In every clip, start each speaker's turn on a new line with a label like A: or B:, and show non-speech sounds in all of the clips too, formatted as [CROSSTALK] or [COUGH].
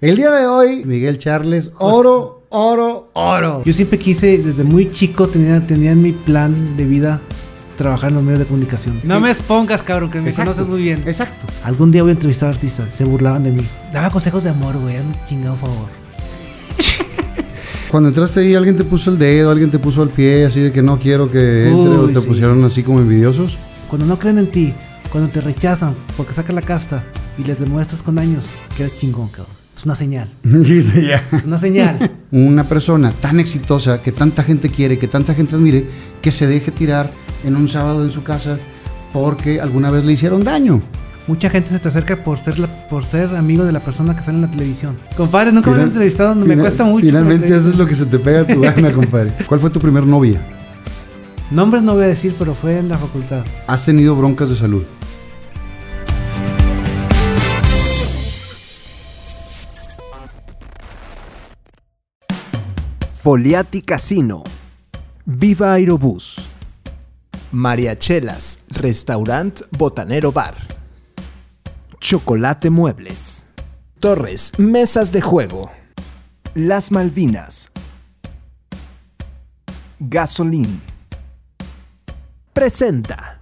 A: El día de hoy, Miguel Charles, oro, oro, oro.
B: Yo siempre quise, desde muy chico, tenía, tenía en mi plan de vida trabajar en los medios de comunicación. No me expongas, cabrón, que me conoces muy bien.
A: Exacto.
B: Algún día voy a entrevistar a artistas, se burlaban de mí. Daba consejos de amor, güey, hazme chingado favor.
A: Cuando entraste ahí, alguien te puso el dedo, alguien te puso el pie, así de que no quiero que entre, o
B: Uy,
A: te
B: sí.
A: pusieron así como envidiosos. [LAUGHS]
B: Cuando no creen en ti, cuando te rechazan porque sacas la casta y les demuestras con años que eres chingón, cabrón. Es una señal,
A: Dice ya.
B: es una [LAUGHS] señal.
A: Una persona tan exitosa, que tanta gente quiere, que tanta gente admire, que se deje tirar en un sábado en su casa porque alguna vez le hicieron daño.
B: Mucha gente se te acerca por ser la- por ser amigo de la persona que sale en la televisión. Compadre, nunca me
A: Final-
B: han entrevistado, me
A: final-
B: cuesta mucho.
A: Finalmente eso es lo que se te pega a
B: [LAUGHS]
A: tu gana, compadre. ¿Cuál fue tu primer novia?
B: Nombres no voy a decir, pero fue en la facultad.
A: ¿Has tenido broncas de salud?
C: Foliati Casino, Viva Aerobús, Mariachelas, Restaurant Botanero Bar, Chocolate Muebles, Torres, Mesas de Juego, Las Malvinas, Gasolín. Presenta.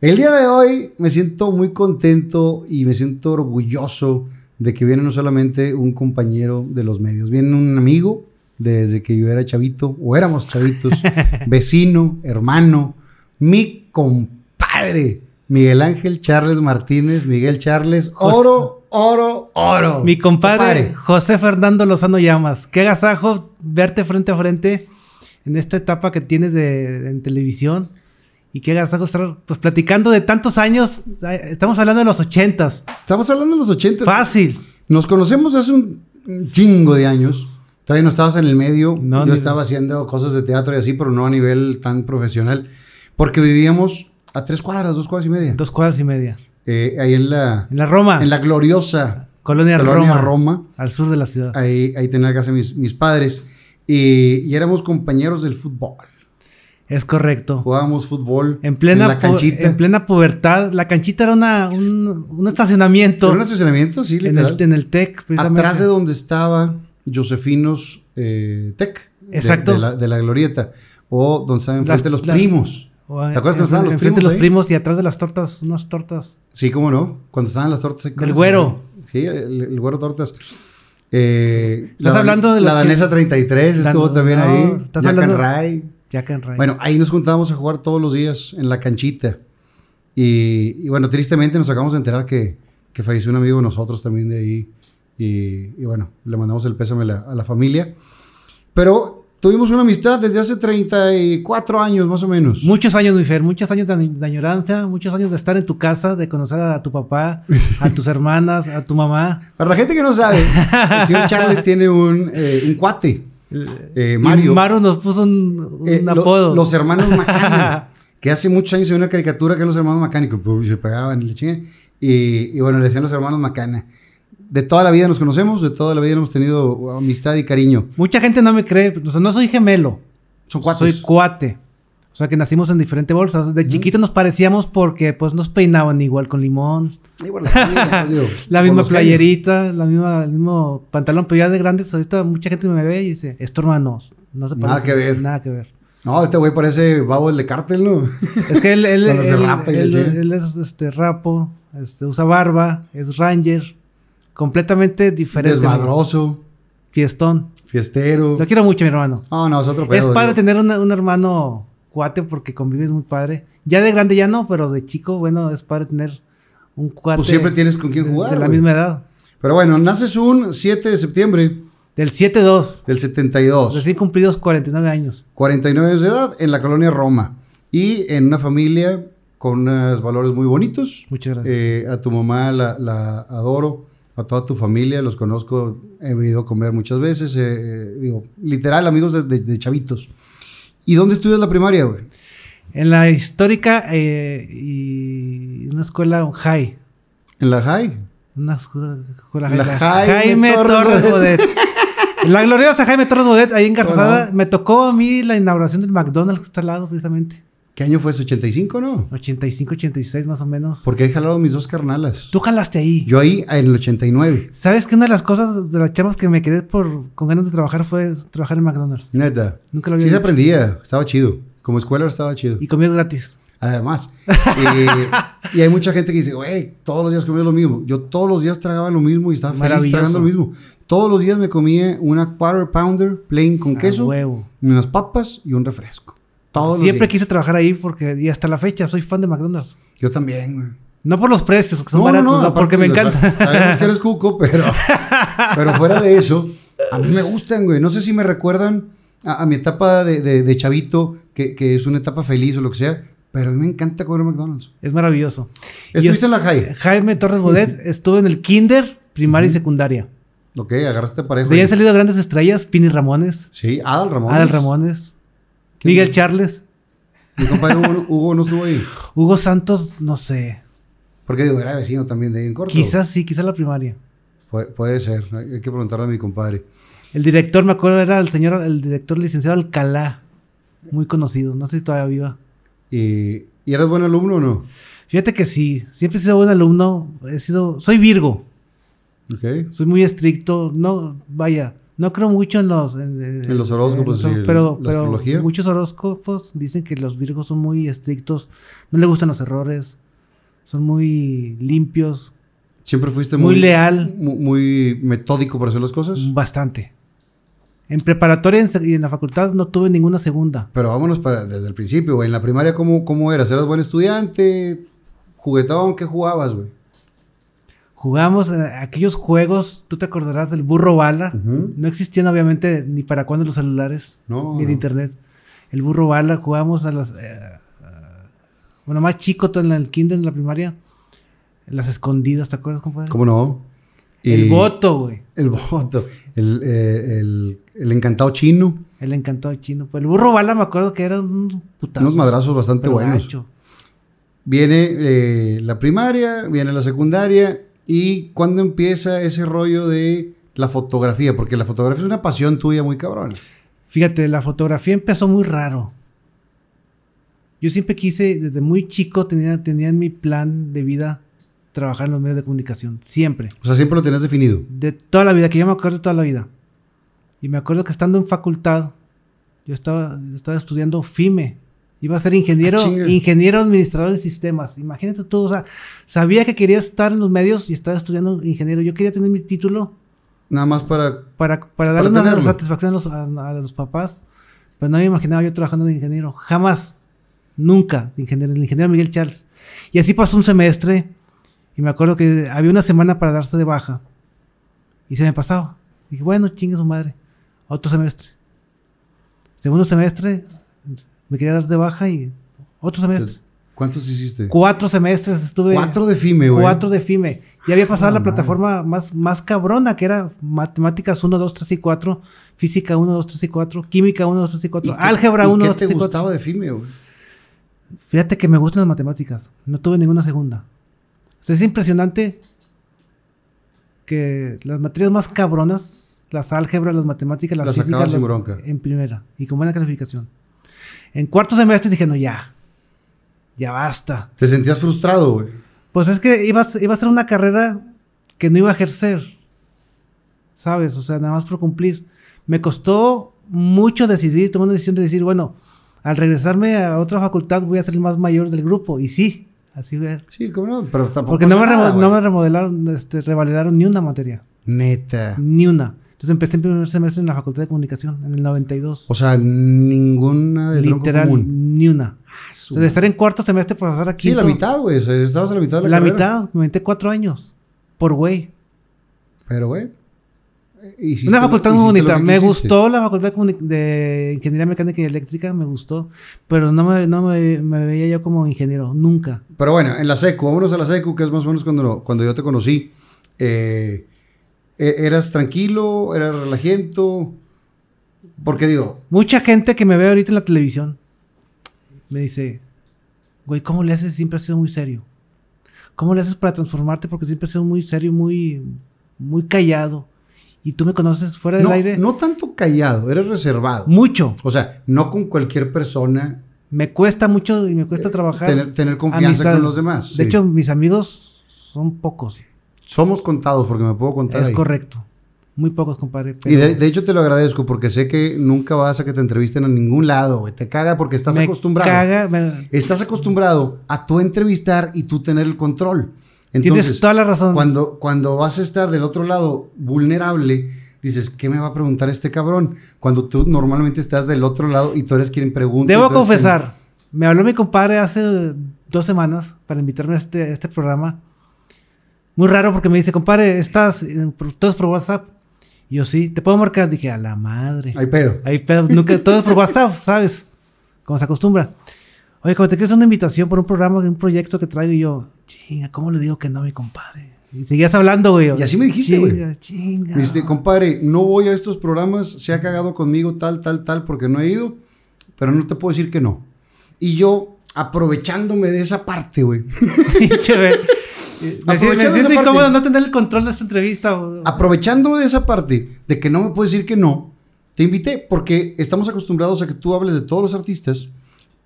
A: El día de hoy me siento muy contento y me siento orgulloso de que viene no solamente un compañero de los medios, viene un amigo desde que yo era chavito, o éramos
B: [LAUGHS]
A: chavitos, vecino, hermano, mi compadre, Miguel Ángel Charles Martínez, Miguel Charles, oro, oro, oro.
B: Mi compadre, José Fernando Lozano Llamas. Qué agasajo verte frente a frente en esta etapa que tienes de, en televisión. Y qué agasajo estar pues, platicando de tantos años. Ay, Estamos hablando de los ochentas.
A: Estamos hablando de los 80.
B: Fácil.
A: Nos conocemos hace un chingo de años. Todavía no estabas en el medio.
B: No,
A: Yo
B: ni-
A: estaba haciendo cosas de teatro y así, pero no a nivel tan profesional. Porque vivíamos a tres cuadras, dos cuadras y media.
B: Dos cuadras y media.
A: Eh, ahí en la,
B: En la Roma.
A: en la gloriosa
B: colonia,
A: colonia
B: Roma,
A: Roma.
B: Al sur de la ciudad.
A: Ahí, ahí tenía casa mis, mis padres. Y, y éramos compañeros del fútbol.
B: Es correcto.
A: Jugábamos fútbol
B: En plena,
A: la
B: pu-
A: canchita.
B: en plena pubertad. La canchita era una, un, un estacionamiento.
A: Era un estacionamiento, sí,
B: en
A: literal.
B: el, en el TEC, precisamente.
A: Atrás de donde estaba Josefinos eh, Tech. de-
B: Exacto.
A: De, la, de la glorieta. O donde estaban
B: Las-
A: enfrente los
B: las-
A: primos.
B: O, eh,
A: ¿Te acuerdas cuando estaban los
B: enfrente
A: primos
B: de los
A: ahí?
B: primos y atrás de las tortas, unas tortas.
A: Sí, cómo no. Cuando estaban las tortas.
B: Del güero.
A: Sí, el, el güero tortas. Eh,
B: Estás
A: la-
B: hablando de
A: La
B: los
A: danesa
B: que-
A: 33 estuvo
B: Dan-
A: también
B: no,
A: ahí.
B: estás
A: Jack and
B: hablando-
A: Ray.
B: Jack and Ray.
A: Bueno, ahí nos juntábamos a jugar todos los días en la canchita. Y, y bueno, tristemente nos acabamos de enterar que, que falleció un amigo de nosotros también de ahí. Y, y bueno, le mandamos el pésame a la, a la familia. Pero tuvimos una amistad desde hace 34 años más o menos.
B: muchos años, mi Fer, muchos años de, añ- de añoranza, muchos años de estar en tu casa, de conocer a tu papá, a
A: [LAUGHS]
B: tus hermanas, a tu mamá.
A: Para la gente que no sabe, el señor Charles tiene un, eh, un [LAUGHS] cuate, eh, Mario.
B: Y Maru nos puso un, un
A: Eh, lo-
B: apodo.
A: los hermanos
B: [LAUGHS]
A: Macana. que hace muchos años había una caricatura que eran los hermanos Macana y que, pum, se pegaban y le chingan. Y, y bueno, le decían los hermanos Macana. De toda la vida nos conocemos, de toda la vida hemos tenido amistad y cariño.
B: Mucha gente no me cree, o sea, no soy gemelo,
A: Son cuatro.
B: soy cuate. O sea, que nacimos en diferentes bolsas. De chiquitos nos parecíamos porque pues nos peinaban igual con limón, [LAUGHS]
A: Ah,
B: la misma playerita, la misma, el mismo pantalón, pero ya de grandes, ahorita mucha gente me ve y dice, es tu hermano, no se
A: Nada
B: parece,
A: que ver.
B: Nada que ver.
A: No, este güey parece babo el de cártel, ¿no?
B: Es que él, él,
A: Cuando se
B: él-
A: rapa y la
B: él-
A: chingada.
B: él es este rapo, este, usa barba, es ranger, completamente diferente.
A: Desmadroso,
B: Fiestón.
A: fiestero.
B: Lo quiero mucho, mi hermano.
A: No, no, es otro
B: es
A: pedo,
B: padre
A: digo.
B: tener una- un hermano cuate porque convives muy padre. Ya de grande ya no, pero de chico, bueno, es padre tener un cuate.
A: Pues siempre tienes con quién
B: de-
A: jugar,
B: De, la
A: güey.
B: misma edad.
A: Pero bueno, naces un 7 de septiembre
B: Del 7-2,
A: del 72.
B: recién cumplidos 49 años.
A: 49 años de edad en la colonia Roma y en una familia con unos valores muy bonitos.
B: Muchas gracias.
A: Eh, a tu mamá la, la adoro, a toda tu familia, los conozco, he venido a comer muchas veces, eh, eh, digo, literal, amigos de, de- de chavitos. ¿Y dónde estudias la primaria, güey?
B: En la histórica eh, y una escuela un high.
A: En la high.
B: Una escuela escuela
A: La
B: high.
A: Jaime
B: Jaime
A: Torres
B: Torres
A: Bodet.
B: Bodet. [LAUGHS] La gloriosa Jaime Torres Bodet, ahí en Garzazada.
A: Bueno.
B: Me tocó a mí la inauguración del McDonald's que está al lado, precisamente.
A: ¿Qué año fue eso? ¿85, no?
B: 85, 86 más o menos.
A: Porque he jalado mis dos carnalas.
B: Tú jalaste ahí.
A: Yo ahí en el 89.
B: ¿Sabes que una de las cosas de las chamas que me quedé por con ganas de trabajar fue trabajar en McDonald's?
A: Neta.
B: Nunca lo había
A: Sí se
B: hecho.
A: aprendía, estaba chido. Como escuela estaba chido.
B: Y comías gratis.
A: Además. y, y hay mucha gente que dice, güey, todos los días comía lo mismo. Yo todos los días tragaba lo mismo y estaba feliz
B: Maravilloso.
A: tragando lo mismo. Todos los días me comía una quarter pounder plain con
B: A
A: queso,
B: Ah, huevo.
A: unas papas y un refresco. Todos
B: Siempre
A: los días.
B: quise trabajar ahí porque y hasta la fecha soy fan de McDonald's.
A: Yo también, güey.
B: No por los precios, que son baratos, no,
A: aparte,
B: porque me
A: o sea,
B: encanta.
A: Sabemos que eres cuco, pero, pero fuera de eso, a mí me gustan, güey. No sé si me recuerdan a, a mi etapa de, de- de chavito, que, que es una etapa feliz o lo que sea, pero a mí me encanta comer McDonald's.
B: [LAUGHS] Es maravilloso. Y
A: Estuviste en la high,
B: Jaime Torres Bodet estuvo en el kinder, primaria y secundaria.
A: ok, agarraste pareja.
B: De ahí han salido grandes estrellas, Pini Ramones,
A: Sí, Adal Ramón.
B: Adal Ramones, Miguel Charles,
A: Mi compadre Hugo, Hugo no estuvo ahí.
B: Hugo Santos, no sé.
A: Porque digo, era vecino también de ahí en corto.
B: Quizás sí, quizás la primaria.
A: Pu- puede ser, hay hay que preguntarle a mi compadre.
B: El director, me acuerdo, era el señor, el director licenciado Alcalá. Muy conocido, no sé si todavía viva.
A: ¿Y, ¿y eras buen alumno o no?
B: Fíjate que sí, siempre he sido buen alumno, he sido, soy Virgo,
A: Ok.
B: soy muy estricto, no, vaya, no creo mucho en los... En, eh,
A: En los horóscopos,
B: en los-
A: sí,
B: pero,
A: la
B: pero
A: astrología.
B: muchos horóscopos dicen que los Virgos son muy estrictos, no les gustan los errores, son muy limpios,
A: Siempre fuiste
B: muy,
A: muy,
B: leal,
A: mu- muy metódico para hacer las cosas.
B: bastante. En preparatoria y en sec- y en la facultad no tuve ninguna segunda.
A: Pero vámonos para desde el principio, güey. En la primaria, ¿cómo, cómo eras? ¿Eras buen estudiante? ¿Juguetaban? ¿Qué jugabas, güey?
B: Jugamos eh, aquellos juegos, tú te acordarás del burro bala.
A: Ujú.
B: No existían obviamente ni para cuándo los celulares,
A: No,
B: ni el
A: no.
B: internet. El burro bala, jugamos a las... eh, a- bueno, más chico, todo en el kinder, en la primaria. Las escondidas, ¿te acuerdas, compadre?
A: ¿Cómo no? Y-
B: El voto, güey.
A: El voto. El, eh, el- el encantado chino.
B: El encantado chino. Pues el burro bala me acuerdo que era un putazo.
A: Unos madrazos bastante
B: pero
A: buenos.
B: gacho.
A: Viene eh, la primaria, viene la secundaria. ¿Y cuándo empieza ese rollo de la fotografía? Porque la fotografía es una pasión tuya muy cabrona.
B: Fíjate, la fotografía empezó muy raro. Yo siempre quise, desde muy chico, tenía, tenía en mi plan de vida trabajar en los medios de comunicación. Siempre.
A: O sea, siempre lo tenías definido.
B: De toda la vida, que yo me acuerdo de toda la vida. Y me acuerdo que estando en facultad, yo estaba, yo estaba estudiando FIME. E. Iba a ser ingeniero,
A: Ah, chinga.
B: ingeniero administrador de sistemas. Imagínate tú, o sea, sabía que quería estar en los medios y estaba estudiando ingeniero. Yo quería tener mi título
A: Nada más para.
B: para, para darle una
A: tenerlo.
B: satisfacción a los, a- a los papás. Pero no me imaginaba yo trabajando de ingeniero. Jamás. Nunca. de ingeniero, el ingeniero Miguel Charles. Y así pasó un semestre. Y me acuerdo que había una semana para darse de baja. Y se me pasaba. Dije, bueno, chingue su madre. Otro semestre. Segundo semestre. Me quería dar de baja y... Otro semestre.
A: ¿Cuántos hiciste?
B: Cuatro semestres estuve...
A: Cuatro de FIME, güey.
B: pues, Cuatro de FIME. Ya había pasado
A: Ah,
B: la
A: madre.
B: plataforma más, más cabrona, que era matemáticas 1, 2, 3 y 4, física 1, 2, 3 y 4, química 1, 2, 3 y 4,
A: ¿Y qué-
B: álgebra
A: y
B: 1,
A: ¿Qué
B: 2,
A: te
B: 3 y 4.
A: gustaba de FIME, güey?
B: Fíjate que me gustan las matemáticas. No tuve ninguna segunda. O sea, es impresionante que las materias más cabronas, las álgebras, las matemáticas, las,
A: Las
B: físicas,
A: sacabas sin
B: las-
A: bronca.
B: en primera y con buena calificación. En cuarto semestre dije, no, ya. Ya basta.
A: Te sentías frustrado, güey.
B: Pues es que iba, a ser- iba a ser una carrera que no iba a ejercer. ¿Sabes? O sea, nada más por cumplir. Me costó mucho decidir, tomar una decisión de decir, bueno, al regresarme a otra facultad voy a ser el más mayor del grupo. Y sí, así fue.
A: Sí, cómo no, pero tampoco.
B: Porque no me,
A: pasa nada,
B: remo-
A: güey.
B: no me remodelaron, este, revalidaron ni una materia.
A: Neta.
B: Ni una. Entonces empecé en primer semestre en la Facultad de Comunicación, en el 92.
A: O sea, ninguna de tronco
B: Literal,
A: común.
B: ni una.
A: Ah,
B: O
A: su-
B: sea, de estar en cuarto semestre para pasar a
A: Sí,
B: quinto.
A: la mitad, güey. o sea, estabas a la mitad de la,
B: La
A: carrera.
B: mitad, me metí cuatro años. Por güey.
A: Pero, güey. hiciste
B: Una
A: lo-
B: facultad muy
A: hiciste lo
B: bonita.
A: que
B: Me
A: quisiste.
B: gustó la facultad de comuni- de Ingeniería Mecánica y Eléctrica, me gustó. Pero no me, no me, me veía yo como ingeniero, nunca.
A: Pero bueno, en la secu, vámonos a la secu, que es más o menos cuando, lo- cuando yo te conocí. Eh, e- ¿Eras tranquilo? ¿Eras relajento? Porque digo,
B: Mucha gente que me ve ahorita en la televisión me dice, güey, ¿cómo le haces? Siempre has sido muy serio. ¿Cómo le haces para transformarte? Porque siempre has sido muy serio, muy, muy callado. Y tú me conoces fuera del
A: no,
B: aire
A: no tanto callado, eres reservado.
B: mucho.
A: O sea, no con cualquier persona
B: me cuesta mucho y me cuesta trabajar.
A: Eh, Tener, tener confianza
B: amistades.
A: con los demás. sí.
B: De hecho, mis amigos son pocos.
A: somos contados porque me puedo contar.
B: Es
A: ahí.
B: correcto. Muy pocos, compadre.
A: Y
B: pero
A: de, de hecho te lo agradezco porque sé que nunca vas a que te entrevisten a ningún lado, güey. Te caga porque estás
B: me
A: acostumbrado.
B: caga, me-
A: Estás acostumbrado a tú entrevistar y tú tener el control.
B: tienes
A: Entonces,
B: toda la razón.
A: cuando, cuando vas a estar del otro lado vulnerable, dices, ¿qué me va a preguntar este cabrón? Cuando tú normalmente estás del otro lado y tú eres quien pregunta. y
B: Debo
A: tú eres quien-
B: confesar, me habló mi compadre hace dos semanas para invitarme a este, a este programa. Muy raro porque me dice, compadre, ¿estás en- por- todos por WhatsApp? Y yo sí, ¿te puedo marcar? Dije, a la madre.
A: Hay pedo.
B: Ahí, pero nunca, todos por WhatsApp, ¿sabes? Como se acostumbra. Oye, cuando te quieres una invitación por un programa, un proyecto que traigo, y yo, chinga, ¿cómo le digo que no a mi compadre? Y seguías hablando, güey.
A: Y así me dijiste, güey.
B: Chinga, chinga.
A: Me dijiste, compadre, no voy a estos programas, se ha cagado conmigo tal, tal, tal, porque no he ido, pero no te puedo decir que no. Y yo, aprovechándome de esa parte, güey,
B: [LAUGHS] Pinche, güey. Me siento-
A: Aprovechando
B: me
A: esa
B: siento
A: parte. Ah,
B: incómodo no tener el control de esta entrevista. güey.
A: aprovechando de esa parte de que no me puedes decir que no, te invité porque estamos acostumbrados a que tú hables de todos los artistas,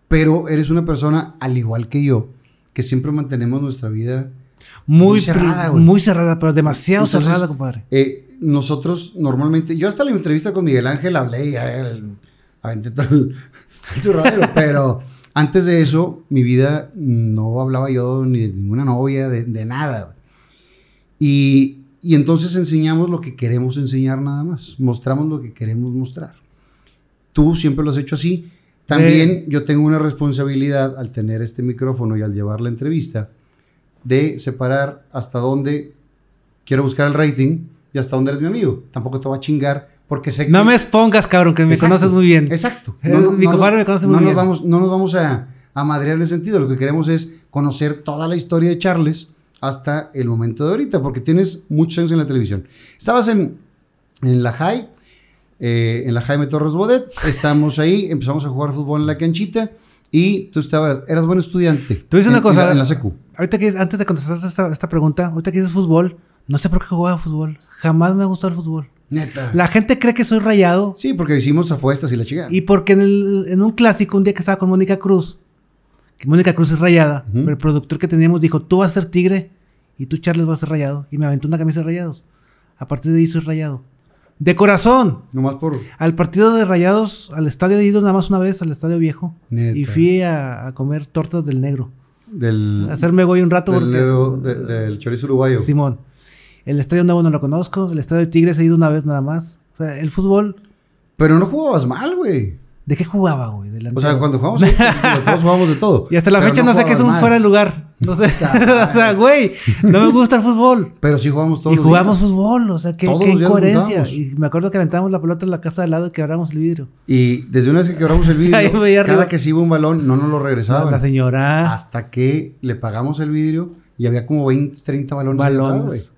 A: pero eres una persona, al igual que yo, que siempre mantenemos nuestra vida.
B: Muy,
A: Muy cerrada,
B: cerrada,
A: güey.
B: Muy cerrada, pero demasiado
A: Entonces,
B: cerrada, compadre.
A: eh, nosotros normalmente, yo hasta la entrevista con Miguel Ángel hablé y a él, aventé todo el, [LAUGHS] el churradero, pero antes de eso, mi vida no hablaba yo ni de ninguna novia, de, de nada. Y, y entonces enseñamos lo que queremos enseñar nada más, mostramos lo que queremos mostrar. Tú siempre lo has hecho así. También yo tengo una responsabilidad al tener este micrófono y al llevar la entrevista de separar hasta dónde quiero buscar el rating y hasta dónde eres mi amigo. Tampoco te voy a chingar porque sé que...
B: No me expongas, cabrón, que me
A: Exacto,
B: conoces muy bien.
A: Exacto.
B: Eh, mi compadre me conoce muy
A: no
B: bien.
A: Nos vamos, no nos vamos a, a madrear en ese sentido. Lo que queremos es conocer toda la historia de Charles hasta el momento de ahorita, porque tienes muchos años en la televisión. Estabas en, en la High, eh, en la Jaime Torres Bodet. Estamos ahí, empezamos a jugar fútbol en la canchita y tú estabas, eras buen estudiante.
B: Tú dices una
A: en-
B: cosa-
A: En la, en la secu.
B: Ahorita que antes de contestar esta, esta pregunta, ahorita que dices fútbol, no sé por qué jugaba fútbol. Jamás me ha gustado el fútbol.
A: Neta.
B: La gente cree que soy rayado
A: Sí, porque hicimos apuestas y la chica.
B: y porque en, el- en un clásico, un día que estaba con Mónica Cruz, que Mónica Cruz es rayada,
A: Ujú.
B: pero el productor que teníamos dijo, tú vas a ser tigre y tú Charles vas a ser rayado. Y me aventó una camisa de rayados. A partir de ahí soy rayado. De corazón.
A: Nomás por...
B: Al partido de Rayados, al estadio he ido nada más una vez, al estadio viejo.
A: Neta.
B: Y fui a, a comer tortas del negro.
A: Del,
B: A hacerme güey un rato
A: del,
B: porque-
A: negro- de- del chorizo uruguayo.
B: Simón. El estadio nuevo no lo conozco. El estadio de Tigres he ido una vez nada más. O sea, el fútbol,
A: Pero no jugabas mal, güey.
B: ¿de qué jugaba, güey?
A: O
B: Delantero.
A: sea, cuando jugamos,
B: [LAUGHS]
A: ahí, digo, todos jugamos de todo.
B: Y hasta la
A: Pero
B: fecha
A: no
B: no, sé qué es
A: jugabas
B: un
A: mal.
B: fuera de lugar. No sé. [LAUGHS] o sea, güey, no me gusta el fútbol.
A: Pero sí jugamos todos
B: Y
A: los
B: jugamos
A: días.
B: fútbol, o sea, qué,
A: Todos
B: qué
A: los días nos
B: incoherencia.
A: juntábamos.
B: Y me acuerdo que aventábamos la pelota en la casa de al lado y quebramos el vidrio.
A: Y desde una vez que quebramos el
B: [LAUGHS] Ahí me
A: vidrio,
B: veía
A: cada
B: arriba.
A: que se iba un balón, no nos lo regresaban.
B: La señora.
A: Hasta que le pagamos el vidrio y había como 20, 30 balones. ahí atrás,
B: Balones.
A: güey.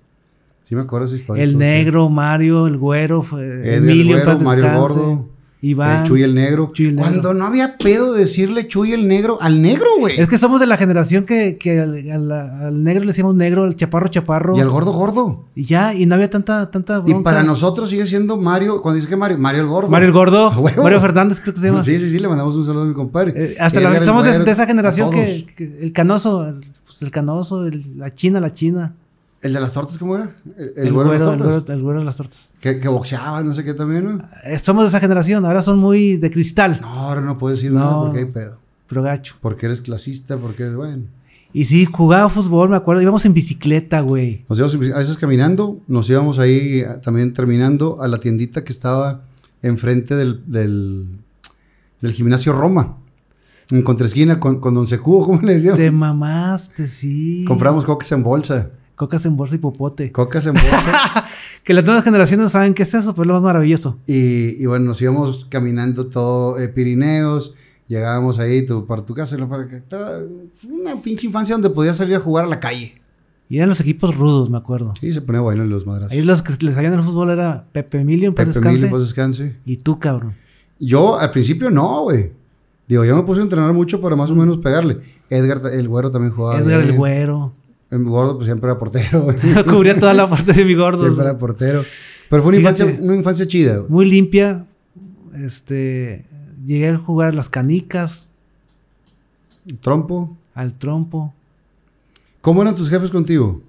A: Sí me acuerdo de esa historia.
B: El
A: estuvo chido.
B: negro, Mario, el güero, fue-
A: Edgar
B: Emilio, en
A: Güero,
B: paz
A: Mario
B: descanse,
A: Gordo,
B: Iván.
A: El Chuy el negro.
B: Chuy el negro.
A: Cuando no había pedo de decirle Chuy el negro al negro, güey.
B: Es que somos de la generación que, que al, al- al negro le decíamos negro, al chaparro, chaparro.
A: Y al gordo gordo.
B: Y ya, y no había tanta, tanta
A: Y
B: bronca.
A: para nosotros sigue siendo Mario, cuando dice que Mario, Mario el gordo.
B: Mario el Gordo,
A: A huevo.
B: Mario Fernández creo que se llama.
A: Sí, sí, sí, le mandamos un saludo a mi compadre.
B: Eh, hasta
A: Edgar
B: la,
A: el
B: somos de,
A: Güero,
B: de esa
A: a
B: generación
A: todos.
B: que, que el canoso, el, pues, el canoso, el- la china, la china.
A: ¿El de las tortas cómo era? El, el
B: El,
A: güero
B: güero,
A: de las
B: el,
A: tortas.
B: güero, el güero de las tortas.
A: Que, que boxeaba, no sé qué también, ¿no?
B: Eh, Somos de esa generación, ahora son muy de cristal,
A: No, ahora no puedo decir
B: No.
A: nada porque hay pedo.
B: pero gacho.
A: Porque eres clasista, porque eres bueno.
B: Y sí, jugaba fútbol, me acuerdo, íbamos en bicicleta, güey.
A: Nos íbamos a veces caminando, nos íbamos ahí a- también terminando a la tiendita que estaba enfrente del, del, del gimnasio Roma. En contraesquina con, con Don Secubo, ¿cómo le decíamos?
B: Te mamaste, sí.
A: Compramos cocas en bolsa.
B: Cocas en bolsa y popote.
A: Cocas en bolsa.
B: Que las nuevas generaciones saben que es eso, pues lo más maravilloso.
A: Y, y bueno, nos íbamos caminando todo eh, Pirineos, llegábamos ahí tu, para tu casa, lo para acá. Estaba una pinche infancia donde podías salir a jugar a la calle.
B: Y eran los equipos rudos, me acuerdo.
A: Y se ponía bueno en los madrazos.
B: Ahí los que les salían el fútbol era Pepe Emilio, en paz
A: Pepe
B: descanse,
A: Mil, paz descanse.
B: y tú, cabrón.
A: Yo al principio no, güey. Digo, yo me puse a entrenar mucho para más o menos pegarle. Edgar, ta- el güero también jugaba.
B: Edgar
A: bien.
B: el Güero. [LAUGHS]
A: El gordo, pues siempre era portero. güey.
B: Cubría toda la parte de mi gordo.
A: siempre era portero. Pero fue una,
B: Fíjate.
A: infancia, una infancia chida, güey.
B: Muy limpia. Este, llegué a jugar a las canicas.
A: Trompo.
B: Al trompo.
A: ¿Cómo eran tus jefes contigo?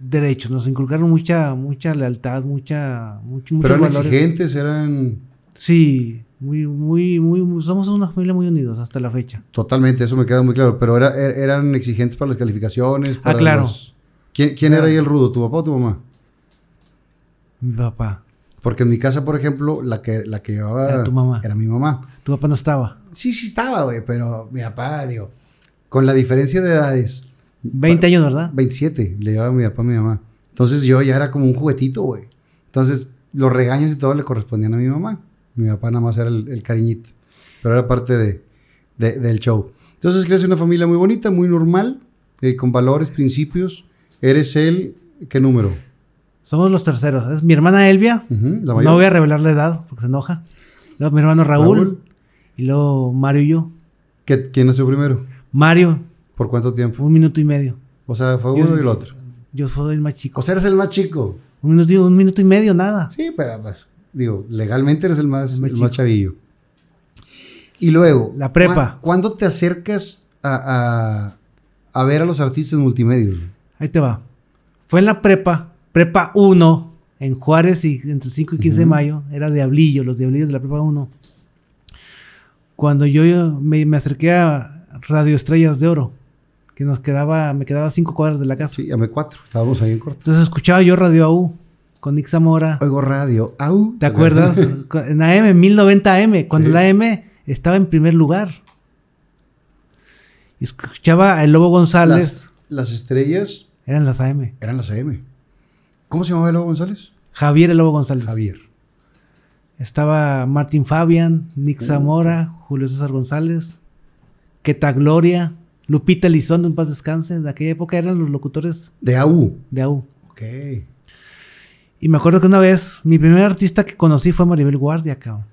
B: Derechos, nos inculcaron mucha, mucha lealtad, mucha, mucho, muchos
A: Pero eran
B: valores.
A: exigentes, eran
B: Sí, muy, muy, muy, somos una familia muy unidos hasta la fecha.
A: totalmente, eso me queda muy claro. Pero era- er- eran exigentes para las calificaciones.
B: Ah,
A: para
B: claro.
A: los- ¿Quién, quién era ahí el rudo, tu papá o tu mamá?
B: Mi papá,
A: Porque en mi casa, por ejemplo, la que, la que llevaba
B: Era tu mamá.
A: era mi mamá.
B: tu papá no estaba.
A: Sí, sí estaba, güey, pero mi papá, digo, con la diferencia de edades,
B: 20 años, ¿verdad?
A: 27 le llevaba mi papá a mi mamá. Entonces yo ya era como un juguetito, güey. Entonces los regaños y todo le correspondían a mi mamá. Mi papá nada más era el, el cariñito. Pero era parte de, de- del show. Entonces crece una familia muy bonita, muy normal, eh, con valores, principios. Eres el, ¿qué número?
B: Somos los terceros. Es mi hermana Elvia.
A: Ujú, la mayor.
B: No voy a revelar la edad porque se enoja. Luego mi hermano Raúl,
A: Raúl.
B: Y luego Mario y yo.
A: ¿Qué- ¿Quién nació primero?
B: Mario,
A: ¿Por cuánto tiempo?
B: un minuto y medio.
A: O sea, fue
B: Yo-
A: uno y el otro.
B: Yo soy el más chico.
A: O sea, eres el más chico.
B: un, minuto, y- un minuto y medio, nada.
A: Sí, pero pues, digo, legalmente eres el más,
B: El más
A: el más
B: chico.
A: chavillo. Y luego.
B: La prepa.
A: ¿cuá- ¿Cuándo te acercas a, a- a ver a los artistas multimedios? güey?
B: Ahí te va. Fue en la prepa, prepa 1, en Juárez, y entre 5 y 15 de
A: Ujú.
B: mayo, era Diablillo, los Diablillos de la prepa 1. Cuando yo, yo me, me acerqué a Radio Estrellas de Oro, que nos quedaba, me quedaba a 5 cuadras de la casa.
A: Sí, a M4. Estábamos ahí en corto.
B: Entonces escuchaba yo Radio AU con Nick Zamora.
A: Oigo radio. Au. [LAUGHS]
B: ¿Te acuerdas? en AM, 1090 AM, cuando
A: Sí.
B: la AM estaba en primer lugar. Y Escuchaba a El Lobo González,
A: Las, las estrellas
B: eran las AM.
A: eran las AM. ¿Cómo se llamaba el Lobo González?
B: Javier El Lobo González.
A: Javier.
B: Estaba Martín Fabian, Nick Zamora, Julio César González, Queta Gloria, Lupita Elizondo, en paz descanse. De aquella época eran los locutores
A: De AU.
B: de AU.
A: Ok.
B: Y me acuerdo que una vez, mi primer artista que conocí fue Maribel Guardia, cabrón.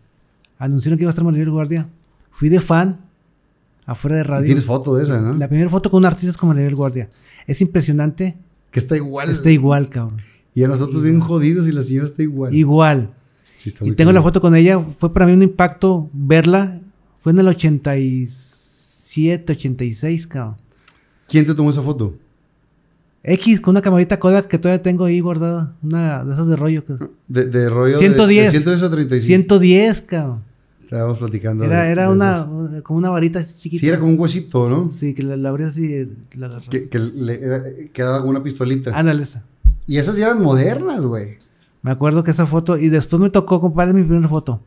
B: Anunciaron que iba a estar Maribel Guardia. Fui de fan, afuera de
A: Y
B: radio.
A: tienes foto de esa, ¿no?
B: La primera foto con un artista es con Maribel Guardia. Es impresionante.
A: Que está igual.
B: Está igual, cabrón.
A: Y a nosotros bien jodidos y la señora está igual.
B: Igual.
A: Sí, está
B: Y
A: muy
B: tengo la
A: cabrón.
B: foto con ella. Fue para mí un impacto verla. Fue en el 87, 86, cabrón.
A: ¿Quién te tomó esa foto?
B: X, con una camarita Kodak que todavía tengo ahí guardada. Una de esas de rollo. que-
A: De, de rollo.
B: 110.
A: De, de 110 a 35.
B: 110, cabrón.
A: Estábamos platicando. de-
B: Era, era
A: de
B: una,
A: esas.
B: una- como una varita así chiquita.
A: Sí, era como un huesito, ¿no?
B: Sí, que la, la abría así. eh, La agarraba.
A: Que, que le era- quedaba como una pistolita.
B: Ándale esa.
A: Y esas ya eran modernas, güey.
B: Me acuerdo que esa foto, y después me tocó, compadre, mi primera foto.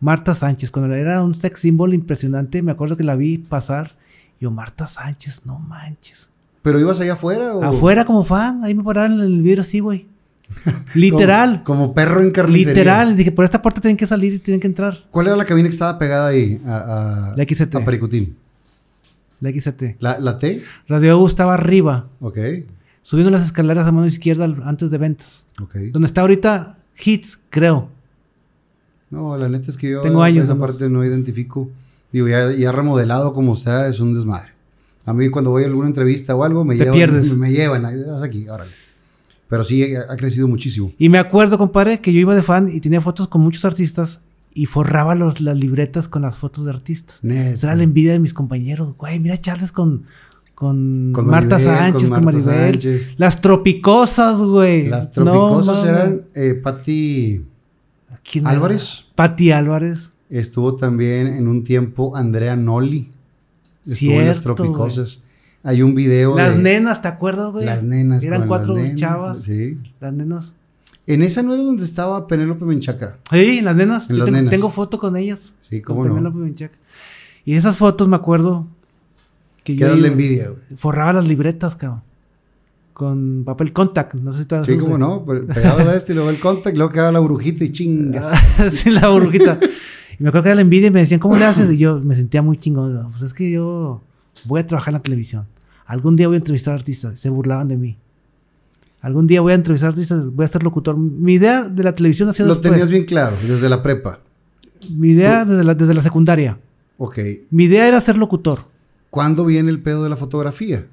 B: Marta Sánchez, cuando era un sex símbolo impresionante, me acuerdo que la vi pasar. y Yo, Marta Sánchez, no manches.
A: Pero ibas allá afuera, o-
B: Afuera como fan, ahí me pararon en el vidrio así, güey.
A: [LAUGHS]
B: [LAUGHS]
A: como-
B: Literal,
A: Como, perro en carnicería.
B: literal. Dije, por esta puerta tienen que salir y tienen que entrar.
A: ¿Cuál era la cabina que estaba pegada ahí? A, a,
B: La XT.
A: a Pericutín.
B: La XT.
A: La, la T.
B: Radio Agu estaba arriba,
A: Ok.
B: subiendo las escaleras a mano izquierda al- antes de ventas.
A: Ok.
B: Donde está ahorita Hits, creo.
A: No, la neta es que yo
B: Tengo años,
A: esa
B: nomás.
A: parte no identifico. Digo, ya, ya remodelado como sea, es un desmadre. A mí cuando voy a alguna entrevista o algo, me
B: Te
A: llevan.
B: pierdes.
A: Me, [LAUGHS] me llevan, ahí estás aquí, órale. Pero sí, ha, ha crecido muchísimo.
B: Y me acuerdo, compadre, que yo iba de fan y tenía fotos con muchos artistas y forraba los, las libretas con las fotos de artistas. Esa
A: Neta.
B: era la envidia de mis compañeros. Güey, mira Charles con, con,
A: Con
B: Marta
A: Maribel,
B: Sánchez,
A: con
B: con,
A: Marta
B: Maribel.
A: Sánchez.
B: Las tropicosas, güey.
A: Las
B: No
A: tropicosas
B: mames.
A: eran eh, Patti
B: ¿Quién era?
A: Álvarez.
B: Pati Álvarez.
A: Estuvo también en un tiempo Andrea Nolli. Estuvo en las
B: Cierto,
A: tropicosas. Hay un video
B: Las
A: de
B: nenas, ¿te acuerdas, güey?
A: las nenas.
B: Eran
A: con las
B: cuatro
A: nenas,
B: chavas.
A: Sí.
B: Las nenas.
A: En esa no era donde estaba Penélope Menchaca.
B: Sí, las nenas.
A: En
B: Yo
A: las
B: tengo,
A: nenas.
B: tengo foto con ellas.
A: Sí,
B: Con
A: cómo no.
B: Penélope Menchaca. Y esas fotos me acuerdo que
A: Que era la envidia, güey.
B: forraba las libretas, cabrón. Con papel contact, no sé si te
A: Sí, cómo no. Pe- Pegado a este y luego el contact, luego quedaba la brujita y chingas.
B: Ah, [LAUGHS] Así la burbujita. Y me acuerdo que era la envidia y me decían, ¿cómo le haces? Y yo me sentía muy chingón. Pues es que yo voy a trabajar en la televisión. Algún día voy a entrevistar artistas. Se burlaban de mí. Algún día voy a entrevistar artistas, voy a ser locutor. Mi idea de la televisión ha sido
A: Lo
B: después.
A: tenías bien claro, desde la prepa.
B: Mi idea desde la, desde la secundaria.
A: Ok.
B: Mi idea era ser locutor.
A: ¿Cuándo viene el pedo de la fotografía?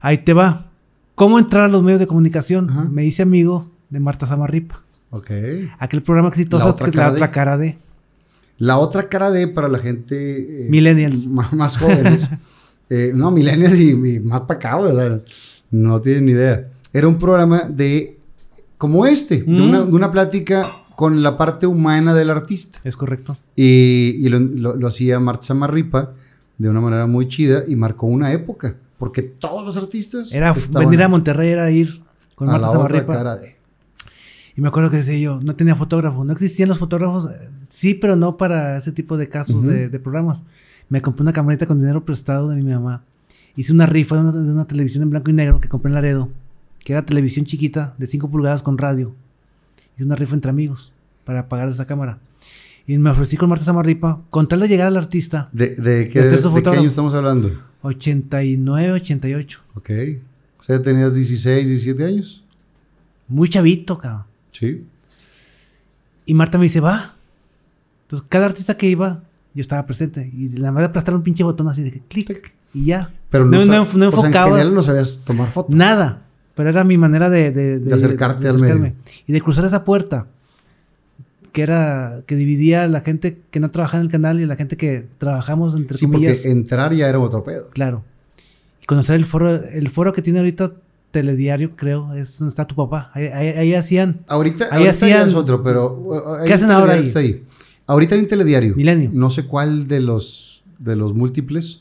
B: Ahí te va. ¿Cómo entrar a los medios de comunicación?
A: Ajá.
B: Me hice amigo de Marta Zamarripa.
A: Ok.
B: Aquel programa exitoso
A: La otra
B: que es
A: cara
B: la
A: de.
B: otra cara de.
A: La otra cara de para la gente...
B: eh, Millennials.
A: Más, más
B: [LAUGHS]
A: jóvenes. eh, no, millennials y, y más para acá, güey, o sea, no tienen ni idea. Era un programa de... Como este, de,
B: Mm.
A: una, de una plática con la parte humana del artista.
B: Es correcto.
A: Y, y lo, lo- lo hacía Marta Marripa de una manera muy chida y marcó una época. Porque todos los artistas...
B: Era f-
A: estaban
B: venir a Monterrey, era ir con
A: a
B: Marta
A: la otra
B: Zamarripa.
A: cara de...
B: Y me acuerdo que decía yo, no tenía fotógrafo, no existían los fotógrafos, eh, sí, pero no para ese tipo de casos
A: Ujú.
B: de, de programas. Me compré una camarita con dinero prestado de mi mamá. Hice una rifa de una, de una televisión en blanco y negro que compré en Laredo, que era televisión chiquita de 5 pulgadas con radio. Hice una rifa entre amigos para pagar esa cámara. Y me ofrecí con Marta Zamarripa, con tal de llegar al artista,
A: ¿De, de qué,
B: De ser su
A: de qué
B: fotógrafo.
A: año estamos hablando?
B: 89, 88.
A: Ok. O sea, tenías 16, 17 años.
B: Muy chavito, cabrón.
A: Sí.
B: Y Marta me dice, va. Entonces, cada artista que iba, yo estaba presente. Y la madre aplastar un pinche botón así de que clic. Y ya.
A: Pero no,
B: no,
A: sab-
B: no, no
A: o sea, en
B: enfocaba
A: general no sabías tomar fotos.
B: nada. Pero era mi manera de... De,
A: De acercarte al
B: acercarme.
A: medio.
B: Y de cruzar esa puerta. Que era... Que dividía a la gente que no trabaja en el canal y a la gente que trabajamos, entre
A: sí, porque eh,
B: comillas.
A: entrar ya era otro pedo.
B: Claro. Y conocer el foro... El foro que tiene ahorita Telediario, creo, es donde está tu papá. Ahí, ahí- ahí hacían...
A: Ahorita,
B: Ahí
A: ahorita ya
B: hacían-
A: es otro, pero... uh, hay
B: ¿Qué
A: un
B: hacen ahora
A: telediario
B: ahí?
A: que está Ahorita hay un telediario.
B: Milenio.
A: No sé cuál de los, de los múltiples,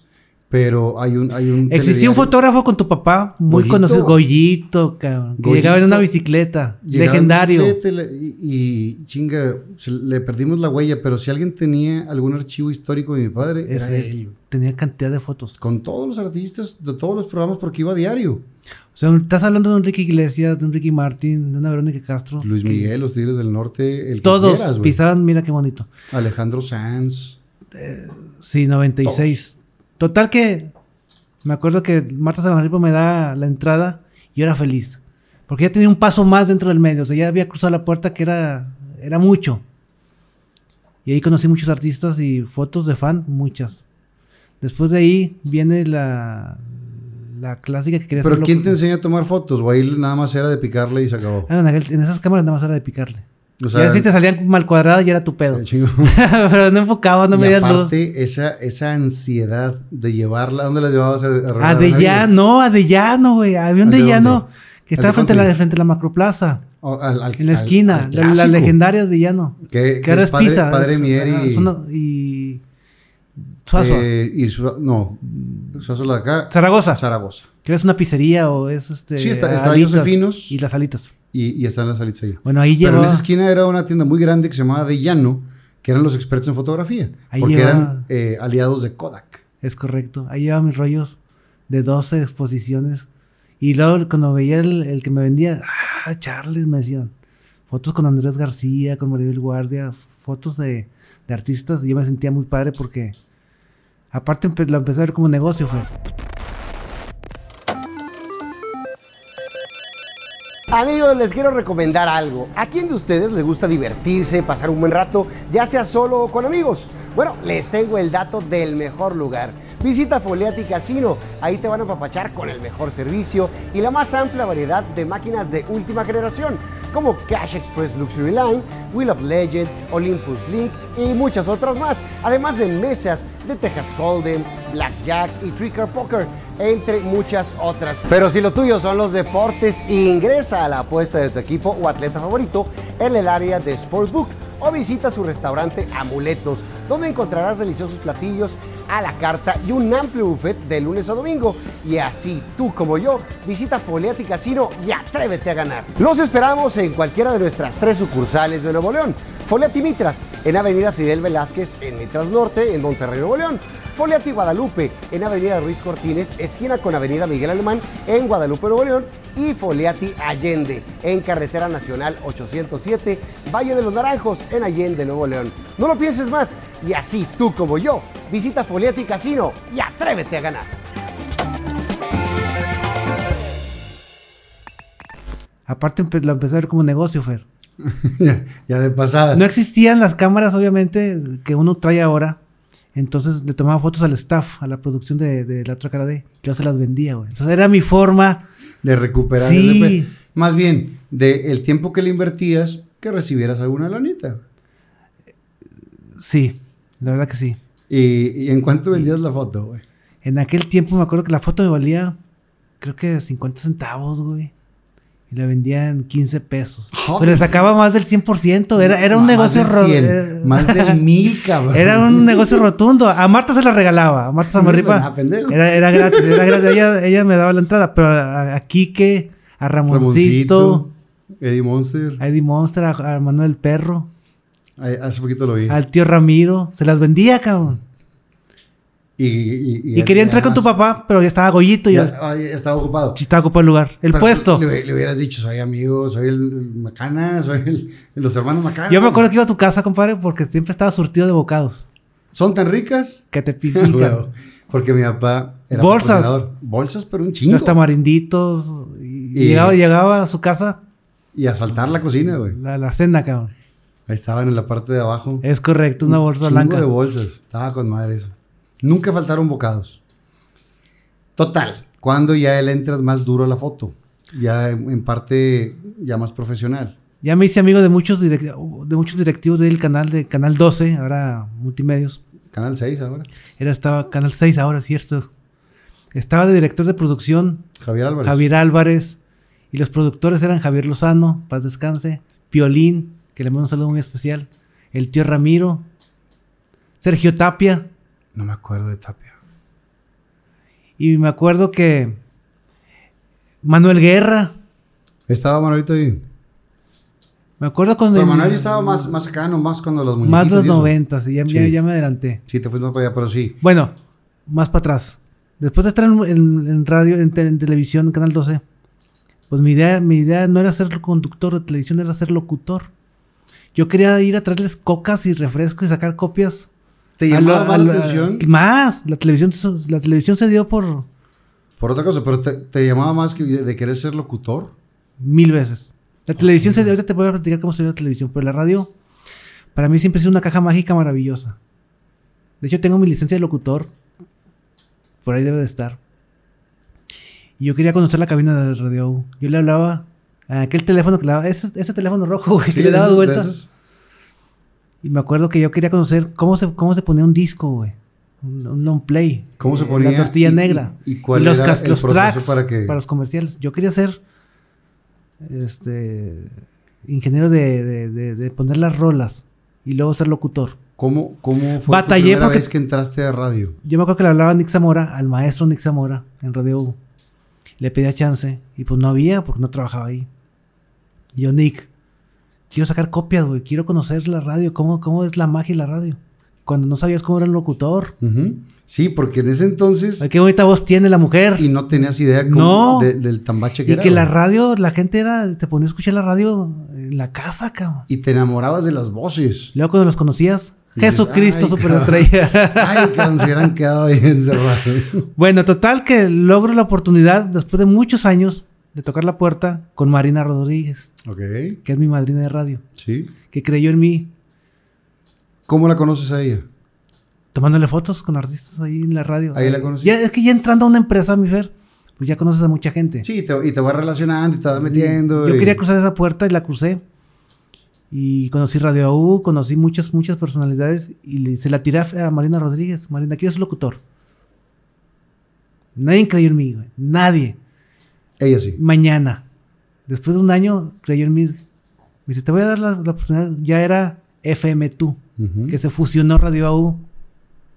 A: pero hay un, hay un
B: Existía un
A: telediario.
B: fotógrafo con tu papá, muy
A: Goyito.
B: conocido, Goyito, cabrón, que
A: Goyito.
B: llegaba en una bicicleta,
A: Llegaba en
B: legendario.
A: bicicleta Y, le- y- y chinga, se- le perdimos la huella, pero si alguien tenía algún archivo histórico de mi padre, era
B: Ese.
A: él.
B: Tenía cantidad de fotos.
A: Con todos los artistas de todos los programas, porque iba a diario.
B: O sea, estás hablando de un Ricky Iglesias, de un Ricky Martin, de una Verónica Castro.
A: Luis
B: que
A: Miguel, los Tigres del Norte, el que
B: Todos
A: quieras, güey.
B: pisaban, mira qué bonito.
A: Alejandro Sanz.
B: Sí, 96. Total que me acuerdo que Marta Samarripo me da la entrada y yo era feliz. Porque ya tenía un paso más dentro del medio. O sea, ya había cruzado la puerta que era, era mucho. Y ahí conocí muchos artistas y fotos de fan, muchas. Después de ahí viene la, la clásica que quería
A: Pero
B: hacerlo
A: ¿quién
B: con-
A: te enseña a tomar fotos? O ahí nada más era de picarle y se acabó.
B: Ah, en, aquel- en esas cámaras nada más era de picarle.
A: O sea,
B: ya si te salían mal cuadradas ya era tu pedo.
A: se chingó.
B: [LAUGHS] Pero no enfocaba, no
A: Y
B: medías luz.
A: aparte, esa, esa ansiedad de llevarla, ¿a ¿dónde la llevabas? A, a- a-
B: Adellano, Ah, no, Adellano, güey. Había un
A: ¿Al de
B: Adellano
A: dónde?
B: que
A: ¿Al
B: estaba
A: de
B: frente a, la,
A: Country?
B: frente a la macroplaza,
A: O al- al-
B: en la
A: al-
B: esquina,
A: al
B: la- la,
A: clásico.
B: legendaria Adellano.
A: Que,
B: Que ahora es
A: padre,
B: Pisa.
A: Padre
B: es-
A: Mier
B: ah,
A: y...
B: son- y Suazo.
A: eh, y Sua- no, Suazo la de acá,
B: Zaragoza,
A: Zaragoza.
B: que es una pizzería o es este.
A: Sí, está- está
B: alitas
A: Josefinos.
B: Y las alitas.
A: Y, y están las salidas ahí.
B: Bueno, ahí
A: Pero en
B: llevaba.
A: esa esquina era una tienda muy grande que se llamaba De Llano, que eran los expertos en fotografía.
B: Ahí
A: porque
B: llevaba-
A: eran eh, aliados de Kodak. [LAUGHS]
B: Es correcto. Ahí llevaba mis rollos de 12 exposiciones. Y luego cuando veía el, el que me vendía, ah, Charles, me decían. Fotos con Andrés García, con Maribel Guardia, fotos de, de artistas. Y yo me sentía muy padre porque, aparte, empe- lo empecé a ver como negocio. Fue.
D: Amigos, les quiero recomendar algo. ¿A quién de ustedes les gusta divertirse, pasar un buen rato, ya sea solo o con amigos? Bueno, les tengo el dato del mejor lugar. Visita Foliati Casino. Ahí te van a papachar con el mejor servicio y la más amplia variedad de máquinas de última generación, como Cash Express Luxury Line, Wheel of Legend, Olympus League y muchas otras más. Además de mesas de Texas Hold'em, Blackjack y Tricker Poker entre muchas otras. Pero si lo tuyo son los deportes, ingresa a la apuesta de tu equipo o atleta favorito en el área de Sportsbook o visita su restaurante Amuletos, donde encontrarás deliciosos platillos a la carta y un amplio buffet de lunes a domingo. Y así tú como yo, visita Foliati Casino y atrévete a ganar. Los esperamos en cualquiera de nuestras tres sucursales de Nuevo León. Foliati Mitras, en Avenida Fidel Velázquez, en Mitras Norte, en Monterrey, Nuevo León. Foliati Guadalupe, en Avenida Ruiz Cortines, esquina con Avenida Miguel Alemán, en Guadalupe, Nuevo León. Y Foliati Allende, en Carretera Nacional 807, Valle de los Naranjos, en Allende, Nuevo León. No lo pienses más, y así tú como yo, visita Foliati Casino y atrévete a ganar.
B: Aparte, empe- lo empecé a ver como negocio, Fer.
A: ya, ya de pasada.
B: No existían las cámaras, obviamente, que uno trae ahora. Entonces le tomaba fotos al staff, a la producción de, de la otra cara de. Yo se las vendía, güey. Entonces era mi forma.
A: de recuperar
B: Sí.
A: ese pe- Más bien, de el tiempo que le invertías, que recibieras alguna lanita.
B: Sí. La verdad que sí.
A: ¿Y, y en cuánto vendías la foto, güey?
B: En aquel tiempo me acuerdo que la foto me valía, creo que 50 centavos, güey. Y la vendían 15 pesos. Pero le sacaba más del 100%. Era, era un
A: Más
B: negocio
A: del
B: ro-
A: 100,
B: era-
A: Más de
B: [LAUGHS]
A: mil, cabrón.
B: Era un negocio rotundo. A Marta se la regalaba. A Marta Zamorripa.
A: ¿verdad, pues, ah, pendejo?
B: Era, era gratis. Era gratis.
A: [LAUGHS]
B: Ella, ella me daba la entrada. Pero a, a Quique, a
A: [LAUGHS]
B: Ramoncito,
A: Ramoncito. Eddie Monster.
B: a Eddie Monster, a, a Manuel Perro,
A: Ay, Hace poquito lo vi.
B: al tío Ramiro. Se las vendía, cabrón.
A: Y, y,
B: Y quería entrar con tu
A: además-
B: papá, pero ya estaba Goyito. Y yo,
A: Ya- ay, estaba ocupado.
B: sí, estaba ocupado el lugar. El
A: Pero
B: puesto.
A: Le, le hubieras dicho, soy amigo, soy el, el Macana, soy el, los hermanos Macana.
B: Yo me acuerdo que iba a tu casa, compadre, porque siempre estaba surtido de bocados.
A: ¿Son tan ricas?
B: Que te [LAUGHS]
A: [LAUGHS]
B: pican.
A: Huevo, Porque mi papá era
B: Bolsas.
A: patrocinador. Bolsas, pero un chingo.
B: Los tamarinditos. y
A: Y-
B: Llegaba, llegaba a su casa
A: Y a saltar la cocina, güey.
B: la, la cena, cabrón.
A: Ahí estaban en la parte de abajo.
B: Es correcto, una bolsa
A: Chingo
B: blanca.
A: de bolsas. Estaba con madre eso. Nunca faltaron bocados. Total. Cuando ya él entras más duro a la foto. Ya en en parte, ya más profesional.
B: Ya me hice amigo de muchos, direct- de muchos directivos del canal, de Canal 12, ahora Multimedios.
A: Canal 6 ahora.
B: Era, estaba Canal 6 ahora, cierto. Estaba de director de producción
A: Javier Álvarez.
B: Javier Álvarez. Y los productores eran Javier Lozano, paz descanse, Piolín, que le mando un saludo muy especial, el tío Ramiro, Sergio Tapia,
A: No me acuerdo de Tapia.
B: y me acuerdo que Manuel Guerra.
A: Estaba Manolito ahí.
B: Me acuerdo cuando...
A: Pero Manuel ya estaba más, más acá, nomás cuando los muñequitos.
B: Más los
A: y eso.
B: 90, sí, ya, ya-
A: Sí.
B: ya me adelanté.
A: Sí, te fuiste más para allá, pero sí.
B: Bueno, más para atrás. Después de estar en, en- en radio, en, te- en televisión, en Canal 12, pues mi idea, mi idea no era ser conductor de televisión, era ser locutor. Yo quería ir a traerles cocas y refrescos y sacar copias.
A: ¿Te
B: a
A: llamaba
B: lo-
A: más
B: a
A: la
B: lo-
A: atención?
B: Más. La televisión, se- la televisión se dio por
A: Por otra cosa, pero te, te llamaba más que de querer ser locutor.
B: mil veces. La televisión se dio, ahorita te voy a platicar cómo se dio la televisión, pero la radio para mí siempre ha sido una caja mágica maravillosa. De hecho, tengo mi licencia de locutor. Por ahí debe de estar. Y yo quería conocer la cabina de Radio U. Yo le hablaba a aquel teléfono que le daba, ese, ese teléfono rojo, güey, que
A: Sí,
B: le daba
A: de esos- de
B: vueltas.
A: esos.
B: Y me acuerdo que yo quería conocer cómo se, cómo se ponía un disco, güey. Un, un long play.
A: ¿Cómo se
B: Eh,
A: ponía?
B: La tortilla
A: ¿Y- y-
B: negra.
A: y cuál
B: los,
A: era
B: cas-
A: el
B: los
A: proceso
B: tracks
A: para que-
B: los comerciales. Yo quería ser este ingeniero de, de- de- de poner las rolas y luego ser locutor.
A: ¿Cómo, cómo fue
B: Batallé
A: tu primera
B: porque-
A: vez que entraste a radio?
B: Yo me acuerdo que le hablaba a Nick Zamora, al maestro Nick Zamora, en Radio U. Le pedía chance y pues no había porque no trabajaba ahí. Y yo, Nick, quiero sacar copias, güey. Quiero conocer la radio. ¿Cómo, ¿Cómo es la magia de la radio? Cuando no sabías cómo era un locutor.
A: Ujú. Sí, porque en ese entonces...
B: Ay, qué bonita voz tiene la mujer.
A: Y no tenías idea cómo-
B: No.
A: de- del tambache que
B: Y
A: era.
B: que la
A: güey.
B: radio, la gente era, te ponía a escuchar la radio en la casa, cabrón.
A: Y te enamorabas de las voces.
B: Luego cuando los conocías,
A: Y dices,
B: Jesucristo
A: "Ay,
B: superestrella.
A: Ay, que se hubieran quedado ahí encerrados.
B: [LAUGHS] bueno, total que logro la oportunidad, después de muchos años, de tocar la puerta con Marina Rodríguez,
A: ok,
B: que es mi madrina de radio,
A: sí.
B: que creyó en mí,
A: ¿Cómo la conoces a ella?
B: tomándole fotos con artistas ahí en la radio.
A: Ahí la conocí.
B: Ya, es que ya entrando a una empresa, mi Fer, pues ya conoces a mucha gente.
A: Sí, te- y te vas relacionando y te vas
B: Sí.
A: metiendo.
B: Yo
A: y-
B: quería cruzar esa puerta y la crucé. Y conocí Radio U, conocí muchas, muchas personalidades y le- se la tiré a a Marina Rodríguez. Marina, quiero ser locutor. Nadie creyó en mí, güey. Nadie.
A: Ella sí.
B: Mañana. Después de un año, creyó en mí. Me dice, te voy a dar la, la oportunidad. Ya era FM2,
A: Ujú.
B: que se fusionó Radio U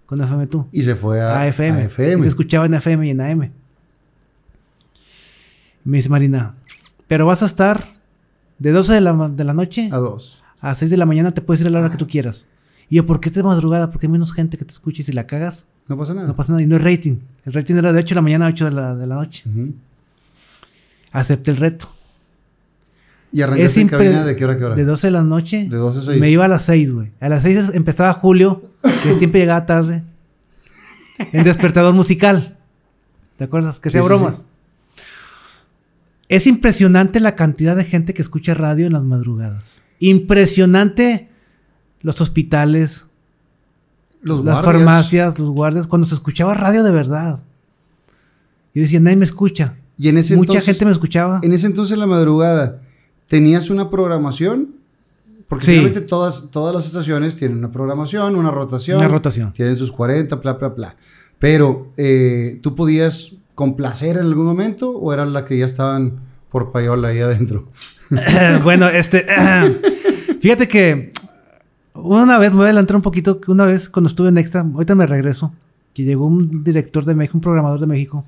B: con FM2
A: Y se fue a,
B: a FM.
A: a FM.
B: Y se escuchaba en FM y en AM. Me dice Marina, pero vas a estar de 12 de la, ma- de la noche
A: A Ah. dos.
B: a 6 de la mañana, te puedes ir a la hora que tú quieras. Y yo, ¿por qué te madrugada? Porque hay menos gente que te escuche y si la cagas,
A: No pasa nada.
B: no pasa nada. Y no es rating. El rating era de 8 de la mañana a 8 de la, de la noche.
A: Ujú.
B: Acepté el reto.
A: Y arrancaste en
B: impre-
A: cabina de qué hora a qué hora.
B: De 12 de la noche.
A: De 12 a 6.
B: Me iba a las 6, güey. A las 6 empezaba Julio,
A: [COUGHS]
B: que siempre llegaba tarde. En despertador musical. ¿Te acuerdas? Que
A: Sí,
B: sea
A: sí,
B: bromas.
A: sí.
B: Es impresionante la cantidad de gente que escucha radio en las madrugadas. Impresionante los hospitales,
A: Los
B: las
A: guardias.
B: farmacias, los guardias. Cuando se escuchaba radio de verdad. Yo decía, nadie me escucha.
A: Y en ese
B: Mucha
A: entonces,
B: gente me escuchaba.
A: en ese entonces la madrugada, ¿tenías una programación? Porque
B: Sí.
A: finalmente todas, todas las estaciones tienen una programación, una rotación.
B: Una rotación.
A: Tienen sus 40, bla, bla, bla. Pero eh, tú podías complacer en algún momento o eran las que ya estaban por payola ahí adentro. [LAUGHS]
B: [LAUGHS] bueno, este. [CLEARS THROAT] fíjate que una vez, me voy a adelantar un poquito. que Una vez cuando estuve en Extra, ahorita me regreso, que llegó un director de México, un programador de México.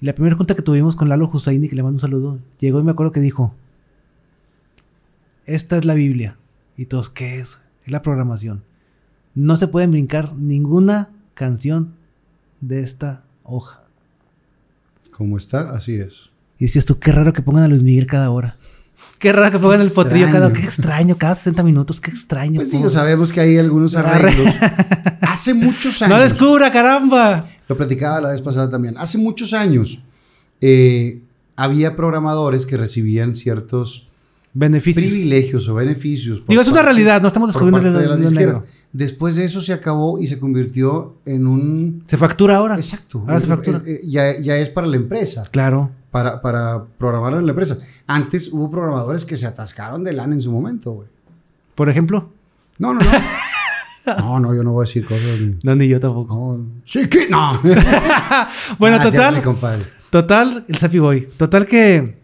B: Y la primera junta que tuvimos con Lalo Husseini, que le mando un saludo, llegó y me acuerdo que dijo: Esta es la Biblia. Y todos, ¿qué es? Es la programación. No se pueden brincar ninguna canción de esta hoja.
A: Como está, así es.
B: Y decías tú, qué raro que pongan a Luis Miguel cada hora. Qué raro que pongan el potrillo
A: extraño.
B: cada hora. Qué extraño, cada 60 minutos, qué extraño.
A: Pues sí,
B: pobre.
A: sabemos que hay algunos arreglos.
B: [LAUGHS]
A: Hace muchos años.
B: no descubra, caramba.
A: Lo platicaba la vez pasada también. Hace muchos años eh, había programadores que recibían ciertos
B: Beneficios.
A: privilegios o beneficios. por
B: Digo, es una
A: parte-
B: realidad, no estamos
A: por
B: descubriendo
A: parte de
B: lo-
A: las
B: lo
A: izquierdas.
B: negro.
A: Después de eso se acabó y se convirtió en un...
B: Se factura ahora.
A: Exacto.
B: Ah, Ahora se factura.
A: Eh, eh, ya, ya es para la empresa.
B: claro.
A: Para, para programar en la empresa. Antes hubo programadores que se atascaron de lana en su momento, güey.
B: Por ejemplo.
A: No, no, no.
B: [LAUGHS]
A: No, no, yo no voy a decir cosas. ni-
B: No, ni yo tampoco.
A: No, sí, que no.
B: Bueno,
A: [LAUGHS] Ah,
B: total.
A: cierto, compadre.
B: Total, el Sappy Boy. Total que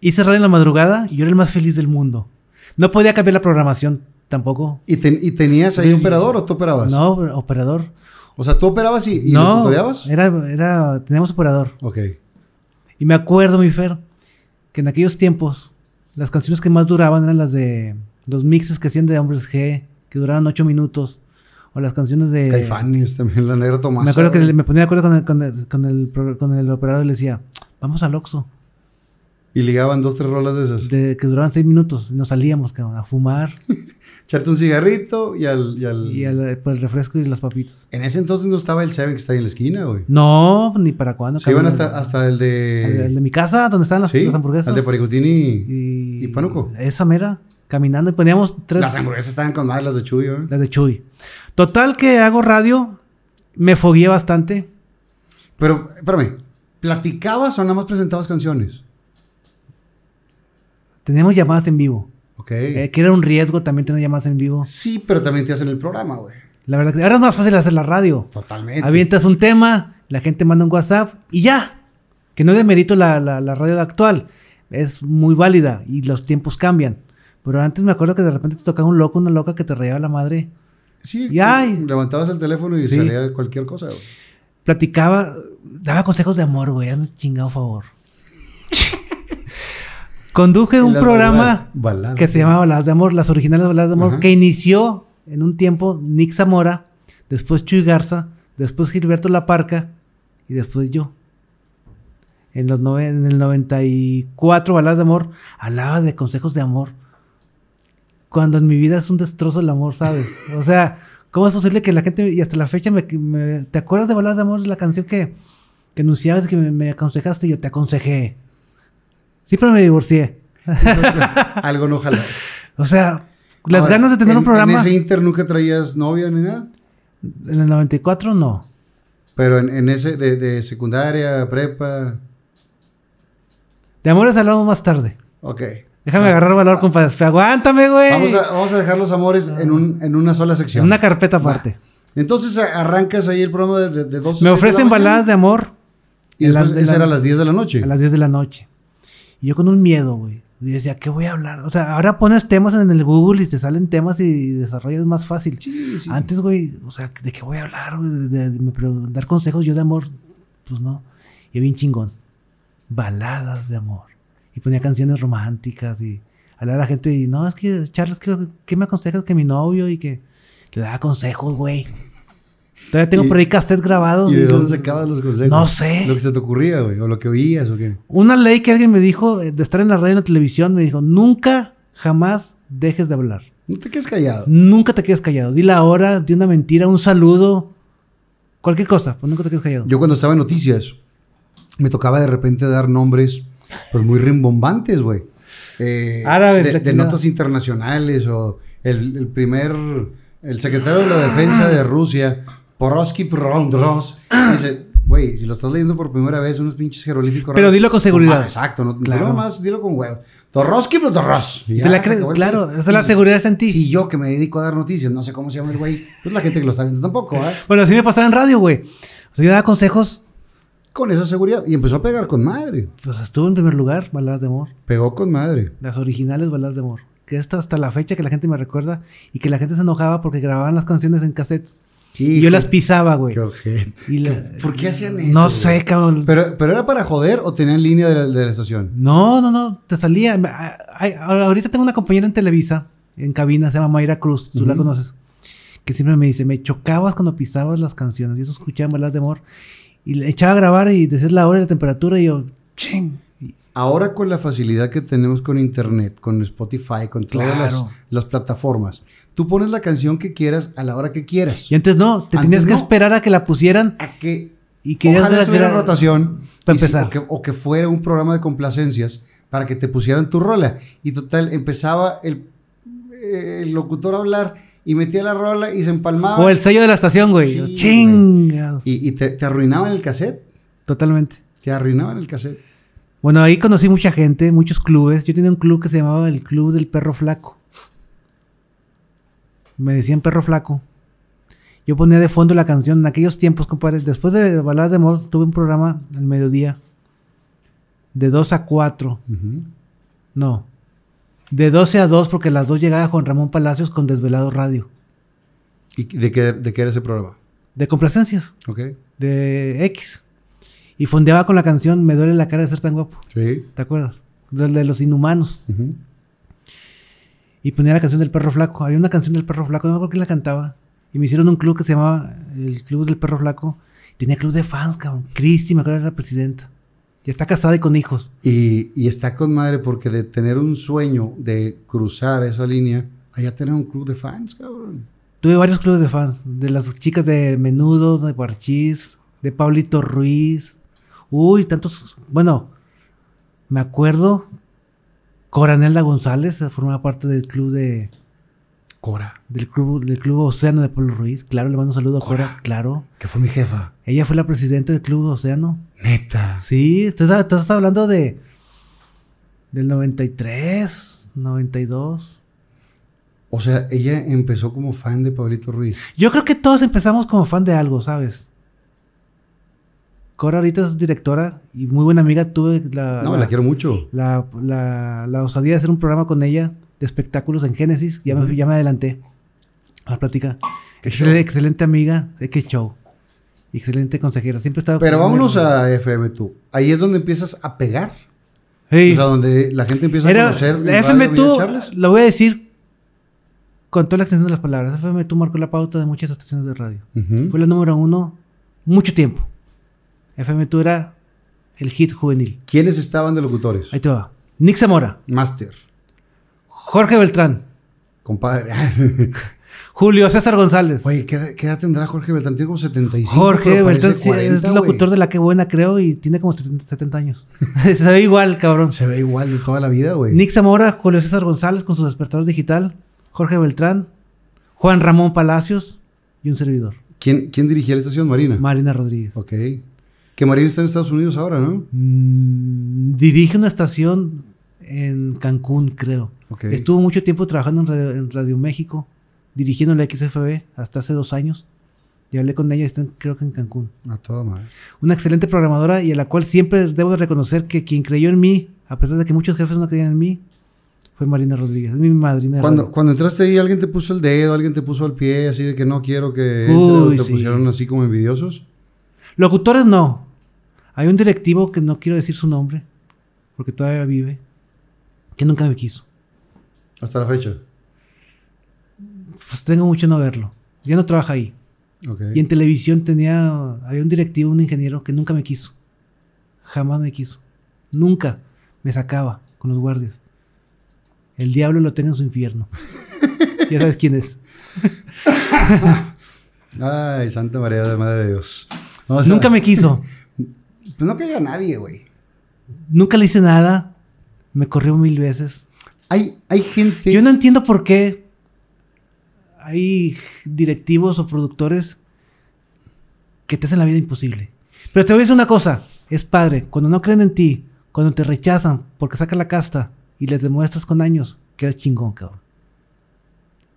B: hice radio en la madrugada y yo era el más feliz del mundo. No podía cambiar la programación tampoco.
A: ¿Y, ten- y tenías ahí operador o tú operabas?
B: No, operador.
A: O sea, ¿tú operabas y, y
B: no, Eh,
A: locutoreabas?
B: era, era, teníamos operador.
A: Ok.
B: Y me acuerdo, mi Fer, que en aquellos tiempos las canciones que más duraban eran las de los mixes que hacían de Hombres G, que duraban ocho minutos, o las canciones de...
A: Caifanes [LAUGHS] también, la negra este, Tomás.
B: Me acuerdo que le- me ponía de acuerdo con el, con el, con el pro- con el operador y le decía, vamos al Oxxo,
A: Y ligaban dos, tres rolas de esas.
B: de, que duraban seis minutos, y nos salíamos cabrón, a fumar
A: Echarte un cigarrito y al... y al-
B: y al, por el refresco y las papitas.
A: En ese entonces no estaba el Seven que está ahí en la esquina, güey.
B: No, ni para cuándo.
A: Se iban
B: cabrón.
A: hasta, hasta el
B: Al- al
A: de...
B: de mi casa, donde estaban las,
A: sí,
B: las hamburguesas.
A: al de Paricutini.
B: y,
A: y Pánuco.
B: Esa mera, caminando y poníamos tres...
A: Las hamburguesas estaban con más las de Chuyo, ¿eh?
B: Las de Chuy. Total que hago radio, me fogueé bastante.
A: Pero, espérame. ¿Platicabas o nada más presentabas canciones?
B: Teníamos llamadas en vivo,
A: Ok.
B: eh, que era un riesgo también tener llamadas en vivo.
A: Sí, pero también te hacen el programa, güey.
B: La verdad que ahora es más fácil hacer la radio.
A: Totalmente.
B: Avientas un tema, la gente manda un WhatsApp y ya. Que no demerito la, la, la radio actual. Es muy válida y los tiempos cambian. Pero antes me acuerdo que de repente te tocaba un loco, una loca que te rayaba la madre.
A: Sí,
B: Y ay.
A: levantabas el teléfono y
B: Sí.
A: salía cualquier cosa, güey.
B: platicaba, daba consejos de amor, güey, hazme el chingado
A: [LAUGHS]
B: favor. Conduje
A: En
B: un
A: las
B: programa
A: baladas- baladas,
B: que se
A: ¿no?
B: llamaba Baladas de Amor, las originales Baladas de Amor,
A: Ajá.
B: que inició en un tiempo Nick Zamora, después Chuy Garza, después Gilberto La Parca y después yo. En, los nove- en el 94, Baladas de Amor, hablaba de consejos de amor. Cuando en mi vida es un destrozo el amor, ¿sabes? O sea, ¿cómo es posible que la gente, y hasta la fecha, me, me- ¿te acuerdas de Baladas de Amor? La canción que, que anunciabas que me, me aconsejaste y yo te aconsejé. Sí, pero me divorcié. [LAUGHS]
A: Entonces, [LAUGHS] algo no jalaba.
B: O sea, las
A: Ahora,
B: ganas de tener
A: en-
B: un programa.
A: En ese inter nunca traías novia ni nada.
B: En el 94 no.
A: Pero en, en ese de, de secundaria, prepa.
B: De amores hablamos más tarde.
A: Ok.
B: Déjame agarrar valor, compadre. Aguántame, güey.
A: Vamos a, vamos a dejar los amores en, un, en una sola
B: En
A: sección.
B: una carpeta aparte.
A: Entonces a- arrancas ahí el programa de, de, de 12
B: Me
A: a 6 de la
B: ofrecen
A: mañana,
B: baladas de amor
A: Y
B: en las-
A: después,
B: de
A: esa
B: la-
A: era a las 10 de la noche.
B: a las 10 de la noche. Y yo con un miedo, güey. Y decía, ¿qué voy a hablar? O sea, ahora pones temas en el Google y te salen temas y desarrollas más fácil.
A: Sí, sí.
B: Antes, güey, o sea, ¿de qué voy a hablar? güey? De, de- de- me pregun- dar consejos yo de amor. Pues no. Y bien chingón. Baladas de amor. Y ponía canciones románticas y hablaba a la gente y no, es que, Charles, ¿qué, qué me aconsejas que mi novio y que le daba consejos, güey? Todavía tengo
A: Y-
B: por ahí cassettes grabados.
A: ¿Y de
B: digo,
A: dónde sacabas los consejos?
B: No sé.
A: Lo que se te ocurría, güey. O lo que oías o qué.
B: Una ley que alguien me dijo eh, de estar en la radio y en la televisión, me dijo, nunca, jamás dejes de hablar.
A: No te quedes callado.
B: Nunca te quedes callado. Di la hora, di una mentira, un saludo, cualquier cosa, pues nunca te quedes callado.
A: Yo cuando estaba en noticias, me tocaba de repente dar nombres, pues muy rimbombantes, güey. Eh,
B: Árabes,
A: de,
B: la
A: de
B: chingada.
A: notas internacionales o el, el primer, el secretario de la defensa de Rusia, Porosky Prondros, pues, dice, Güey, si lo estás leyendo por primera vez, unos pinches jerolíficos.
B: Pero
A: raros.
B: dilo con seguridad.
A: Ah, exacto, no,
B: Claro.
A: dilo más, dilo con huevo. Torroski, pero Torros. Y
B: Te
A: ya,
B: la
A: se
B: crees,
A: acabó el
B: claro,
A: pedo.
B: esa es la
A: Y-
B: seguridad es en ti.
A: Si yo que me dedico a dar noticias, no sé cómo se llama el güey, pues la gente que lo está viendo tampoco, ¿eh?
B: Bueno, así me pasaba en radio, güey. O sea, yo daba consejos,
A: Con esa seguridad. Y empezó a pegar con madre.
B: pues estuvo en primer lugar, baladas de amor.
A: Pegó con madre.
B: Las originales baladas de amor. Que hasta hasta la fecha que la gente me recuerda y que la gente se enojaba porque grababan las canciones en cassette. y yo las pisaba, güey.
A: Qué ojete.
B: Y la-
A: ¿Por qué hacían eso?
B: No
A: güey?
B: sé, cabrón.
A: Pero, pero era para joder o tenían línea de la, de la estación.
B: No, no, no, te salía. Me- a- a- ahorita tengo una compañera en Televisa, en cabina, se llama Mayra Cruz, tú la
A: Ujú.
B: conoces, que siempre me dice, me chocabas cuando pisabas las canciones, y eso escuchaba en Balas de Amor, y le echaba a grabar y decías la hora y la temperatura, y yo, ching. Y-
A: Ahora con la facilidad que tenemos con internet, con Spotify, con todas las,
B: Claro.
A: las plataformas, tú pones la canción que quieras a la hora que quieras.
B: Y antes no, te
A: Antes
B: tenías que
A: no.
B: esperar a que la pusieran
A: A que
B: y que ya
A: ojalá
B: la-
A: estuviera en
B: era-
A: rotación
B: Para
A: y si-
B: empezar.
A: o, que, o que fuera un programa de complacencias para que te pusieran tu rola. Y total, empezaba el, eh, el locutor a hablar y metía la rola y se empalmaba.
B: O el sello de la estación, güey.
A: Sí,
B: Yo,
A: güey.
B: Chingados.
A: Y, y te, te arruinaban el cassette.
B: Totalmente.
A: Te arruinaban el cassette.
B: Bueno, ahí conocí mucha gente, muchos clubes. Yo tenía un club que se llamaba el Club del Perro Flaco. Me decían Perro Flaco. Yo ponía de fondo la canción en aquellos tiempos, compadre. Después de Baladas de Amor, tuve un programa al mediodía. De 2 a 4.
A: Ujú.
B: No. De 12 a 2, porque a las 2 llegaba Juan Ramón Palacios con Desvelado Radio.
A: ¿Y de qué, de qué era ese programa?
B: De complacencias,
A: ¿Ok?
B: de X. Y fondeaba con la canción Me duele la cara de ser tan guapo.
A: Sí.
B: ¿Te acuerdas? Del de los inhumanos.
A: Ujú.
B: y ponía la canción del perro flaco. Había una canción del perro flaco, no me acuerdo quién la cantaba. Y me hicieron un club que se llamaba el Club del Perro Flaco. Tenía club de fans, cabrón. Cristi, me acuerdo, era la presidenta. Ya está casada y con hijos.
A: Y, y está con madre porque de tener un sueño de cruzar esa línea, allá tener un club de fans, cabrón.
B: Tuve varios clubes de fans. De las chicas de Menudo, de Parchís, de Pablito Ruiz. Uy, tantos. Bueno, me acuerdo. Coranelda González eh, formaba parte del club de.
A: Cora,
B: Del club, del club Océano de Pablo Ruiz. Claro, le mando un saludo a Cora.
A: Cora.
B: Claro.
A: que fue mi jefa.
B: Ella fue la presidenta del club Océano.
A: Neta.
B: Sí, tú estás, tú estás hablando de. del 93, 92.
A: O sea, ella empezó como fan de Pablito Ruiz.
B: Yo creo que todos empezamos como fan de algo, ¿sabes? Cora ahorita es directora y muy buena amiga. Tuve la,
A: No, la quiero mucho.
B: la- la- la osadía de hacer un programa con ella de espectáculos en Génesis. Ya, me, ya me adelanté a la plática.
A: Qué
B: Excel-
A: show.
B: excelente amiga, eh, qué show. Excelente consejera. Siempre estaba.
A: Pero vámonos a FM tú. Ahí es donde empiezas a pegar.
B: Sí.
A: O sea, donde la gente empieza a
B: Era,
A: conocer. el
B: la
A: radio
B: FM
A: Villa
B: tú,
A: Charles.
B: lo voy a decir con toda la extensión de las palabras. FM tú marcó la pauta de muchas estaciones de radio.
A: Ujú.
B: Fue la número uno mucho tiempo. FM tú era el hit juvenil.
A: ¿Quiénes estaban de locutores?
B: Ahí te va. Nick Zamora,
A: Master,
B: Jorge Beltrán,
A: compadre. [LAUGHS]
B: Julio César González.
A: Oye, ¿qué, edad- qué edad tendrá Jorge Beltrán? Tiene como 75.
B: Jorge
A: pero parece
B: Beltrán sí,
A: 40,
B: es locutor
A: güey.
B: de La Que Buena, creo, y tiene como 70, 70 años. [LAUGHS] Se ve igual, cabrón.
A: Se ve igual de toda la vida, güey.
B: Nick Zamora, Julio César González con su despertador digital, Jorge Beltrán, Juan Ramón Palacios y un servidor.
A: ¿Quién, ¿Quién dirigía la estación? Marina.
B: Marina Rodríguez.
A: ok. Que Marina está en Estados Unidos ahora, ¿no?
B: Mm, dirige una estación en Cancún, creo.
A: Ok.
B: Estuvo mucho tiempo trabajando en Radio, en Radio México, dirigiendo la XFB hasta hace dos años. Y hablé con ella, está en- creo que en Cancún.
A: A toda madre.
B: Una excelente programadora y a la cual siempre debo de reconocer que quien creyó en mí, a pesar de que muchos jefes no creían en mí, fue Marina Rodríguez. Es mi madrina. de
A: Cuando,
B: radio.
A: cuando entraste ahí, alguien te puso el dedo, alguien te puso el pie, así de que no quiero que entre,
B: Uy,
A: o te
B: sí.
A: pusieron así como envidiosos.
B: Locutores no. Hay un directivo que no quiero decir su nombre, porque todavía vive, que nunca me quiso.
A: Hasta la fecha.
B: Pues tengo mucho no verlo. Ya no trabaja ahí.
A: Ok.
B: Y en televisión tenía, había un directivo, un ingeniero que nunca me quiso. Jamás me quiso. Nunca me sacaba con los guardias. El diablo lo tenga en su infierno. ya sabes quién es.
A: Ay, Santa María de Madre de Dios. [LAUGHS] O sea,
B: Nunca me quiso.
A: pues no quería a nadie, güey.
B: Nunca le hice nada. Me corrió mil veces.
A: Hay, hay gente.
B: Yo no entiendo por qué hay directivos o productores que te hacen la vida imposible. Pero te voy a decir una cosa. Es padre. Cuando no creen en ti, cuando te rechazan porque sacas la casta y les demuestras con años que eres chingón, cabrón.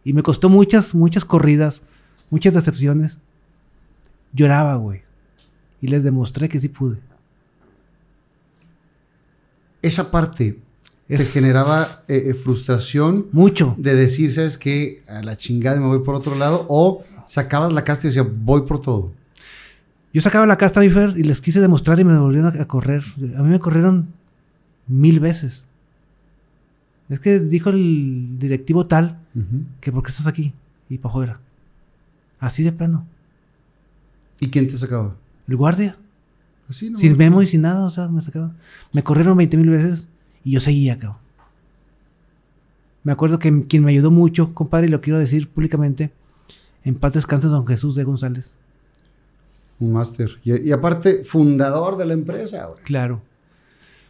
B: Y me costó muchas, muchas corridas, muchas decepciones. Lloraba, güey. Y les demostré que sí pude.
A: Esa parte te
B: Es
A: generaba eh, eh, frustración
B: mucho.
A: de decir, ¿sabes qué? A la chingada me voy por otro lado. O sacabas la casta y decías, voy por todo.
B: Yo sacaba la casta, mi Fer, y les quise demostrar y me volvieron a, a correr. A mí me corrieron mil veces. Es que dijo el directivo tal
A: Ujú.
B: que porque estás aquí y para afuera. Así de plano.
A: ¿Y quién te sacaba?
B: El guardia.
A: Así, ¿no?
B: Sin memo y sin nada, o sea, me sacaban. Me corrieron 20 mil veces y yo seguía, cabrón. Me acuerdo que m- quien me ayudó mucho, compadre, y lo quiero decir públicamente, en paz descanse don Jesús de González.
A: Un máster. Y, y aparte, fundador de la empresa, güey.
B: Claro.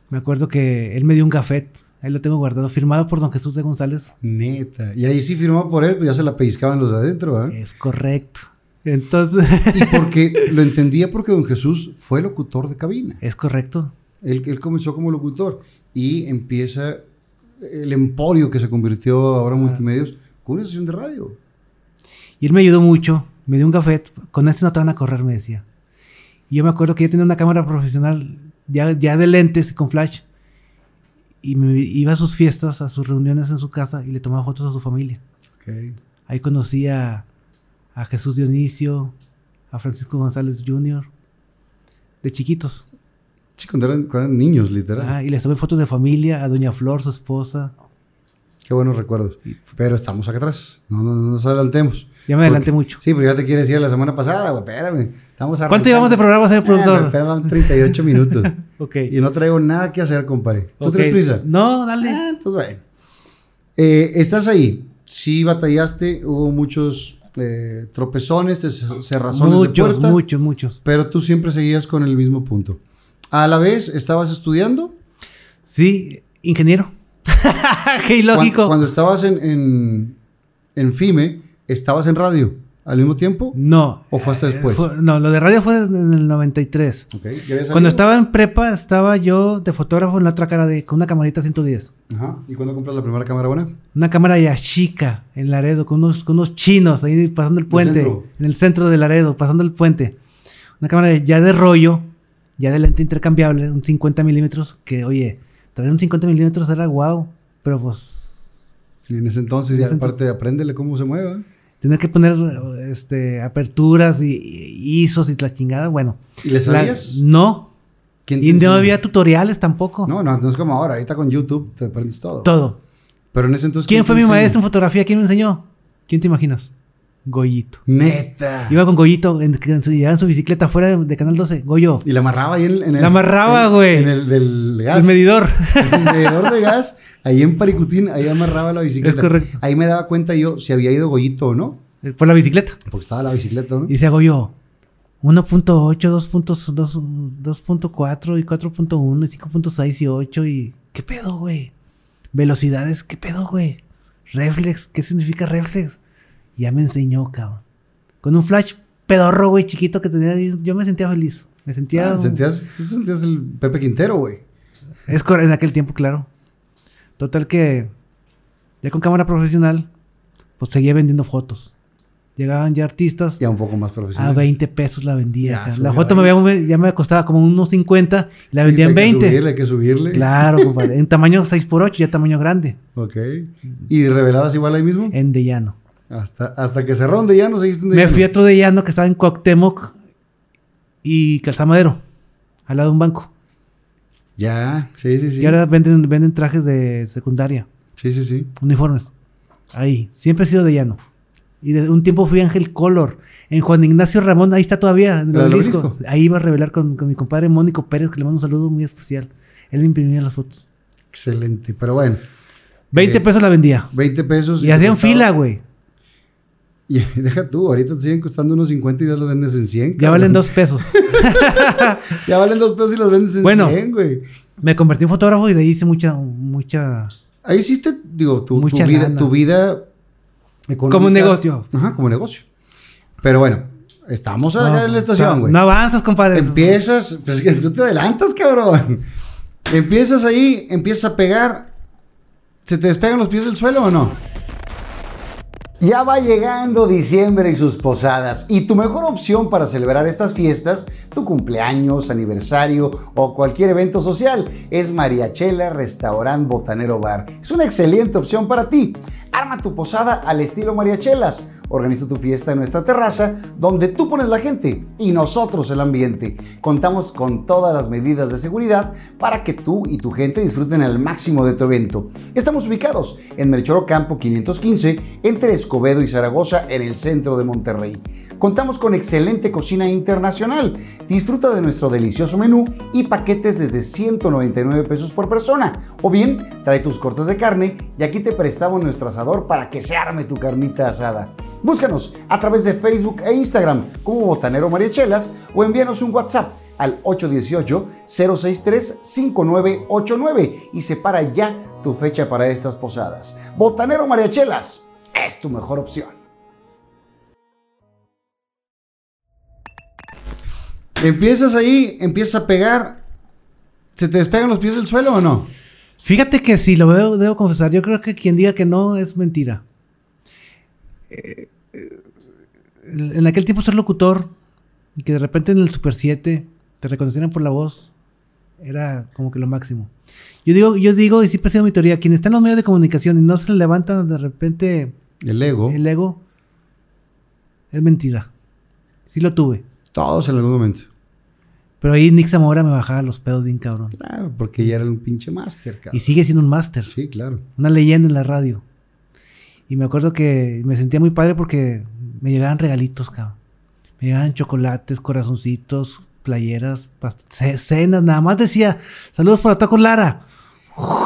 B: Me acuerdo que él me dio un gafet, ahí lo tengo guardado, firmado por don Jesús de González.
A: Neta. Y ahí sí firmó por él, pues ya se la pellizcaban los de adentro, ¿verdad?
B: Es correcto. Entonces, [LAUGHS]
A: Y porque lo entendía porque don Jesús fue locutor de cabina.
B: es correcto.
A: Él, él comenzó como locutor y empieza el emporio que se convirtió ahora en multimedios con una estación de radio.
B: Y él me ayudó mucho, me dio un gafet, con este no te van a correr, me decía. Y yo me acuerdo que yo tenía una cámara profesional, ya, ya de lentes y con flash, y me iba a sus fiestas, a sus reuniones en su casa y le tomaba fotos a su familia.
A: Ok.
B: Ahí conocí a, a Jesús Dionisio, a Francisco González Jr., de chiquitos.
A: Sí, cuando eran, cuando eran niños, literal.
B: Ah, y les tomé fotos de familia, a Doña Flor, su esposa.
A: Qué buenos recuerdos. Pero estamos acá atrás. No, no, no nos adelantemos.
B: Ya me adelanté mucho.
A: Sí, pero ya te quieres ir a la semana pasada, güey. Espérame. Estamos
B: ¿Cuánto llevamos de programa, señor productor?
A: Espérame, 38 minutos.
B: [LAUGHS] Ok.
A: Eh, y no traigo nada que hacer, compadre. ¿Tú
B: Ok.
A: tienes prisa?
B: No, dale.
A: Ah, entonces, bueno. Eh, estás ahí. Sí batallaste, hubo muchos eh, tropezones, te- cerrazones de
B: muchos,
A: puerta.
B: muchos, muchos.
A: Pero tú siempre seguías con el mismo punto. A la vez, estabas estudiando.
B: Sí, ingeniero. [LAUGHS] Qué
A: Cuan-
B: ilógico.
A: Cuando, estabas en, en, en FIME, estabas en radio al mismo tiempo.
B: No.
A: ¿O fue hasta
B: Eh,
A: después?
B: fue- no, lo de radio fue en el 93.
A: Ok, ya había salido.
B: Cuando estaba en prepa, estaba yo de fotógrafo en la otra cara de, con una camarita 110.
A: Ajá. ¿Y cuándo compras la primera cámara buena?
B: Una cámara Yashica en Laredo, con unos, con unos chinos ahí pasando el puente.
A: centro.
B: en el centro de Laredo, pasando el puente. Una cámara de- ya de rollo, ya de lente intercambiable, un 50 milímetros. Que, oye, traer un 50 milímetros era guau. Pero pues
A: Y en ese entonces,
B: En
A: ya
B: ese
A: aparte, apréndele cómo se mueva.
B: tener que poner este, aperturas y, y ISOs y la chingada, bueno.
A: ¿Y le
B: La-
A: sabías?
B: no.
A: ¿Quién te
B: Y no
A: enseñó?
B: había tutoriales tampoco.
A: No, no, no es como ahora. Ahorita con YouTube te aprendes todo.
B: Todo.
A: Pero en ese entonces.
B: ¿Quién
A: te
B: fue mi
A: enseñó?
B: maestro en fotografía? ¿Quién me enseñó? ¿Quién te imaginas? Goyito.
A: Neta.
B: Iba con Goyito, en, en su, llevaba en su bicicleta fuera de, de Canal 12. Goyo,
A: Y la amarraba ahí en, en el.
B: La amarraba,
A: en-
B: güey.
A: En el del gas.
B: el medidor.
A: En el medidor de gas, ahí en Paricutín, ahí amarraba la bicicleta.
B: Es correcto.
A: Ahí me daba cuenta yo si había ido Goyito o no.
B: eh, Por la bicicleta.
A: Porque estaba la bicicleta, ¿no?
B: Y decía Goyo, 1.8, 2.2, 2.4 y 4.1 y 5.6 y 8 y... ¿Qué pedo, güey? Velocidades, ¿qué pedo, güey? Reflex, ¿qué significa reflex? Ya me enseñó, cabrón. Con un flash pedorro, güey, chiquito que tenía, ahí, yo me sentía feliz. Me sentía...
A: Ah, sentías, tú sentías el Pepe Quintero, güey.
B: Es cor- en aquel tiempo, claro. Total que ya con cámara profesional, pues seguía vendiendo fotos. Llegaban ya artistas.
A: Ya un poco más
B: A
A: profesional.
B: 20 pesos la vendía.
A: Ya,
B: cabrón.
A: subió
B: la foto me
A: ahí.
B: había- ya me costaba como unos 50 y la
A: Sí,
B: vendía en
A: Hay que
B: 20.
A: subirle, ¿eh? hay que subirle. [LAUGHS]
B: Claro, compadre. En tamaño 6x8, ya tamaño grande.
A: Ok. ¿Y revelabas igual ahí mismo?
B: En De Llano.
A: Hasta, hasta que cerraron de llano, seguiste en de
B: Eh. Me
A: llano.
B: fui a otro De Llano que estaba en Cuauhtémoc y Calzamadero, al lado de un banco.
A: Ya, sí, sí, sí.
B: Y ahora venden, venden trajes de secundaria,
A: Sí, sí, sí.
B: uniformes. Ahí, siempre he sido De Llano. Y de un tiempo fui a Ángel Color. En Juan Ignacio Ramón, ahí está todavía, en el
A: ¿La del
B: obelisco.
A: obelisco?
B: Ahí iba a revelar con, con mi compadre Mónico Pérez, que le mando un saludo muy especial. Él me imprimía las fotos.
A: Excelente. Pero bueno,
B: 20
A: Eh,
B: pesos la vendía.
A: 20 pesos.
B: Y
A: te
B: hacían
A: costaba-
B: fila, güey.
A: [LAUGHS] Y deja tú, ahorita te siguen costando unos 50 y ya los vendes en 100.
B: Ya
A: cabrón.
B: valen dos pesos.
A: Ya valen dos pesos y los vendes en
B: Bueno.
A: 100, güey.
B: Me convertí en fotógrafo y de ahí hice mucha, mucha.
A: Ahí hiciste, digo, tu, tu
B: Mucha
A: vida,
B: lana.
A: tu vida económica.
B: Como negocio.
A: Ajá, como negocio. Pero bueno, Estamos acá en la estación, güey.
B: No avanzas, compadre.
A: Empiezas, pues que tú te adelantas, cabrón. Empiezas ahí, empiezas a pegar. ¿Se te despegan los pies del suelo o no?
D: Ya va llegando diciembre y sus posadas, y tu mejor opción para celebrar estas fiestas, tu cumpleaños, aniversario o cualquier evento social, es Mariachela Restaurant Botanero Bar. Es una excelente opción para ti. Arma tu posada al estilo Mariachelas. Organiza tu fiesta en nuestra terraza, donde tú pones la gente y nosotros el ambiente. Contamos con todas las medidas de seguridad para que tú y tu gente disfruten al máximo de tu evento. Estamos ubicados en Melchor Campo 515, entre Escobedo y Zaragoza, en el centro de Monterrey. Contamos con excelente cocina internacional. Disfruta de nuestro delicioso menú y paquetes desde 199 pesos por persona. O bien, trae tus cortes de carne y aquí te prestamos nuestro asador para que se arme tu carnita asada. Búscanos a través de Facebook e Instagram como Botanero Mariachelas o envíanos un WhatsApp al 818-063-5989 y separa ya tu fecha para estas posadas. Botanero Mariachelas es tu mejor opción.
A: Empiezas ahí, empiezas a pegar. ¿Se te despegan los pies del suelo o no?
B: Fíjate que si lo veo, debo confesar, yo creo que quien diga que no es mentira. Eh, eh, en aquel tiempo ser locutor y que de repente en el Super 7 te reconocieran por la voz era como que lo máximo. Yo digo, yo digo y siempre ha sido mi teoría, quien está en los medios de comunicación y no se levantan de repente
A: El ego.
B: el ego es mentira. Sí lo tuve,
A: Todos en algún momento.
B: pero ahí Nick Zamora me bajaba los pedos bien cabrón.
A: Claro, porque ya era un pinche máster,
B: Y
A: cabrón.
B: sigue siendo un máster.
A: Sí, claro.
B: una leyenda en la radio. Y me acuerdo que me sentía muy padre porque me llegaban regalitos, cabrón. Me llegaban chocolates, corazoncitos, playeras, past- ce- cenas, nada más decía, saludos para Tacos Lara.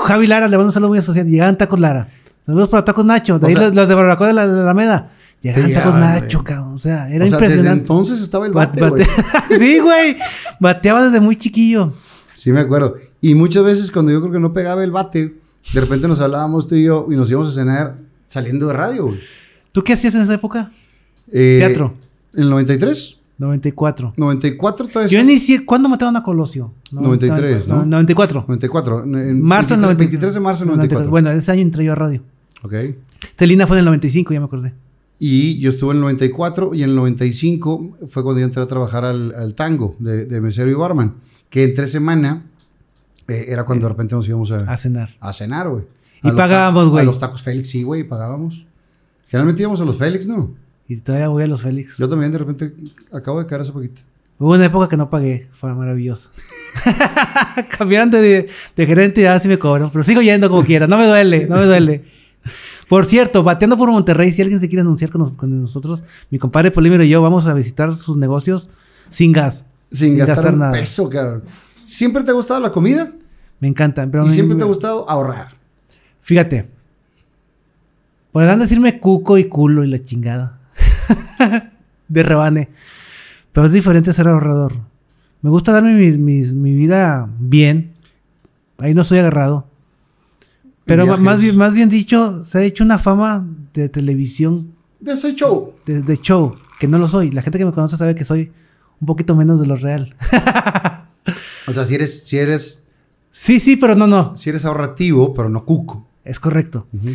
B: Javi Lara, le mando un saludo muy especial. Llegaban Tacos Lara. Saludos para Tacos Nacho. De
A: O
B: ahí
A: sea-
B: las, las de Barbacoa de la, de la Alameda. Llegaban Tacos
A: llegaban,
B: Nacho,
A: güey.
B: cabrón. O sea, era
A: o sea, desde
B: impresionante.
A: entonces estaba el
B: Bat-
A: bate, güey.
B: bate- [LAUGHS] sí, güey. Bateaba desde muy chiquillo.
A: Sí, me acuerdo. Y muchas veces cuando yo creo que no pegaba el bate, de repente nos hablábamos tú y yo y nos íbamos a cenar saliendo de radio, güey.
B: ¿Tú qué hacías en esa época?
A: Eh,
B: Teatro.
A: En el 93,
B: 94.
A: 94 todavía.
B: Yo
A: sí.
B: inicié, ¿cuándo mataron a Colosio?
A: 93, ¿no?
B: 94.
A: 94. En, en
B: Marzo del
A: 23,
B: 93.
A: 23 de marzo del 94.
B: Bueno, ese año entré yo a radio.
A: Ok.
B: Celina fue en el 95, ya me acordé.
A: Y yo estuve en el 94 y en el 95 fue cuando yo entré a trabajar al, al tango de, de mesero y barman, que entre semana eh, era cuando de repente nos íbamos
B: A
A: a,
B: cenar.
A: a cenar, güey.
B: Y
A: A los ta-
B: pagábamos, güey.
A: A los tacos Félix, sí, güey, pagábamos. Generalmente íbamos a los Félix, ¿no?
B: Y todavía voy a los Félix.
A: Yo también de repente acabo de caer hace poquito.
B: Hubo una época que no pagué. Fue maravilloso. [LAUGHS] Cambiaron de, de gerente y ahora sí me cobran. Pero sigo yendo como quiera. No me duele, no me duele. Por cierto, bateando por Monterrey, si alguien se quiere anunciar con, nos- con nosotros, mi compadre Polímero y yo vamos a visitar sus negocios sin gas.
A: Sin, gastar, un
B: nada.
A: peso, cabrón. ¿Siempre te ha gustado la comida?
B: Me encanta. Pero
A: ¿Y
B: me-
A: siempre te ha
B: me-
A: gustado ahorrar?
B: Fíjate. Podrán decirme cuco y culo y la chingada. [LAUGHS] de rebane. Pero es diferente ser ahorrador. Me gusta darme mi, mis- mi vida bien. Ahí no estoy agarrado. Pero ma-
A: Viajes.
B: más, bien- más bien dicho, se ha hecho una fama de televisión,
A: De ese show.
B: de, de show, que no lo soy. La gente que me conoce sabe que soy un poquito menos de lo real. [LAUGHS]
A: O sea, si eres, si eres,
B: sí, sí, pero no, no.
A: si eres ahorrativo, pero no cuco.
B: Es correcto.
A: Ujú.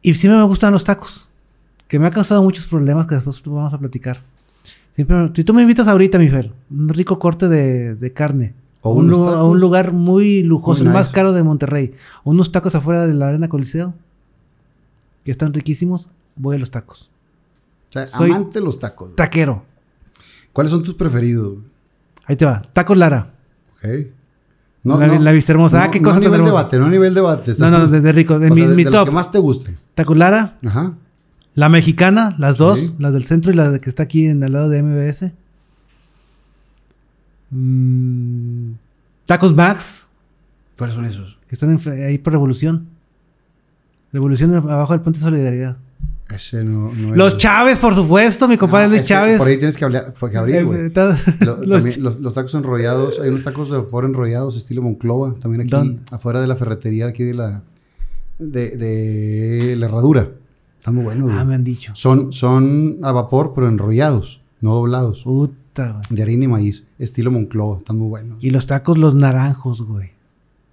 B: Y siempre me gustan los tacos. Que me ha causado muchos problemas que después vamos a platicar. Siempre- si tú me invitas ahorita, mi Fer, un rico corte de, de carne.
A: O
B: un
A: unos
B: lu- a
A: tacos.
B: un lugar muy lujoso,
A: Muy
B: el más
A: nice.
B: caro de Monterrey. Unos tacos afuera de la Arena Coliseo. Que están riquísimos. Voy a los tacos.
A: O sea,
B: Soy-
A: amante de los tacos. güey.
B: Taquero.
A: ¿Cuáles son tus preferidos? güey?
B: Ahí te va. Tacos Lara.
A: Ok.
B: La- la vista hermosa. Ah, qué
A: No
B: cosa
A: a
B: tan
A: nivel
B: hermosa.
A: debate, no a nivel debate.
B: No, no, de, de rico. De
A: O
B: mi,
A: sea, de-
B: mi
A: de los
B: top.
A: que más te gusten.
B: Tacos Lara,
A: Ajá.
B: la mexicana, las dos.
A: Sí.
B: Las del centro y la de que está aquí en, al lado de MBS. Mm, tacos Max.
A: ¿Cuáles son esos?
B: que están en- ahí por revolución. Revolución abajo del puente de solidaridad.
A: Ese no, no es-
B: Los Chávez, por supuesto, mi compadre
A: No,
B: Luis
A: ese-
B: Chávez.
A: Por ahí tienes que, hablar, porque abrir,
B: Eh,
A: güey.
B: [LAUGHS] todo-
A: Lo-
B: los
A: también
B: Ch-
A: los, los tacos enrollados, hay unos tacos de vapor enrollados estilo Monclova, también aquí
B: ¿Dónde?
A: afuera de la ferretería aquí de la de, de la herradura. Están muy buenos,
B: Ah,
A: güey.
B: me han dicho.
A: Son, son a vapor, pero enrollados, no doblados.
B: Puta, güey.
A: De harina y maíz, estilo Moncloa. Están muy buenos.
B: Y los tacos, los naranjos, güey.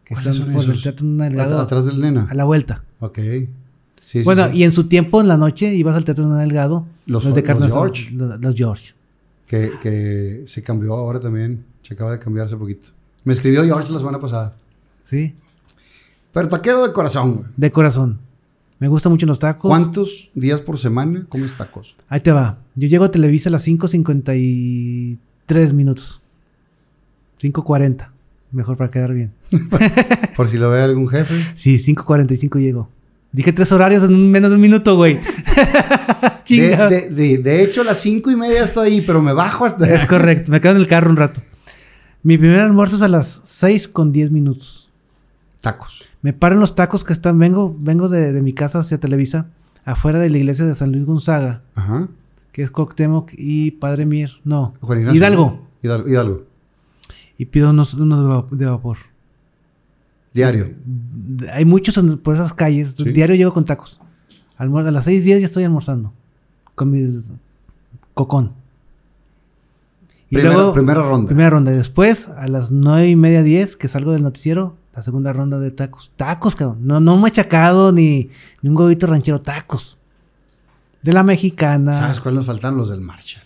B: Que
A: ¿Cuáles
B: están
A: son
B: por el
A: esos?
B: teatro un
A: At-
B: delgado.
A: atrás del nena.
B: A la vuelta.
A: Ok. Sí, Ah. sí,
B: bueno,
A: sí.
B: y en su tiempo, en la noche, ibas al teatro Hernán delgado.
A: Los-
B: Los, de
A: los
B: carne asada,
A: George.
B: Los, los George.
A: Que, que se cambió ahora también. Se acaba de cambiar hace poquito. Me escribió George la semana pasada.
B: ¿Sí?
A: Pero taquero de corazón, güey.
B: De corazón. Me gustan mucho los tacos.
A: ¿Cuántos días por semana comes tacos?
B: Ahí te va. Yo llego a Televisa a las 5.53 minutos. 5.40. Mejor para quedar bien.
A: Por si lo ve algún jefe.
B: Sí, 5.45 llego. Dije tres horarios en un- menos de un minuto, güey. [LAUGHS]
A: De,
B: [LAUGHS] Chinga.
A: de- de- de hecho, a las cinco y media estoy ahí, pero me bajo
B: [LAUGHS]
A: hasta.
B: Es correcto. Me quedo en el carro un rato. Mi primer almuerzo es a las 6 con 10 minutos.
A: Tacos.
B: Me paran los tacos que están. Vengo, vengo de, de mi casa hacia Televisa, afuera de la iglesia de San Luis Gonzaga,
A: Ajá.
B: que es Coctemoc y Padre Mier. No,
A: Juan Ignacio.
B: Hidalgo.
A: Hidalgo. Hidalgo.
B: Y pido unos, unos de va- de vapor.
A: Diario.
B: De- Hay muchos en- por esas calles.
A: Sí.
B: Diario llego con tacos. Almuerzo, a las 6:10 ya estoy almorzando. Con mi cocón. Y
A: Primera,
B: luego,
A: primera ronda.
B: primera ronda. Y después, a las 9 y media, 10, que salgo del noticiero, la segunda ronda de tacos. Tacos, cabrón. No, no machacado ni, ni un huevito ranchero. Tacos. De la mexicana.
A: ¿Sabes cuál nos faltan? Los del Marshall.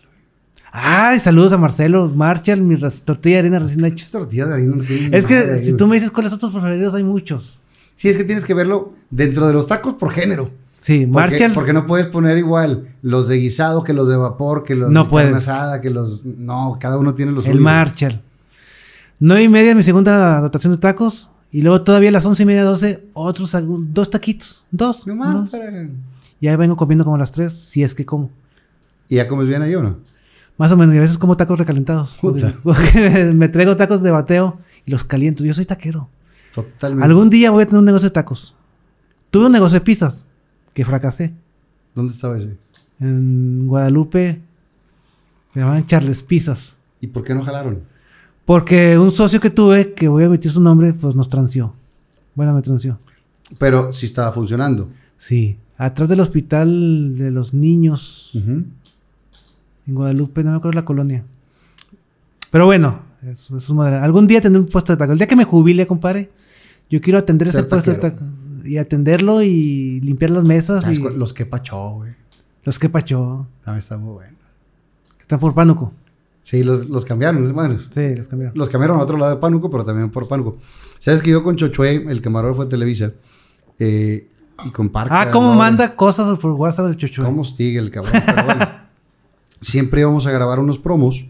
B: Ay, saludos a Marcelo. Marshall, mi ras- tortilla de harina recién hecha.
A: Pinches tortillas de harina no tienen
B: Es
A: nada,
B: que
A: güey.
B: si tú me dices cuáles son tus preferidos, hay muchos.
A: Sí, es que tienes que verlo dentro de los tacos por género.
B: Sí,
A: Porque,
B: Marshall.
A: porque no puedes poner igual los de guisado que los de vapor, que los
B: No
A: de
B: puedes.
A: carne asada, que los... No, cada uno tiene los
B: El Marshall. 9 y media, mi segunda dotación de tacos. Y luego todavía a las once y media, 12, otros algún- dos taquitos. Dos.
A: No más,
B: dos.
A: para-
B: Y ahí vengo comiendo como a las tres, si es que como.
A: ¿Y ya comes bien ahí o no?
B: Más o menos, y a veces como tacos recalentados.
A: Puta.
B: Porque [LAUGHS] me traigo tacos de bateo y los caliento. Yo soy taquero.
A: Totalmente.
B: Algún día voy a tener un negocio de tacos. Tuve un negocio de pizzas, que fracasé.
A: ¿Dónde estaba ese?
B: En Guadalupe me llamaban Charles Pizzas.
A: ¿Y por qué no jalaron?
B: Porque un socio que tuve, que voy a omitir su nombre, pues nos transió. Bueno, me transió.
A: Pero sí estaba funcionando.
B: Sí. Atrás del hospital de los niños
A: Ujú.
B: en Guadalupe, no me acuerdo la colonia. Pero bueno, eso, eso es madre. Algún día tendré un puesto de tacos. El día que me jubile, compadre, yo quiero atender ese
A: Ser
B: puesto de
A: taquero. Ah,
B: tacos. Y atenderlo y limpiar las mesas
A: ¿Sabes
B: y
A: cuál? Los que pachó, güey.
B: los que pachó,
A: También está muy bueno.
B: que están por Pánuco.
A: Sí, los, los cambiaron, esas madres.
B: Sí, los cambiaron.
A: Los cambiaron a otro lado de Pánuco, pero también por Pánuco. ¿Sabes que yo con Chochue, el camarógrafo de Televisa, eh, y con Parca...
B: ah, cómo
A: ¿no?
B: manda cosas por WhatsApp el chocho.
A: ¿Cómo sigue el cabrón? Pero bueno, [LAUGHS] siempre íbamos a grabar unos promos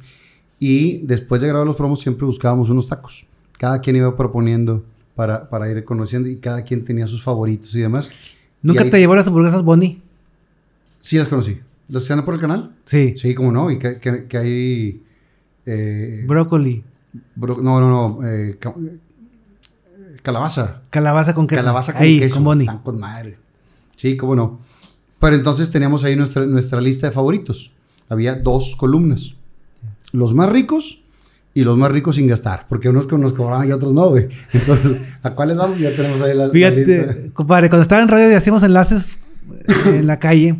A: y después de grabar los promos siempre buscábamos unos tacos. Cada quien iba proponiendo para, para ir conociendo y cada quien tenía sus favoritos y demás.
B: ¿Nunca
A: Y ahí-
B: te llevó las hamburguesas Bonnie?
A: Sí, las conocí. ¿Las están por el canal?
B: Sí.
A: Sí, como no. Y que, que- que hay... eh,
B: Brócoli,
A: bro- no, no, no. eh, ca- eh, calabaza.
B: calabaza con queso.
A: Calabaza con
B: Ahí,
A: queso.
B: con Bonnie.
A: Están con madre. Sí, cómo no. Pero entonces teníamos ahí nuestra, nuestra lista de favoritos. Había dos columnas. Los más ricos y los más ricos sin gastar. Porque unos que nos cobraban y otros no, güey. [LAUGHS] Entonces, ¿a cuáles vamos? Ya tenemos ahí la, la lista.
B: Fíjate, compadre, cuando estaba en radio y hacíamos enlaces eh, en la calle,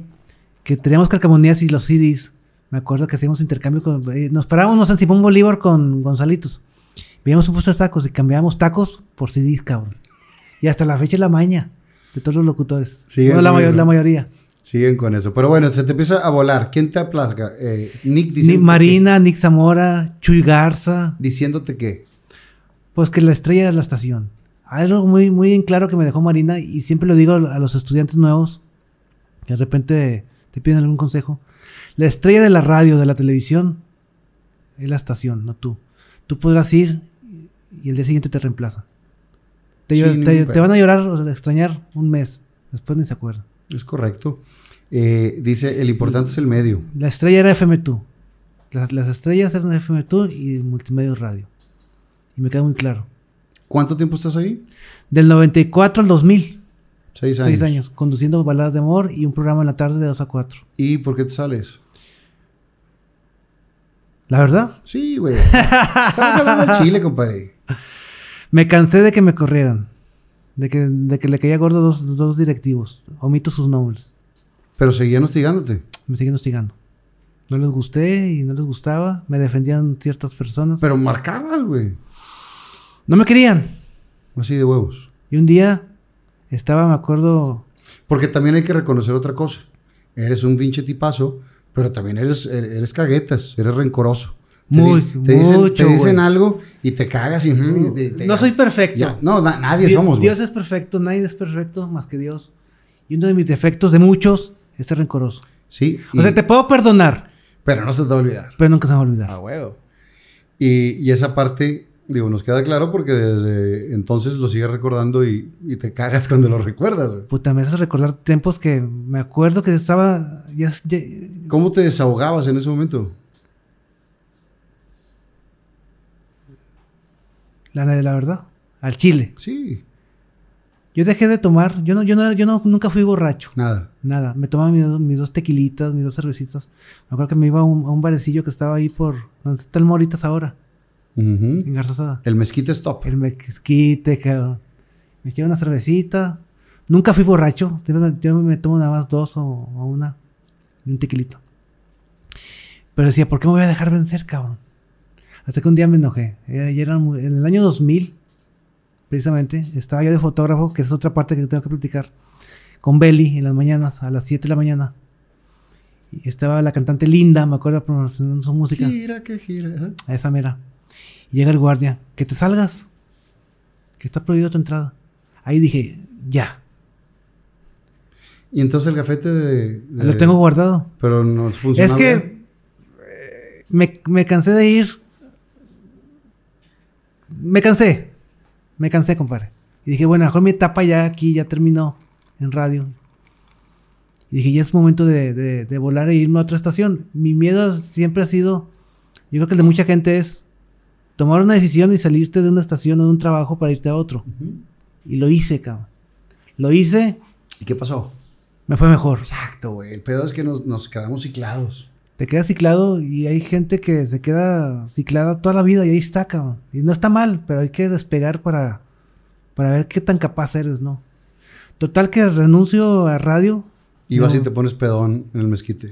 B: que teníamos calcamonías y los CDs, me acuerdo que hacíamos intercambio con... eh, nos parábamos no sé, en Simón Bolívar con Gonzalitos. Veíamos un puesto de tacos y cambiábamos tacos por CDs, cabrón. Y hasta la fecha es la maña de todos los locutores.
A: Sí,
B: Bueno, la,
A: es
B: mayo-
A: eso.
B: la mayoría.
A: Siguen con eso. Pero bueno, se te empieza a volar. ¿Quién te aplaca? Eh, Nick
B: Nick
A: diciéndote
B: Marina, Nick Zamora, Chuy Garza,
A: que- diciéndote que.
B: pues que la estrella era la estación. Algo muy, muy en claro que me dejó Marina y siempre lo digo a los estudiantes nuevos que de repente te piden algún consejo. La estrella de la radio, de la televisión, es la estación, no tú. Tú podrás ir y el día siguiente te reemplaza. Te,
A: Sí,
B: llo-
A: ningún
B: te- te
A: pedo.
B: van a llorar o extrañar un mes. Después ni se acuerdan.
A: Es correcto. Eh, dice, el importante es el medio.
B: La estrella era FM2. Las, las estrellas eran FM2 y Multimedios Radio. Y me queda muy claro.
A: ¿Cuánto tiempo estás ahí?
B: Del 94 al 2000.
A: Seis años.
B: Seis años, conduciendo baladas de amor y un programa en la tarde de 2 a 4.
A: ¿Y por qué te sales?
B: La verdad,
A: Sí, güey. Estamos hablando del Chile, compadre.
B: me cansé de que me corrieran. De que, de que le caía gordo dos, dos directivos. Omito sus nombres.
A: Pero seguían hostigándote.
B: Me siguen hostigando. No les gusté y no les gustaba. Me defendían ciertas personas.
A: Pero marcabas, güey.
B: No me querían.
A: Así de huevos.
B: Y un día estaba, me acuerdo,
A: Porque también hay que reconocer otra cosa. Eres un pinche tipazo, pero también eres, er, eres caguetas, eres rencoroso. Te
B: Muy-
A: dic- te dicen,
B: mucho,
A: te dicen
B: güey.
A: algo y te cagas y... ujú, y te- te-
B: No soy perfecto.
A: Ya, no, na- nadie
B: Di-
A: somos, güey.
B: Dios es perfecto, nadie es perfecto más que Dios. Y uno de mis defectos, de muchos, es ser rencoroso.
A: Sí.
B: O sea,
A: y-
B: te puedo perdonar,
A: Pero no se te va a olvidar.
B: pero nunca se me va a olvidar.
A: A huevo. Y, y esa parte, digo, nos queda claro porque desde entonces lo sigues recordando y, y te cagas cuando lo recuerdas, güey.
B: Puta, me haces recordar tiempos que me acuerdo que estaba. Ya, ya-
A: ¿Cómo te desahogabas en ese momento?
B: la, la verdad, al chile.
A: Sí,
B: Yo dejé de tomar, yo no, yo no, yo no- nunca fui borracho.
A: nada.
B: Nada, me tomaba mis, dos- mis dos tequilitas, mis dos cervecitas. Me acuerdo que me iba a un, a un barecillo que estaba ahí por donde está el Moritas ahora,
A: Ujú.
B: en Garzasada.
A: El mezquite es top.
B: El mezquite, cabrón. Me eché una cervecita. Nunca fui borracho. Siempre me- Yo me tomo nada más dos o, o una. y Un tequilito. Pero decía, ¿por qué me voy a dejar vencer, cabrón? Hasta que un día me enojé. Eh, y era muy- en el año 2000, precisamente, estaba yo de fotógrafo, que es otra parte que tengo que platicar, con Belly en las mañanas, a las 7 de la mañana. Y estaba la cantante Linda, me acuerdo, promocionando su música.
A: Gira que gira.
B: A esa mera. Y llega el guardia. Que te salgas. Que está prohibido tu entrada. Ahí dije, ya.
A: Y entonces el gafete de... de-
B: Lo tengo guardado.
A: Pero no funciona.
B: Es que eh, me, me cansé de ir. Me cansé. Me cansé, compadre. Y dije, bueno, a lo mejor mi etapa ya aquí ya terminó en radio. Y dije, ya es momento de, de- de volar e irme a otra estación. Mi miedo siempre ha sido, yo creo que el de mucha gente es tomar una decisión y salirte de una estación o de un trabajo para irte a otro. Y lo hice, cabrón. Lo hice,
A: ¿Y qué pasó?
B: me fue mejor.
A: Exacto, güey. El pedo es que nos, nos quedamos ciclados.
B: Te quedas ciclado y hay gente que se queda ciclada toda la vida y ahí está, cabrón. Y no está mal, pero hay que despegar para, para ver qué tan capaz eres, ¿no? Total que renuncio a radio,
A: Y vas
B: No.
A: y te pones pedón en el mezquite.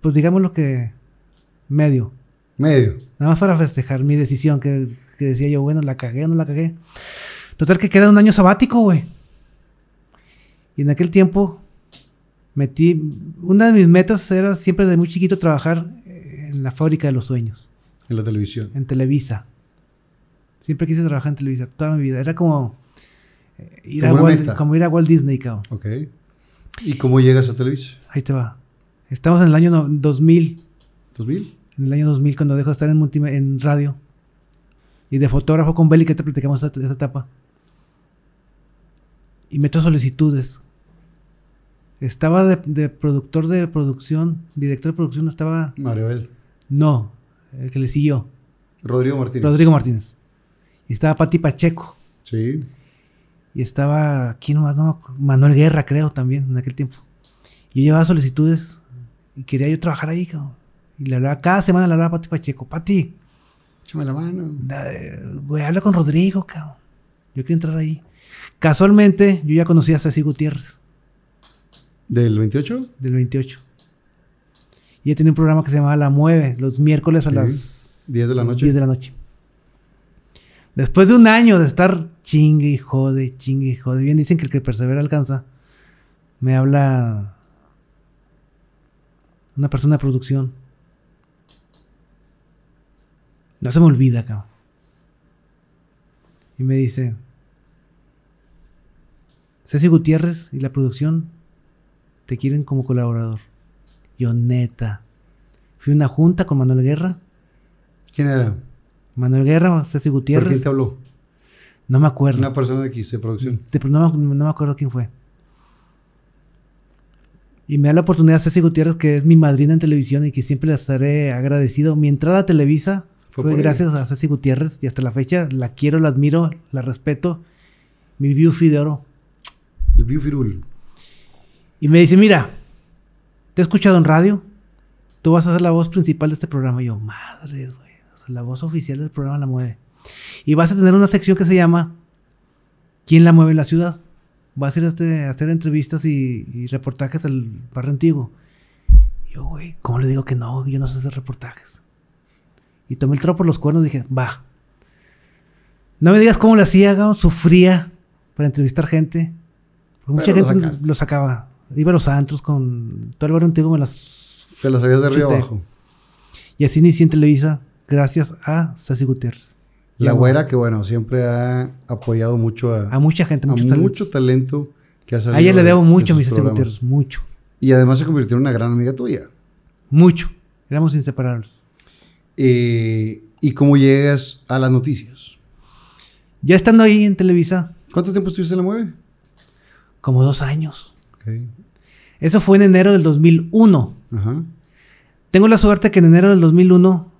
B: pues digamos lo que medio.
A: Medio.
B: Nada más para festejar mi decisión, que, que decía yo, bueno, la cagué, no la cagué. Total que queda un año sabático, güey. Y en aquel tiempo metí, una de mis metas era siempre de muy chiquito trabajar eh, en la fábrica de los sueños.
A: En la televisión.
B: en Televisa. Siempre quise trabajar en Televisa toda mi vida. Era como eh, ir,
A: Como
B: a,
A: una meta.
B: Walt, como ir a Walt Disney, cabrón.
A: Ok. ¿Y cómo llegas a Televisa?
B: Ahí te va. Estamos en el año no- 2000.
A: ¿2000?
B: En el año 2000, cuando dejo de estar en, multime- en radio. Y de fotógrafo con Belly, que te platicamos esa, esa etapa. Y meto solicitudes. Estaba de, de productor de producción, director de producción, estaba...
A: Maribel.
B: No, el que le siguió,
A: Rodrigo Martínez.
B: Rodrigo Martínez. Y estaba Pati Pacheco.
A: Sí.
B: Y estaba, ¿quién más? No, me acu- Manuel Guerra, creo, también, en aquel tiempo. Yo llevaba solicitudes y quería yo trabajar ahí, cabrón. Y le hablaba, cada semana le hablaba a Pati Pacheco, Pati,
A: Échame la mano.
B: da- eh, güey, habla con Rodrigo, cabrón. Yo quiero entrar ahí. Casualmente, yo ya conocía a Ceci Gutiérrez,
A: ¿Del 28?
B: del 28. Y ella tenía un programa que se llamaba La Mueve, los miércoles a
A: Sí.
B: las
A: 10 de la noche.
B: 10 de la noche. Después de un año de estar chingue y jode, chingue y jode. Bien dicen que el que persevera alcanza. Me habla una persona de producción. No se me olvida, cabrón. Y me dice, Ceci Gutiérrez y la producción te quieren como colaborador. Yo neta. Fui a una junta con Manuel Guerra.
A: ¿Quién era?
B: Manuel Guerra, Ceci
A: ¿Por quién
B: Gutiérrez.
A: te habló?
B: No me acuerdo.
A: Una persona de aquí, de producción.
B: De- no, me- no me acuerdo quién fue. Y me da la oportunidad Ceci Gutiérrez, que es mi madrina en televisión y que siempre le estaré agradecido. Mi entrada a Televisa
A: Fue
B: fue,
A: por ella.
B: gracias a Ceci Gutiérrez y hasta la fecha la quiero, la admiro, la respeto. Mi Biufi de oro. Mm.
A: El Biofirul.
B: Y me dice, mira, te he escuchado en radio, tú vas a ser la voz principal de este programa. Y yo, madre, güey, o sea, la voz oficial del programa la mueve. Y vas a tener una sección que se llama ¿Quién la mueve en la ciudad? vas a ir a, este, a hacer entrevistas y, y reportajes al barrio antiguo. Y yo, güey, ¿cómo le digo que no? Yo no sé hacer reportajes. Y tomé el trapo por los cuernos y dije, va. No me digas cómo le hacía, Gao, sufría para entrevistar gente. Porque mucha
A: Pero lo
B: gente
A: sacaste.
B: lo sacaba. Iba a los antros con todo el barrio antiguo, me las...
A: Te las habías de arriba
B: chuté.
A: abajo.
B: Y así inicié en Televisa gracias a Ceci Gutiérrez.
A: La
B: Ya,
A: güera que, bueno, siempre ha apoyado mucho a,
B: A mucha gente,
A: a
B: muchos talentos.
A: mucho talento que ha salido.
B: A ella le
A: de-
B: debo
A: de
B: mucho
A: sus
B: a mi Ceci
A: programas.
B: Gutiérrez, mucho,
A: Y además se convirtió en una gran amiga tuya.
B: mucho. Éramos inseparables.
A: Eh, ¿Y cómo llegas a las noticias?
B: Ya estando ahí en Televisa,
A: ¿Cuánto tiempo estuviste en la mueve?
B: como dos años.
A: Ok.
B: Eso fue en enero del 2001.
A: Ajá.
B: Tengo la suerte que en enero del 2001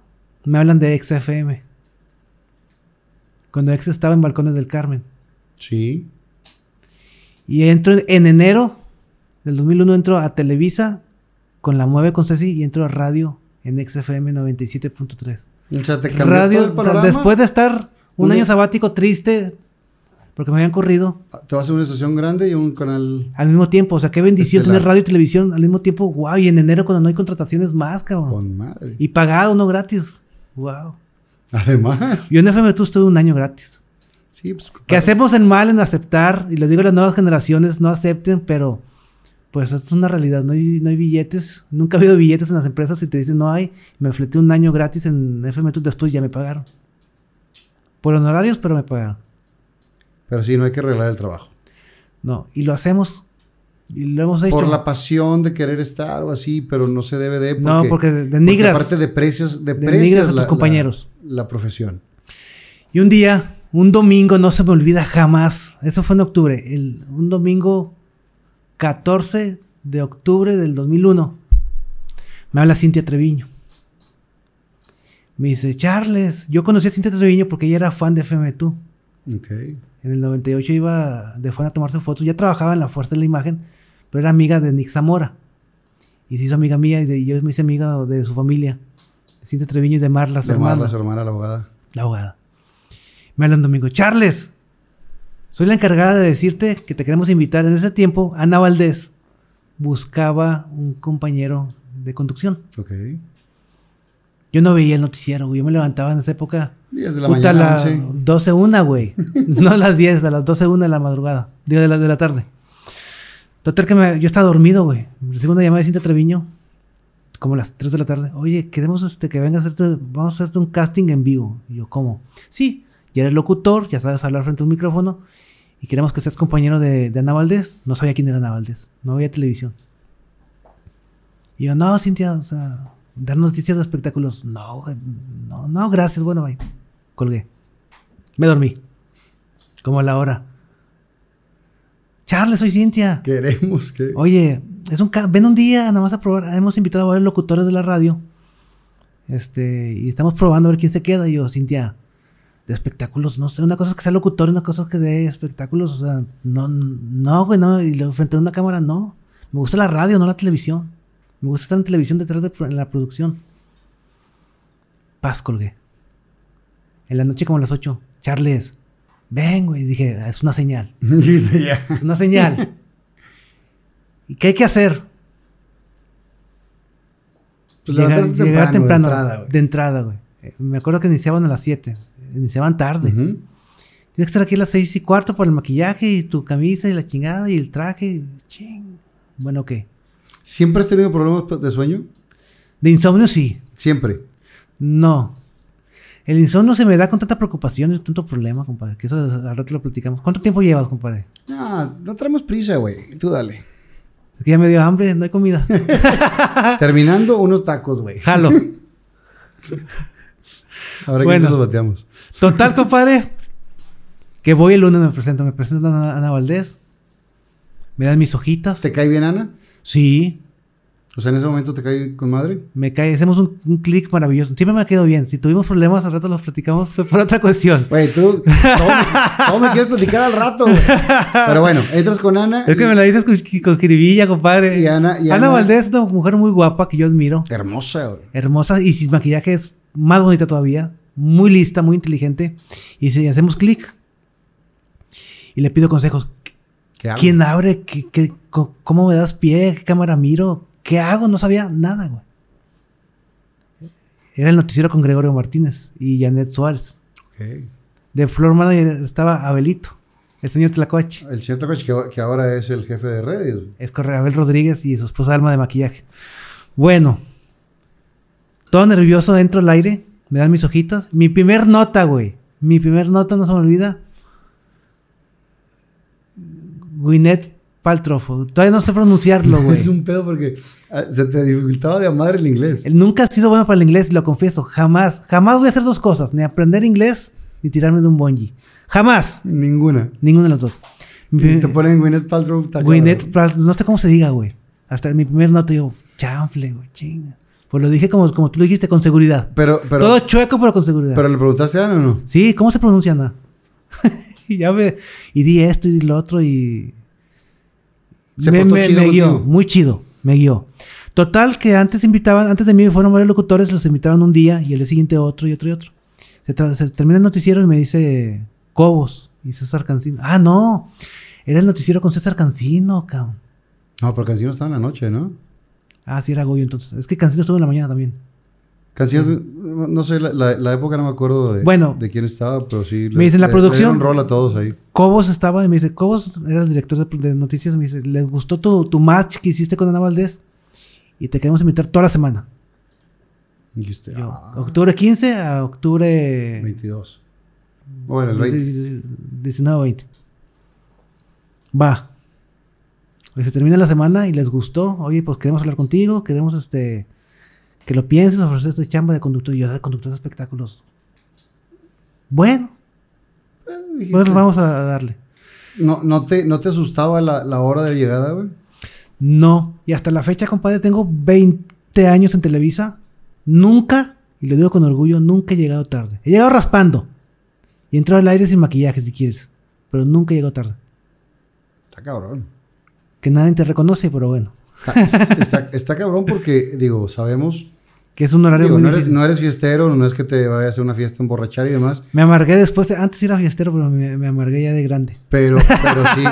B: me hablan de XFM. Cuando Ex estaba en Balcones del Carmen.
A: Sí.
B: Y entro en, en enero del 2001, entro a Televisa con la 9 con Ceci y entro a radio en XFM 97.3.
A: O sea, te cambió todo
B: Radio,
A: el
B: o sea,
A: panorama.
B: después de estar un
A: Una-
B: año sabático triste, porque me habían corrido
A: Ah, Te vas a una estación grande y a un canal.
B: al mismo tiempo. O sea, qué bendición
A: Estelar.
B: tener radio y televisión al mismo tiempo. Wow, y en enero cuando no hay contrataciones más, cabrón.
A: Con madre.
B: Y pagado, no gratis. Wow.
A: Además.
B: Yo en FM tú estuve un año gratis.
A: Sí, pues.
B: Que hacemos el mal en aceptar, y les digo a las nuevas generaciones, no acepten, pero pues esto es una realidad, no hay, no hay billetes, nunca ha habido billetes en las empresas y te dicen no hay, me fleté un año gratis en FM, Tour, después ya me pagaron. Por honorarios, pero me pagaron.
A: Pero sí, no hay que arreglar el trabajo.
B: No, y lo hacemos, y lo hemos hecho.
A: Por la pasión de querer estar o así, pero no se debe de.
B: no, porque denigras.
A: aparte deprecias, deprecias
B: Denigras a tus
A: la- la-
B: compañeros.
A: la profesión.
B: Y un día, un domingo, no se me olvida jamás, eso fue en octubre, el, un domingo 14 de octubre del 2001, me habla Cintia Treviño. Me dice, Charles, yo conocí a Cintia Treviño porque ella era fan de FM Tú.
A: Ok.
B: En el 98 iba de fan a tomarse fotos, ya trabajaba en la Fuerza de la Imagen, pero era amiga de Nick Zamora. Y se hizo amiga mía y, de- y yo me hice amiga de su familia, de Cintia Treviño y de Marla, su
A: Su hermana,
B: hermana.
A: su hermana, la abogada.
B: La abogada. Me habla un domingo. Charles, soy la encargada de decirte que te queremos invitar. En ese tiempo, Ana Valdés buscaba un compañero de conducción.
A: Ok.
B: Yo no veía el noticiero, güey. Yo me levantaba en esa época.
A: 10 de la
B: puta, a
A: mañana,
B: las
A: 11.
B: 12, una, güey. [LAUGHS] no a las 10, a las 12, una de la madrugada. Digo, de la, de la tarde. Total que me- yo estaba dormido, güey. Recibo una llamada de Cinta Treviño. Como a las 3 de la tarde. Oye, queremos este, que vengas a hacerte... Vamos a hacerte un casting en vivo. Y yo, ¿cómo? Sí, ya eres locutor, ya sabes hablar frente a un micrófono. Y queremos que seas compañero de, de Ana Valdés. No sabía quién era Ana Valdés. No veía televisión. Y yo, no, Cintia, o sea... Dar noticias de espectáculos. No, güey, no, no, gracias. Bueno, bye. Colgué. Me dormí. Como a la hora. Charles, soy Cintia.
A: Queremos que.
B: Oye, es un ca- ven un día nada más a probar. Hemos invitado a varios locutores de la radio. Este, y estamos probando a ver quién se queda. Y yo, Cintia, de espectáculos, no sé. Una cosa es que sea locutor, y una cosa es que dé espectáculos. O sea, no, no, güey, no. Y luego frente a una cámara, no. Me gusta la radio, no la televisión. Me gusta estar en televisión detrás de pro- en la producción. Paz, colgué. En la noche como a las 8. Charles, ven, güey. Dije, "Ah, es una señal.
A: [LAUGHS] Dice ya. Pues
B: Es
A: [LAUGHS]
B: una señal. ¿Y qué hay que hacer?
A: Pues
B: Llegar-
A: levantarse
B: llegar
A: temprano.
B: temprano.
A: de entrada, güey.
B: de entrada, güey. Eh, Me acuerdo que iniciaban a las 7. Iniciaban tarde.
A: Ujú.
B: Tienes que estar aquí a las 6 y cuarto por el maquillaje y tu camisa y la chingada y el traje. Ching. Bueno, ¿qué?
A: ¿Siempre has tenido problemas de sueño?
B: De insomnio sí.
A: Siempre.
B: No. El insomnio se me da con tanta preocupación y tanto problema, compadre. Que eso al rato lo platicamos. ¿Cuánto tiempo llevas, compadre?
A: No, Ah, no traemos prisa, güey. Tú dale.
B: Es que ya me dio hambre, no
A: [LAUGHS]
B: hay comida. Ah.
A: Terminando unos tacos, güey.
B: Jalo.
A: Ahora que
B: Bueno.
A: se los bateamos.
B: Total, compadre. Que voy el lunes, me presento. Me presento a Ana, Ana Valdés. Me dan mis hojitas.
A: ¿Te cae bien, Ana?
B: Sí,
A: O sea, en ese momento te cae con madre.
B: me cae. Hacemos un, un clic maravilloso. Siempre me ha quedado bien. Si tuvimos problemas, al rato los platicamos. Fue por otra cuestión.
A: Güey, tú. Todo, todo me quieres platicar al rato, güey. Pero bueno, entras con Ana.
B: Es que
A: y-
B: me la dices con, con jiribilla, compadre.
A: Y Ana- y Ana-
B: Ana Valdés es una mujer muy guapa que yo admiro.
A: Hermosa, güey.
B: hermosa y sin maquillaje es más bonita todavía, muy lista, muy inteligente. Y si hacemos clic y le pido consejos,
A: ¿Qué hago?
B: ¿Quién abre? ¿Qué, qué- co- ¿Cómo me das pie? ¿Qué cámara miro? ¿Qué hago? No sabía nada, güey. Era el noticiero con Gregorio Martínez y Janet Suárez.
A: Ok.
B: De Flor Manager estaba Abelito, el señor Tlacoache.
A: El señor Tacoche, que, que ahora es el jefe de redes. güey.
B: Es correcto, Abel Rodríguez y su esposa Alma de Maquillaje. Bueno, todo nervioso dentro del aire, me dan mis hojitas. Mi primer nota, güey. Mi primer nota, no se me olvida. Gwyneth Paltrow. Todavía no sé pronunciarlo,
A: [LAUGHS]
B: güey.
A: Es un pedo porque ah, se te dificultaba de a madre el inglés.
B: Él Nunca ha sido bueno para el inglés, lo confieso. Jamás, jamás voy a hacer dos cosas. Ni aprender inglés, ni tirarme de un bungee. Jamás.
A: Ninguna.
B: Ninguno de los dos. Mi
A: Y
B: primer-
A: te ponen Gwyneth Paltrow. está cabrón.
B: Gwyneth Pal- no sé cómo se diga, güey. Hasta mi primer nota digo, chanfle, güey, chinga. Pues lo dije como, como tú lo dijiste, con seguridad.
A: Pero, pero,
B: Todo chueco, pero con seguridad.
A: pero le preguntaste a Ana o no.
B: Sí, ¿cómo se pronuncia Ana? [LAUGHS] y ya me... Y di esto y di lo otro y...
A: Se portó chido
B: me guió,
A: contigo.
B: muy chido, me guió. Total, que antes invitaban, antes de mí fueron varios locutores, los invitaban un día y el día siguiente otro y otro y otro. Se, tra- se termina el noticiero y me dice Cobos y César Cancino. Ah, no, era el noticiero con César Cancino, cabrón.
A: No, pero Cancino estaba en la noche, ¿no?
B: Ah, sí, era Goyo entonces. Es que Cancino estuvo en la mañana también.
A: Cancino, no sé, la, la- la época no me acuerdo de,
B: Bueno.
A: de quién estaba, pero sí.
B: Me dicen, la producción-
A: Le dieron rol a todos ahí.
B: Cobos estaba y me dice, Cobos era el director de, de noticias, me dice, ¿les gustó tu, tu match que hiciste con Ana Valdés? Y te queremos invitar toda la semana.
A: Y usted,
B: Yo,
A: ah,
B: octubre 15 a octubre
A: 22. Bueno, el 20.
B: 19 20. Va. Pues se termina la semana y les gustó. Oye, pues queremos hablar contigo, queremos este que lo pienses, ofrecerte chamba de conductor y yo de conductor de espectáculos. Bueno,
A: Eh, dijiste,
B: pues vamos a darle.
A: ¿No, no, te, ¿No te asustaba la, la hora de llegada, güey?
B: No. Y hasta la fecha, compadre, tengo 20 años en Televisa. Nunca, y lo digo con orgullo, nunca he llegado tarde. He llegado raspando. Y he entrado al aire sin maquillaje, si quieres. Pero nunca he llegado tarde.
A: Está cabrón. [LAUGHS]
B: Que nadie te reconoce, pero bueno.
A: Está, está- está cabrón porque, digo, sabemos.
B: Que es un horario
A: digo,
B: muy
A: no, eres,
B: difícil.
A: no eres fiestero, no es que te vayas a una fiesta a emborrachar y demás.
B: Me amargué después. de- antes era fiestero, pero me, me amargué ya de grande.
A: Pero, pero
B: [LAUGHS]
A: sí,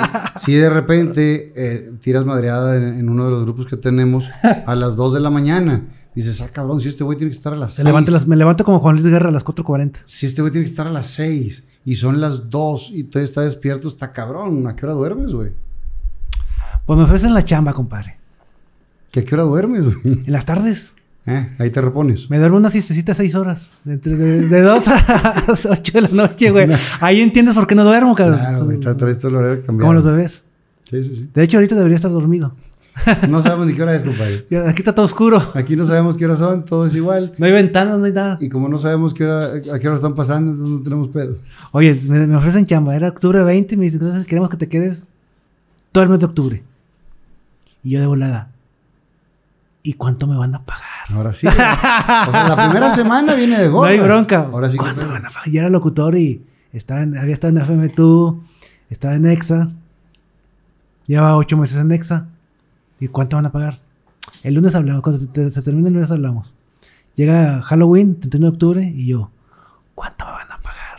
A: sí de repente eh, tiras madreada en, en uno de los grupos que tenemos a las 2 de la mañana. Dices, ah, cabrón, si este güey tiene que estar a las
B: Se
A: 6.
B: levanta las- me levanto como Juan Luis Guerra a las 4.40.
A: Si este güey tiene que estar a las 6 y son las 2 y todavía está despierto, está cabrón. ¿A qué hora duermes, güey?
B: Pues me ofrecen la chamba, compadre.
A: ¿Que ¿A qué hora duermes, güey? [LAUGHS]
B: En las tardes.
A: Eh, ahí te repones.
B: Me duermo una siestecita seis horas. De, entre- de- de dos a las ocho de la noche, güey. Ahí entiendes por qué no duermo, cabrón.
A: Claro, güey, tra- traes todo el horario cambiado.
B: como los bebés.
A: Sí, sí, sí.
B: De hecho, ahorita debería estar dormido.
A: No sabemos ni qué hora es, compadre.
B: Ya, Aquí está todo oscuro.
A: Aquí no sabemos qué hora son, todo es igual.
B: No hay ventanas, no hay nada.
A: Y como no sabemos qué hora, a qué hora están pasando, entonces no tenemos pedo.
B: Oye, me, me ofrecen chamba. Era octubre 20 y me dicen, entonces queremos que te quedes todo el mes de octubre. Y yo de volada. ¿Y cuánto me van a pagar?
A: Ahora sí. güey. O sea, la
B: [LAUGHS]
A: primera semana viene de
B: No
A: gorra.
B: hay bronca.
A: Ahora sí. que
B: ¿Cuánto
A: pedo.
B: me van a pagar? Yo era locutor y estaba en- había estado en FM2, estaba en EXA. Llevaba ocho meses en EXA. ¿Y cuánto van a pagar? El lunes hablamos. Cuando se, te- se termina el lunes hablamos. Llega Halloween, 31 de octubre, y yo, ¿cuánto me van a pagar?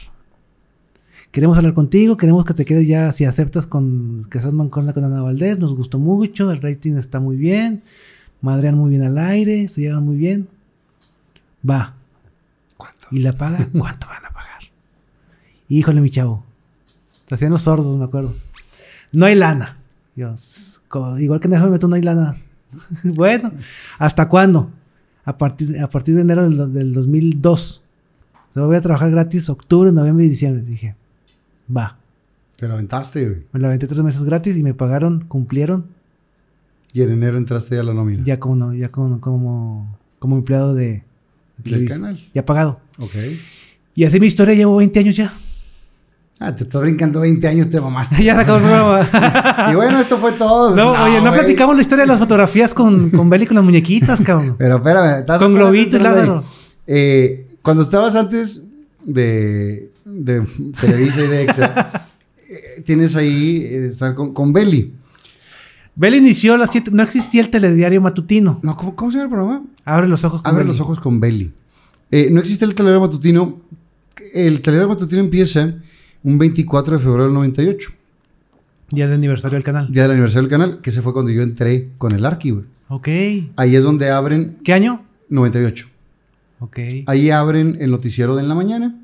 B: Queremos hablar contigo, queremos que te quedes ya, si aceptas, con que seas mancona con Ana Valdés. Nos gustó mucho, el rating está muy bien. Madrean muy bien al aire, se llevan muy bien. Va, y la
A: [LAUGHS]
B: paga, ¿cuánto van a pagar? Híjole, mi chavo. Se hacían los sordos, me acuerdo. No hay lana. Yo, "S- co- igual que en FM tú no hay lana. [LAUGHS] bueno, ¿hasta cuándo? A partir, a partir de enero del, do- del 2002. Yo voy a trabajar gratis octubre, noviembre y diciembre. Dije, va.
A: Te lo aventaste, güey.
B: Me la aventé tres meses gratis y me pagaron, cumplieron,
A: Y en enero entraste ya a la nómina.
B: ya como, no- ya como, como, como empleado de,
A: Del
B: Televisa.
A: canal.
B: Ya pagado.
A: Ok.
B: Y así mi historia, llevo 20 años ya. [LAUGHS]
A: Ah, te estás brincando 20 años, te mamaste.
B: ya se acabó el programa.
A: [LAUGHS] Y bueno, esto fue todo.
B: No, oye, no
A: güey.
B: platicamos la historia de las fotografías con, con Beli con las
A: [LAUGHS]
B: muñequitas, cabrón.
A: Pero espérame. estás-
B: Con
A: estás
B: Globito y
A: entrando ahí.
B: Lázaro.
A: Eh, cuando estabas antes de, de Televisa y de [LAUGHS] EXA, eh, tienes ahí eh, estar con, con Beli.
B: Beli inició a las 7. No existía el telediario matutino.
A: No, ¿cómo, cómo se llama el programa?
B: Abre los ojos. con
A: Abre
B: Beli.
A: los ojos con Belly. Eh, no existe el telegrama matutino. El telegrama matutino empieza un 24 de febrero del 98.
B: Día de aniversario del canal.
A: Día del aniversario del canal, que se fue cuando yo entré con el Arqui, güey.
B: Ok.
A: Ahí es donde abren
B: ¿Qué año?
A: 98.
B: Ok.
A: Ahí abren el noticiero de en la mañana,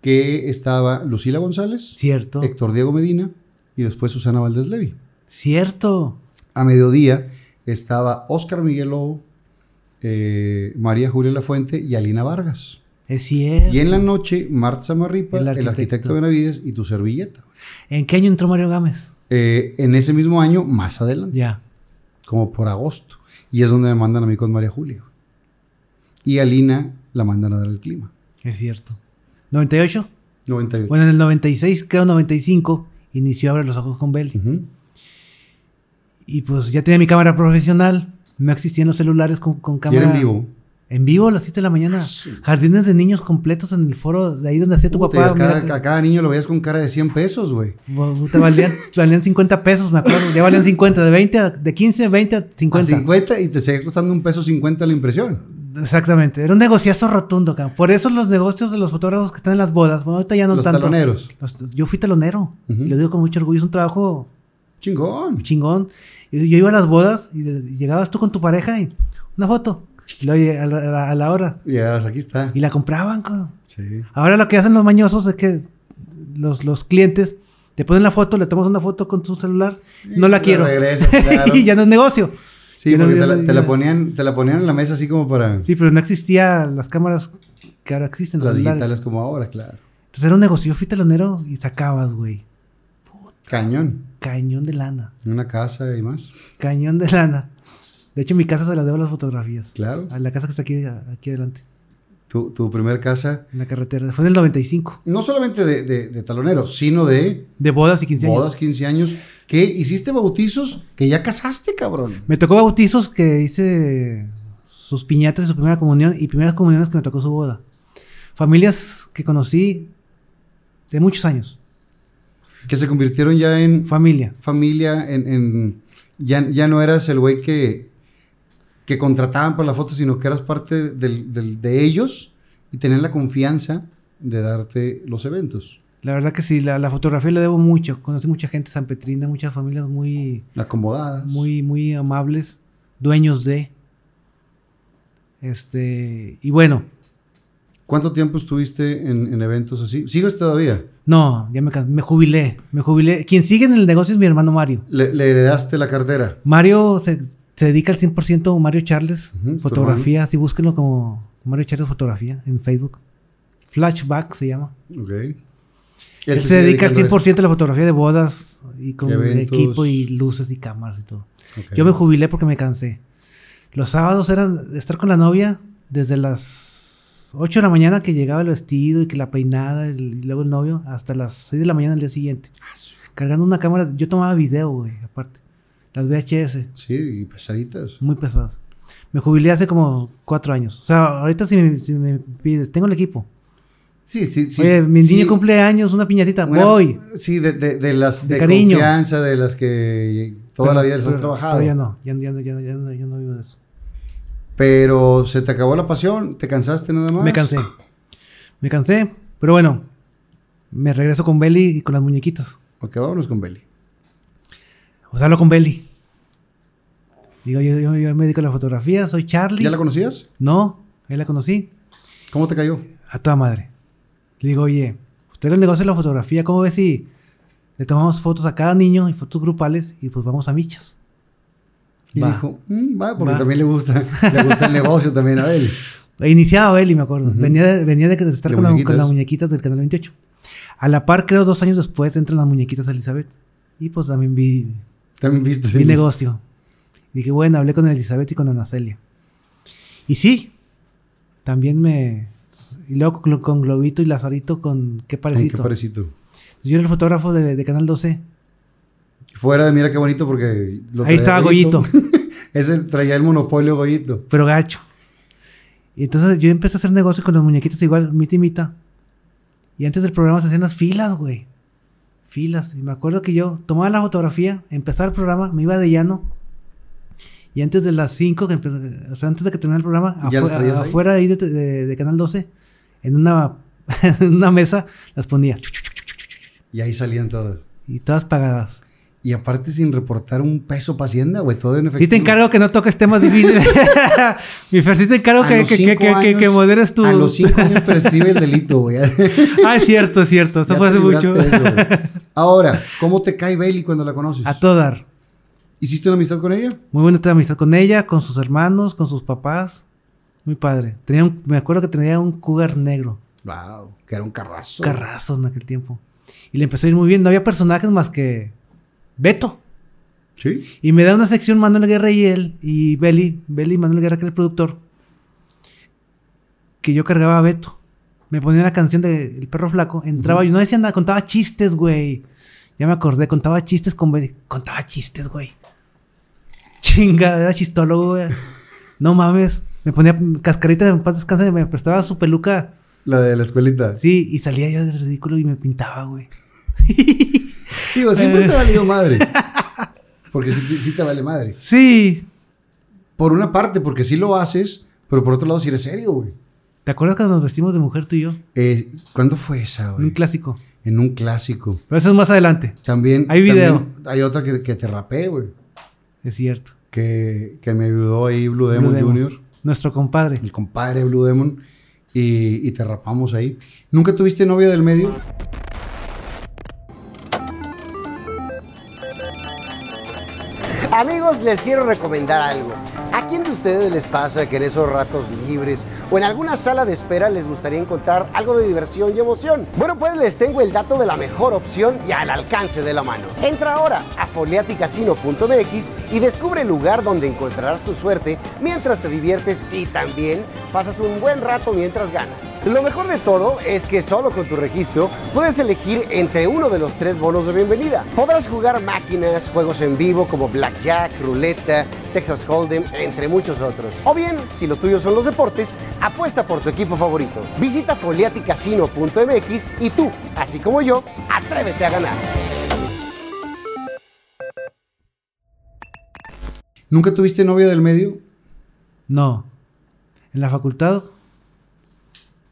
A: que estaba Lucila González,
B: Cierto.
A: Héctor Diego Medina y después Susana Valdés Levy.
B: Cierto.
A: A mediodía estaba Óscar Miguel Lobo, eh, María Julia Lafuente y Alina Vargas.
B: Es cierto.
A: Y en la noche, Marta Marripa,
B: El
A: el,
B: arquitecto.
A: arquitecto Benavides y tu servilleta.
B: ¿En qué año entró Mario Gámez?
A: Eh, en ese mismo año, más adelante,
B: Ya.
A: como por agosto. Y es donde me mandan a mí con María Julia. Y a Lina la mandan a dar el clima.
B: Es cierto. ¿98?
A: 98.
B: Bueno, en el 96, creo 95, inició Abre los Ojos con Belly.
A: Ujú.
B: Y pues ya tenía mi cámara profesional. No existían los celulares con, con
A: Y
B: cámara.
A: era en vivo.
B: En vivo a las 7 de la mañana.
A: Ah, sí.
B: Jardines de niños completos en el foro de ahí donde hacía tu
A: Puta,
B: papá.
A: y a,
B: mira, pues.
A: cada, a cada niño lo veías con cara de 100 pesos, güey.
B: bo- bo-
A: [LAUGHS]
B: te valían, valían 50 pesos, me acuerdo. Ya valían 50, de 20 a- de 15, 20 a
A: A
B: 50.
A: 50 y te seguía costando un peso 50 la impresión.
B: Exactamente. Era un negociazo rotundo, cabrón. Por eso los negocios de los fotógrafos que están en las bodas, bueno, ahorita ya no
A: Los
B: tanto.
A: taloneros.
B: Los- yo fui talonero.
A: Ujú.
B: y Lo digo con mucho orgullo. Es un trabajo
A: Chingón.
B: chingón. Y Yo iba a las bodas y le- y llegabas tú con tu pareja y una foto. Y luego llega a la, a la- a la hora.
A: Ya, pues, aquí está.
B: Y la compraban. cabrón.
A: Sí.
B: Ahora lo que hacen los mañosos es que los, los clientes te ponen la foto, le tomas una foto con tu celular. No la
A: Y
B: quiero. [LAUGHS]
A: regresas, claro.
B: y ya no es negocio.
A: Sí,
B: Yo no
A: porque
B: vi-
A: te, la,
B: no
A: te
B: vi-
A: la ponían, te la ponían en la mesa así como para
B: Sí, pero no existían las cámaras que ahora existen. los
A: las
B: celulares.
A: digitales como ahora, claro.
B: Entonces era un negocio. Yo fui telonero y sacabas, güey.
A: Cañón.
B: Cañón de lana.
A: Una casa y más.
B: Cañón de lana. De hecho, en mi casa se las debo las fotografías.
A: Claro.
B: A la casa que está aquí, aquí adelante,
A: Tu, tu primer casa,
B: en la carretera. Fue en el 95.
A: no solamente de, de- de talonero, sino de
B: De bodas y 15 años.
A: bodas, 15 años, que hiciste bautizos que ya casaste, cabrón.
B: Me tocó bautizos que hice sus piñatas de su primera comunión y primeras comuniones que me tocó su boda. Familias que conocí de muchos años.
A: Que se convirtieron ya en
B: Familia.
A: familia, en... en- ya, ya no eras el güey que, que contrataban para la foto, sino que eras parte del- del- de ellos y tenían la confianza de darte los eventos.
B: La verdad que sí, la, la fotografía le debo mucho. Conocí mucha gente san petrina, muchas familias muy,
A: Acomodadas.
B: muy, muy amables, dueños de. Este. Y bueno,
A: ¿Cuánto tiempo estuviste en, en eventos así? ¿Sigues todavía?
B: no, ya me, cans- me jubilé. Me jubilé. Quien sigue en el negocio es mi hermano Mario.
A: Le, le heredaste la cartera.
B: Mario se, se dedica al 100% a Mario Charles
A: Ujú, tu
B: Fotografía, así búsquenlo como Mario Charles Fotografía en Facebook. Flashback se llama.
A: Ok.
B: Él
A: Él
B: se
A: sigue
B: dedica al
A: dedicando a
B: 100% a la fotografía de bodas y con
A: Y eventos.
B: equipo y luces y cámaras y todo.
A: eso. Ok.
B: Yo me jubilé porque me cansé. Los sábados eran estar con la novia desde las 8 de la mañana que llegaba el vestido y que la peinada el- y luego el novio hasta las 6 de la mañana del día siguiente.
A: Ah,
B: Cargando una cámara, yo tomaba video, güey, aparte. Las VHS.
A: Sí, y pesaditas.
B: Muy pesadas. Me jubilé hace como cuatro años. O sea, ahorita si me, si me pides, tengo el equipo.
A: Sí, sí, sí.
B: Oye, mi
A: sí,
B: niño cumple años, una piñatita,
A: una-
B: voy.
A: Sí, de, de- de las
B: De
A: de,
B: cariño.
A: confianza, de las que toda
B: Pero-
A: la vida les has
B: pero-
A: trabajado.
B: pero Ya no, ya, ya- ya- ya no- ya no vivo de eso.
A: Pero se te acabó la pasión, te cansaste nada más.
B: Me cansé. Me cansé, pero bueno, me regreso con Belly y con las muñequitas.
A: Ok, vámonos con Beli.
B: O sea, hablo con Belly. Digo, yo, yo- yo me dedico a la fotografía, soy Charlie.
A: ¿Ya la conocías?
B: No, ahí la conocí.
A: ¿Cómo te cayó?
B: A toda madre. Le digo, oye, usted es el negocio de la fotografía, ¿cómo ves si le tomamos fotos a cada niño y fotos grupales y pues vamos a michas?
A: Y
B: Va.
A: dijo, "Mm, va, porque
B: Va.
A: también le gusta, le gusta el negocio también a él.
B: E Iniciaba Eli, me acuerdo.
A: Ujú.
B: Venía de, venía de estar
A: De
B: con, la- con
A: muñequitas.
B: las muñequitas del Canal 28. A la par, creo, dos años después entran las muñequitas de Elizabeth. Y pues también vi
A: También viste.
B: mi negocio. Dije, bueno, hablé con Elizabeth y con Ana Celia. Y sí, también me... pues, Y luego con, con Globito y Lazarito con qué
A: Ay, Qué
B: parecito.
A: parecito.
B: Yo era el fotógrafo de, de Canal 12.
A: Fuera de mira qué bonito porque lo traía
B: Ahí estaba Goyito.
A: [LAUGHS] Ese traía el monopolio Goyito.
B: pero gacho. Y entonces yo empecé a hacer negocios con los muñequitos igual, mita y mita. Y antes del programa se hacían las filas, güey. Filas. Y me acuerdo que yo tomaba la fotografía, empezaba el programa, me iba de llano. Y antes de las 5, que empe- o sea, antes de que terminara el programa,
A: ¿Ya las
B: afuera,
A: traías ahí?
B: afuera ahí de, de- de Canal 12, en una, [LAUGHS] en una mesa, las ponía.
A: Y ahí salían todas.
B: Y todas pagadas.
A: Y aparte sin reportar un peso para Hacienda, güey, todo en efectivo.
B: Sí te encargo que no toques temas difíciles. [LAUGHS] Mi Fer, sí te encargo
A: A
B: que,
A: los
B: que, que,
A: cinco
B: que, que-
A: años-
B: que moderes tu...
A: A los cinco años prescribe el delito, güey.
B: [LAUGHS] ah, es cierto, es cierto. Eso
A: Ya
B: fue
A: te
B: hace
A: libraste
B: mucho.
A: de eso, güey.
B: [LAUGHS]
A: Ahora, ¿cómo te cae Bailey cuando la conoces?
B: A todo dar.
A: ¿Hiciste una amistad con ella?
B: Muy buena amistad con ella, con sus hermanos, con sus papás. Muy padre. Tenía un- me acuerdo que tenía un cougar negro.
A: Wow, que era un carrazo.
B: Carrazo en aquel tiempo. Y le empezó a ir muy bien. No había personajes más que Beto.
A: Sí.
B: Y me da una sección Manuel Guerra y él, y Beli, Beli y Manuel Guerra, que era el productor, que yo cargaba a Beto. Me ponía la canción de El perro flaco, entraba yo, no decía nada, contaba chistes, güey. Ya me acordé, contaba chistes con Beli, contaba chistes, güey. Chinga, era chistólogo, güey. No mames. Me ponía cascarita en paz descanse, me prestaba su peluca.
A: La de la escuelita.
B: Sí, y salía yo del ridículo y me pintaba, güey.
A: Digo, siempre te ha valido
B: [LAUGHS]
A: madre. Porque sí, te- sí te vale madre.
B: sí.
A: Por una parte, porque sí lo haces, pero por otro lado, si eres serio, güey.
B: ¿Te acuerdas cuando nos vestimos de mujer tú y yo?
A: Eh, ¿Cuándo fue esa,
B: Un
A: güey?
B: clásico.
A: En un clásico.
B: Pero eso es más adelante.
A: También.
B: Hay video.
A: también hay otra que, que te rapé, güey.
B: Es cierto.
A: Que, que me ayudó ahí Blue Demon
B: Blue Demon.
A: Jr.,
B: Nuestro compadre.
A: el compadre de Blue Demon. Y, y te rapamos ahí. ¿Nunca tuviste novia del medio?
D: Amigos, les quiero recomendar algo. ¿A quién de ustedes les pasa que en esos ratos libres o en alguna sala de espera les gustaría encontrar algo de diversión y emoción? Bueno, pues les tengo el dato de la mejor opción y al alcance de la mano. Entra ahora a foliaticasino.mx y descubre el lugar donde encontrarás tu suerte mientras te diviertes y también pasas un buen rato mientras ganas. Lo mejor de todo es que solo con tu registro puedes elegir entre uno de los tres bonos de bienvenida. Podrás jugar máquinas, juegos en vivo como blackjack, ruleta, Texas Hold'em, entre muchos otros. O bien, si lo tuyo son los deportes, apuesta por tu equipo favorito. Visita foliaticasino.mx y tú, así como yo, atrévete a ganar.
A: ¿Nunca tuviste novia del medio?
B: No. En la facultad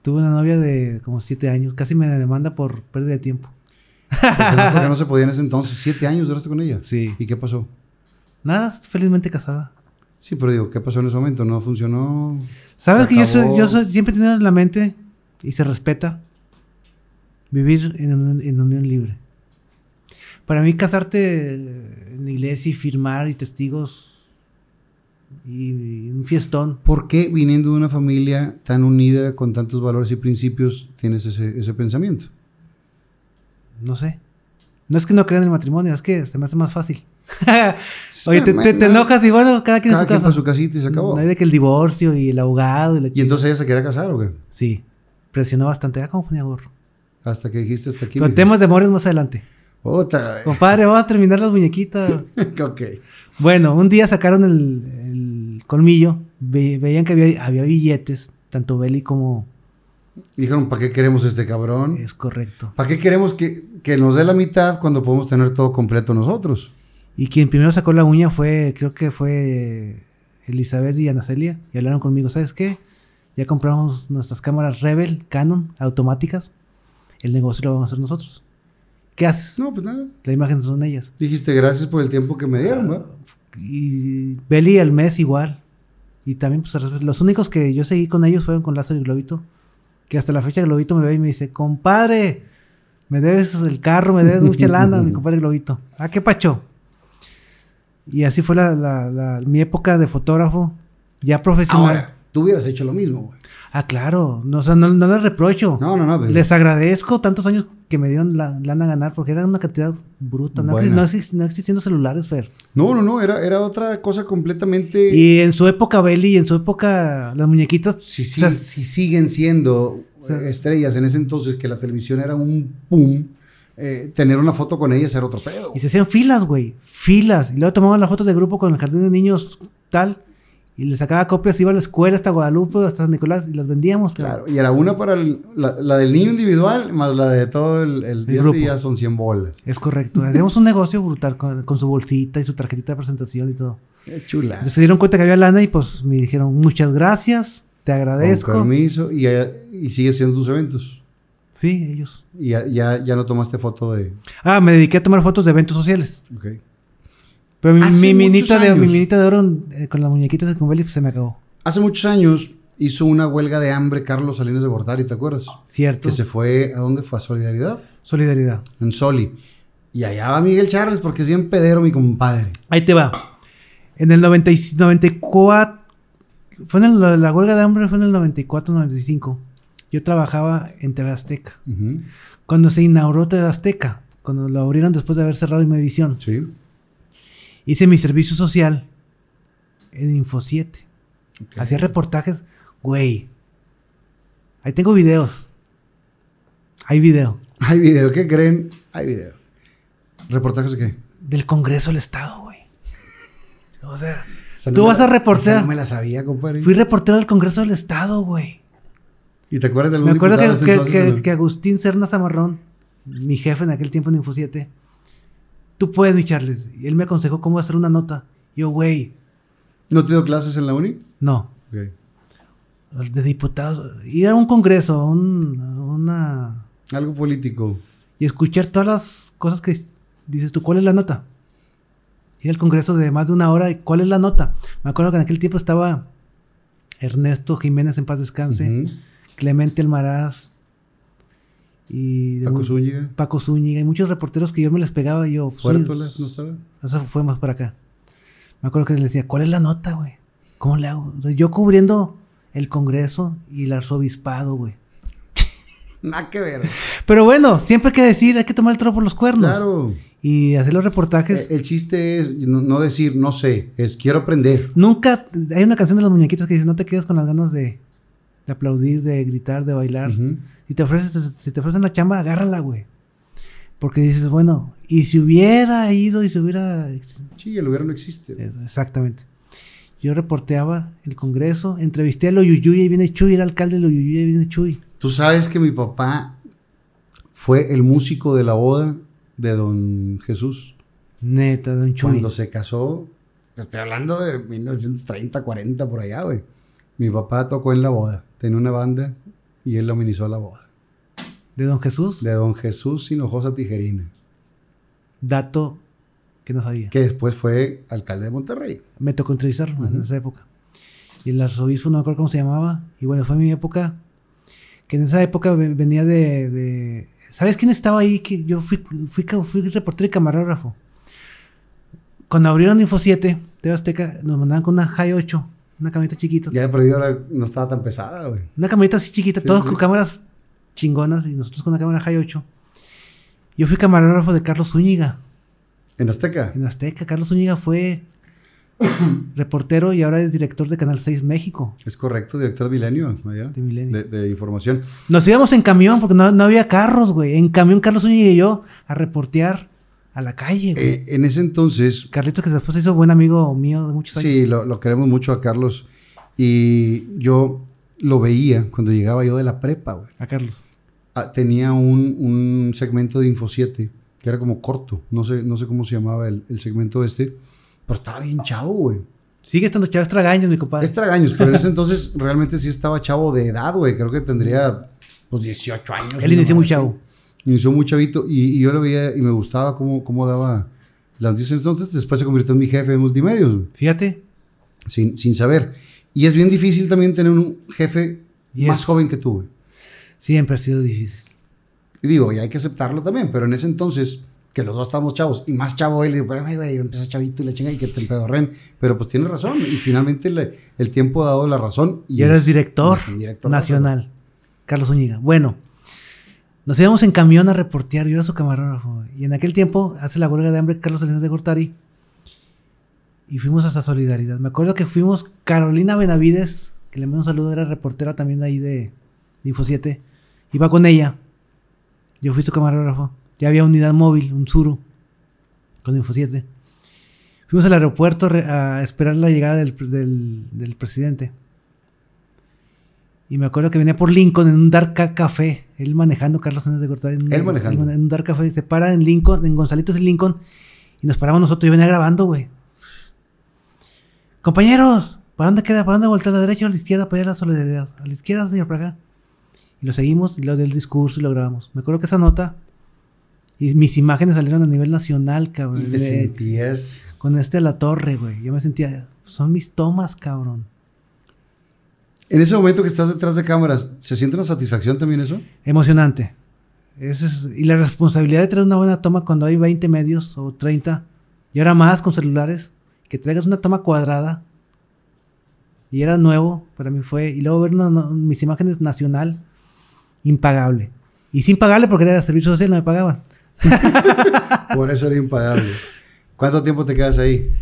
B: tuve una novia de como siete años. Casi me demanda por pérdida de tiempo.
A: Pues era porque no se podía en ese entonces. Siete años duraste con ella.
B: Sí.
A: ¿Y qué pasó?
B: Nada, estoy felizmente casada.
A: Sí, pero digo, ¿qué pasó en ese momento? ¿No funcionó?
B: Sabes
A: Se
B: que yo, soy,
A: acabó.
B: yo soy- siempre he tenido en la mente y se respeta vivir en, un- en unión libre. Para mí casarte en la iglesia y firmar y testigos y un fiestón
A: ¿Por qué viniendo de una familia tan unida con tantos valores y principios tienes ese, ese pensamiento?
B: No sé. No es que no crean en el matrimonio, es que se me hace más fácil. [LAUGHS] Oye, te,
A: Bueno,
B: te- te enojas y bueno, cada quien
A: Cada
B: en su
A: quien
B: casa.
A: para su casita y se acabó.
B: No hay de que el divorcio y el abogado y la
A: ¿Y entonces ella se quería casar o qué?
B: Sí, presionó bastante. Ah, cómo ponía gorro.
A: Hasta que dijiste hasta aquí.
B: Pero
A: mijo.
B: temas de amores más adelante.
A: Otra vez.
B: Compadre, vamos a terminar las
A: [LAUGHS]
B: muñequitas.
A: ok.
B: Bueno, un día sacaron el, el colmillo, ve- veían que había, había billetes, tanto Beli como...
A: Dijeron, ¿para qué queremos este cabrón?
B: Es correcto.
A: ¿Para qué queremos que, que nos dé la mitad cuando podemos tener todo completo nosotros?
B: Y quien primero sacó la uña fue, creo que fue Elizabeth y Ana Celia. Y hablaron conmigo, ¿sabes qué? Ya compramos nuestras cámaras Rebel, Canon, automáticas. El negocio lo vamos a hacer nosotros. ¿Qué haces?
A: No, pues nada.
B: La imagen son ellas.
A: Dijiste, gracias por el tiempo que me dieron, ¿va?
B: Y Beli al mes igual. Y también, pues, los únicos que yo seguí con ellos fueron con Lázaro y Globito. Que hasta la fecha Globito me ve y me dice, compadre, me debes el carro, me debes mucha lana, mi compadre Globito. Ah, qué pacho. Y así fue la, la- la- mi época de fotógrafo, ya profesional.
A: Ahora, tú hubieras hecho lo mismo, güey.
B: Ah, claro. No, o sea, no, no les reprocho.
A: No, no, no. pero-
B: Les agradezco tantos años que me dieron la lana a ganar, porque era una cantidad bruta. No,
A: Buena.
B: no exis- no existiendo celulares, Fer.
A: No, no, no, era, era otra cosa completamente...
B: Y en su época, Belly, y en su época, las muñequitas.
A: si,
B: o sea,
A: si- si siguen siendo
B: sea,
A: eh, estrellas en ese entonces, que la televisión era un boom, eh, tener una foto con ellas era otro pedo.
B: y se hacían filas, güey. Filas. Y luego tomaban las fotos de grupo con el jardín de niños, tal. Y le sacaba copias, iba a la escuela hasta Guadalupe, hasta San Nicolás, y las vendíamos, claro.
A: Claro, y era una para el- la, la del niño individual más la de todo el, el, día,
B: grupo.
A: ya son 100 bolas.
B: Es correcto. Hacíamos un negocio brutal con, con su bolsita y su tarjetita de presentación y todo.
A: Qué chula.
B: Entonces se dieron cuenta que había lana y pues me dijeron, muchas gracias, te
A: Con
B: agradezco.
A: permiso, y, eh, y sigue siendo tus eventos.
B: Sí, ellos.
A: Y ya, ya, ya no tomaste foto de.
B: Ah, me dediqué a tomar fotos de eventos sociales.
A: Ok.
B: Pero mi,
A: Hace
B: mi minita,
A: muchos
B: de, mi
A: años.
B: minita de oro eh, con las muñequitas de Conveli se me acabó.
A: Hace muchos años hizo una huelga de hambre Carlos Salinas de Gortari, ¿te acuerdas?
B: Cierto.
A: Que se fue, ¿a dónde fue? ¿A Solidaridad?
B: Solidaridad.
A: En Soli. Y allá va Miguel Charles porque es bien pedero, mi compadre.
B: Ahí te va. En el 90 y- 94. Fue en el- la, la huelga de hambre fue en el 94, 95. Yo trabajaba en TV Azteca.
A: Ujú.
B: Cuando se inauguró TV Azteca, cuando lo abrieron después de haber cerrado Imevisión,
A: Sí.
B: hice mi servicio social en Info 7.
A: Ok.
B: Hacía reportajes, güey. Ahí tengo videos. Hay video
A: Hay video, ¿qué creen? Hay video. ¿Reportajes de qué?
B: del Congreso del Estado, güey. O sea,
A: Esa no
B: Tú
A: me
B: vas
A: la-
B: a reportear.
A: esa No me la sabía, compadre.
B: fui reportero del Congreso del Estado, güey.
A: ¿Y te acuerdas de algún
B: Me acuerdo que,
A: diputado de ese
B: que-
A: entonces,
B: que-
A: o no?
B: que Agustín Cerna Zamarrón, mi jefe en aquel tiempo en Info 7, tú puedes, mi Charles. Y él me aconsejó cómo hacer una nota. Yo, güey,
A: ¿No te dio clases en la uni?
B: no.
A: Ok.
B: De diputados, ir a un congreso, a un- a una.
A: Algo político.
B: y escuchar todas las cosas que dices tú, ¿cuál es la nota? Ir al congreso de más de una hora, y ¿cuál es la nota? Me acuerdo que en aquel tiempo estaba Ernesto Jiménez en paz descanse,
A: Ujú.
B: Clemente Almaraz y de
A: Paco
B: un-
A: Zúñiga.
B: Paco Zúñiga y muchos reporteros que yo me les pegaba y yo. pues, sí,
A: Puertolas, ¿no estaba?
B: eso fue más para acá. Me acuerdo que les decía, ¿cuál es la nota, güey? ¿Cómo le hago? O sea, yo cubriendo el congreso y el arzobispado, güey.
A: Nada que ver.
B: Pero bueno, siempre hay que decir, hay que tomar el toro por los cuernos.
A: Claro. Eh,
B: Y hacer los
A: El,
B: reportajes.
A: el chiste es no, no decir, no sé, es quiero aprender.
B: Nunca, hay una canción de los muñequitos que dice, no te quedes con las ganas de, de aplaudir, de gritar, de bailar.
A: Ujú.
B: Si te ofreces, si te ofrecen la chamba, agárrala, güey. Porque dices, bueno, y si hubiera ido y si hubiera...
A: Sí, el lugar no existe.
B: Exactamente. Yo reporteaba el Congreso, entrevisté a Loyuyuy, y viene Chuy, era alcalde de Loyuyuy, y viene Chuy.
A: Tú sabes que mi papá fue el músico de la boda de don Jesús.
B: Neta, don Chuy.
A: Cuando se casó, te estoy hablando de 1930, 40, por allá, güey. Mi papá tocó en la boda. Tenía una banda y él amenizó la boda.
B: De don Jesús,
A: De don Jesús Hinojosa Tijerina,
B: dato que no sabía.
A: que después fue alcalde de Monterrey.
B: me tocó entrevistarlo en
A: Ujú.
B: esa época. Y el arzobispo, no me acuerdo cómo se llamaba, y bueno, fue mi época, que en esa época ve- venía de... de- ¿Sabes quién estaba ahí? Que yo fui, fui, ca- fui reportero y camarógrafo. Cuando abrieron Info 7, de Azteca, nos mandaban con una High 8, una camioneta chiquita.
A: Ya he perdido, ahora no estaba tan pesada, güey.
B: Una camarita así chiquita,
A: Sí,
B: todos
A: sí.
B: con cámaras chingonas y nosotros con una cámara High 8. Yo fui camarógrafo de Carlos Zúñiga.
A: En Azteca.
B: En Azteca, Carlos
A: [COUGHS]
B: Zúñiga fue reportero y ahora es director de Canal 6 México.
A: Es correcto, director Milenio, allá,
B: De Milenio.
A: de- de información.
B: Nos íbamos en camión porque no, no había carros, güey. En camión Carlos Zúñiga y yo a reportear a la calle, güey.
A: Eh, en ese entonces,
B: Carlitos que después se hizo buen amigo mío de muchos años.
A: sí, lo, lo queremos mucho a Carlos. Y yo lo veía cuando llegaba yo de la prepa, güey.
B: A Carlos.
A: Ah, tenía un, un segmento de Info 7 que era como corto. No sé, no sé cómo se llamaba el, el segmento este. Pero estaba bien chavo, güey.
B: Sigue estando Chávez Tragaños, mi compadre.
A: Es tragaños, pero en ese entonces realmente sí estaba chavo de edad, güey. Creo que tendría pues 18 años.
B: Él
A: una
B: inició muy
A: madre así.
B: chavo.
A: Inició muy chavito y, y yo lo veía y me gustaba cómo, cómo daba las noticias. Entonces después se convirtió en mi jefe de multimedios, güey,
B: Fíjate.
A: sin, sin saber. Y es bien difícil también tener un jefe
B: Yes.
A: más joven que tú, güey.
B: Siempre ha sido difícil.
A: Y digo, y hay que aceptarlo también, pero en ese entonces, que los dos estábamos chavos, y más chavo él, digo, pero ay, güey, yo empecé chavito y la chinga y que te empedorren. Pero pues tiene razón, y finalmente le- el tiempo ha dado la razón.
B: Y eres
A: es-
B: director,
A: es un director
B: nacional, Carlos Zúñiga. Bueno, nos íbamos en camión a reportear, yo era su camarógrafo. Y en aquel tiempo hace la huelga de hambre Carlos Salinas de Gortari. Y fuimos hasta Solidaridad. Me acuerdo que fuimos Carolina Benavides, que le mando un saludo, era reportera también de ahí de, de Info 7. Iba con ella. Yo fui su camarógrafo. Ya había unidad móvil, un Zuru, con Info 7. Fuimos al aeropuerto re- a esperar la llegada del, pre- del- del presidente. Y me acuerdo que venía por Lincoln en un Dark Ca- Café. Él manejando, Carlos Sánchez de Gortari. en un-
A: Él manejando.
B: En un Dark Café. Se para en Lincoln, en Gonzalitos y Lincoln. Y nos paramos nosotros. Yo venía grabando, güey. Compañeros, ¿para dónde queda? ¿Para dónde voltear? ¿A la derecha o a la izquierda? Para ir a la solidaridad. A la izquierda, señor, para acá. Y lo seguimos y lo del discurso y lo grabamos. Me acuerdo que esa nota y mis imágenes salieron a nivel nacional, cabrón.
A: Y te sentías.
B: Con este a la torre, güey. Yo me sentía, son mis tomas, cabrón.
A: En ese momento que estás detrás de cámaras, ¿se siente una satisfacción también eso?
B: Emocionante. Ese es, y la responsabilidad de traer una buena toma cuando hay 20 medios o 30, y ahora más con celulares, que traigas una toma cuadrada. Y era nuevo, para mí fue. Y luego ver una, una, mis imágenes nacional, impagable. Y sin pagarle porque era servicio social, no me pagaban.
A: Por eso era impagable. ¿Cuánto tiempo te quedas ahí?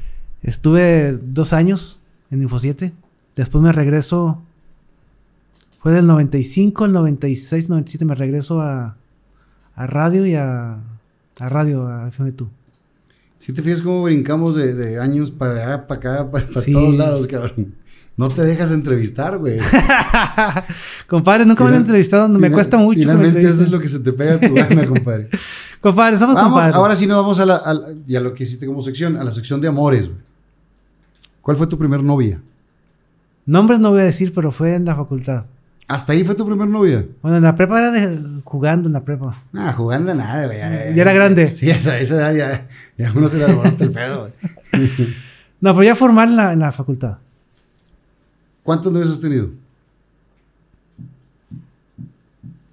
B: Estuve dos años en Info 7. Después me regreso. Fue del 95 al 96, 97. Me regreso a, a radio y a, a radio, a FM2.
A: Si te fijas cómo brincamos de, de años para allá, para acá, para, para sí. todos lados, cabrón. No te dejas entrevistar,
B: [LAUGHS]
A: güey.
B: compadre, nunca Final, me han entrevistado, me final, cuesta mucho.
A: Finalmente eso es lo que se te pega a tu gana,
B: [LAUGHS]
A: compadre.
B: compadre, estamos
A: vamos,
B: compadre.
A: Ahora sí nos vamos a, la, a, la, y a lo que hiciste como sección, a la sección de amores, güey. ¿Cuál fue tu primer novia?
B: Nombres no voy a decir, pero fue en la facultad.
A: ¿Hasta ahí fue tu primer novia?
B: Bueno, en la prepa era de, jugando en la prepa.
A: Ah, jugando nada, güey.
B: Ya, ya era grande.
A: Sí, esa, esa ya, ya uno se le alborota el pedo, güey.
B: no, pero ya formal en la, en la facultad.
A: ¿Cuántos novios has tenido?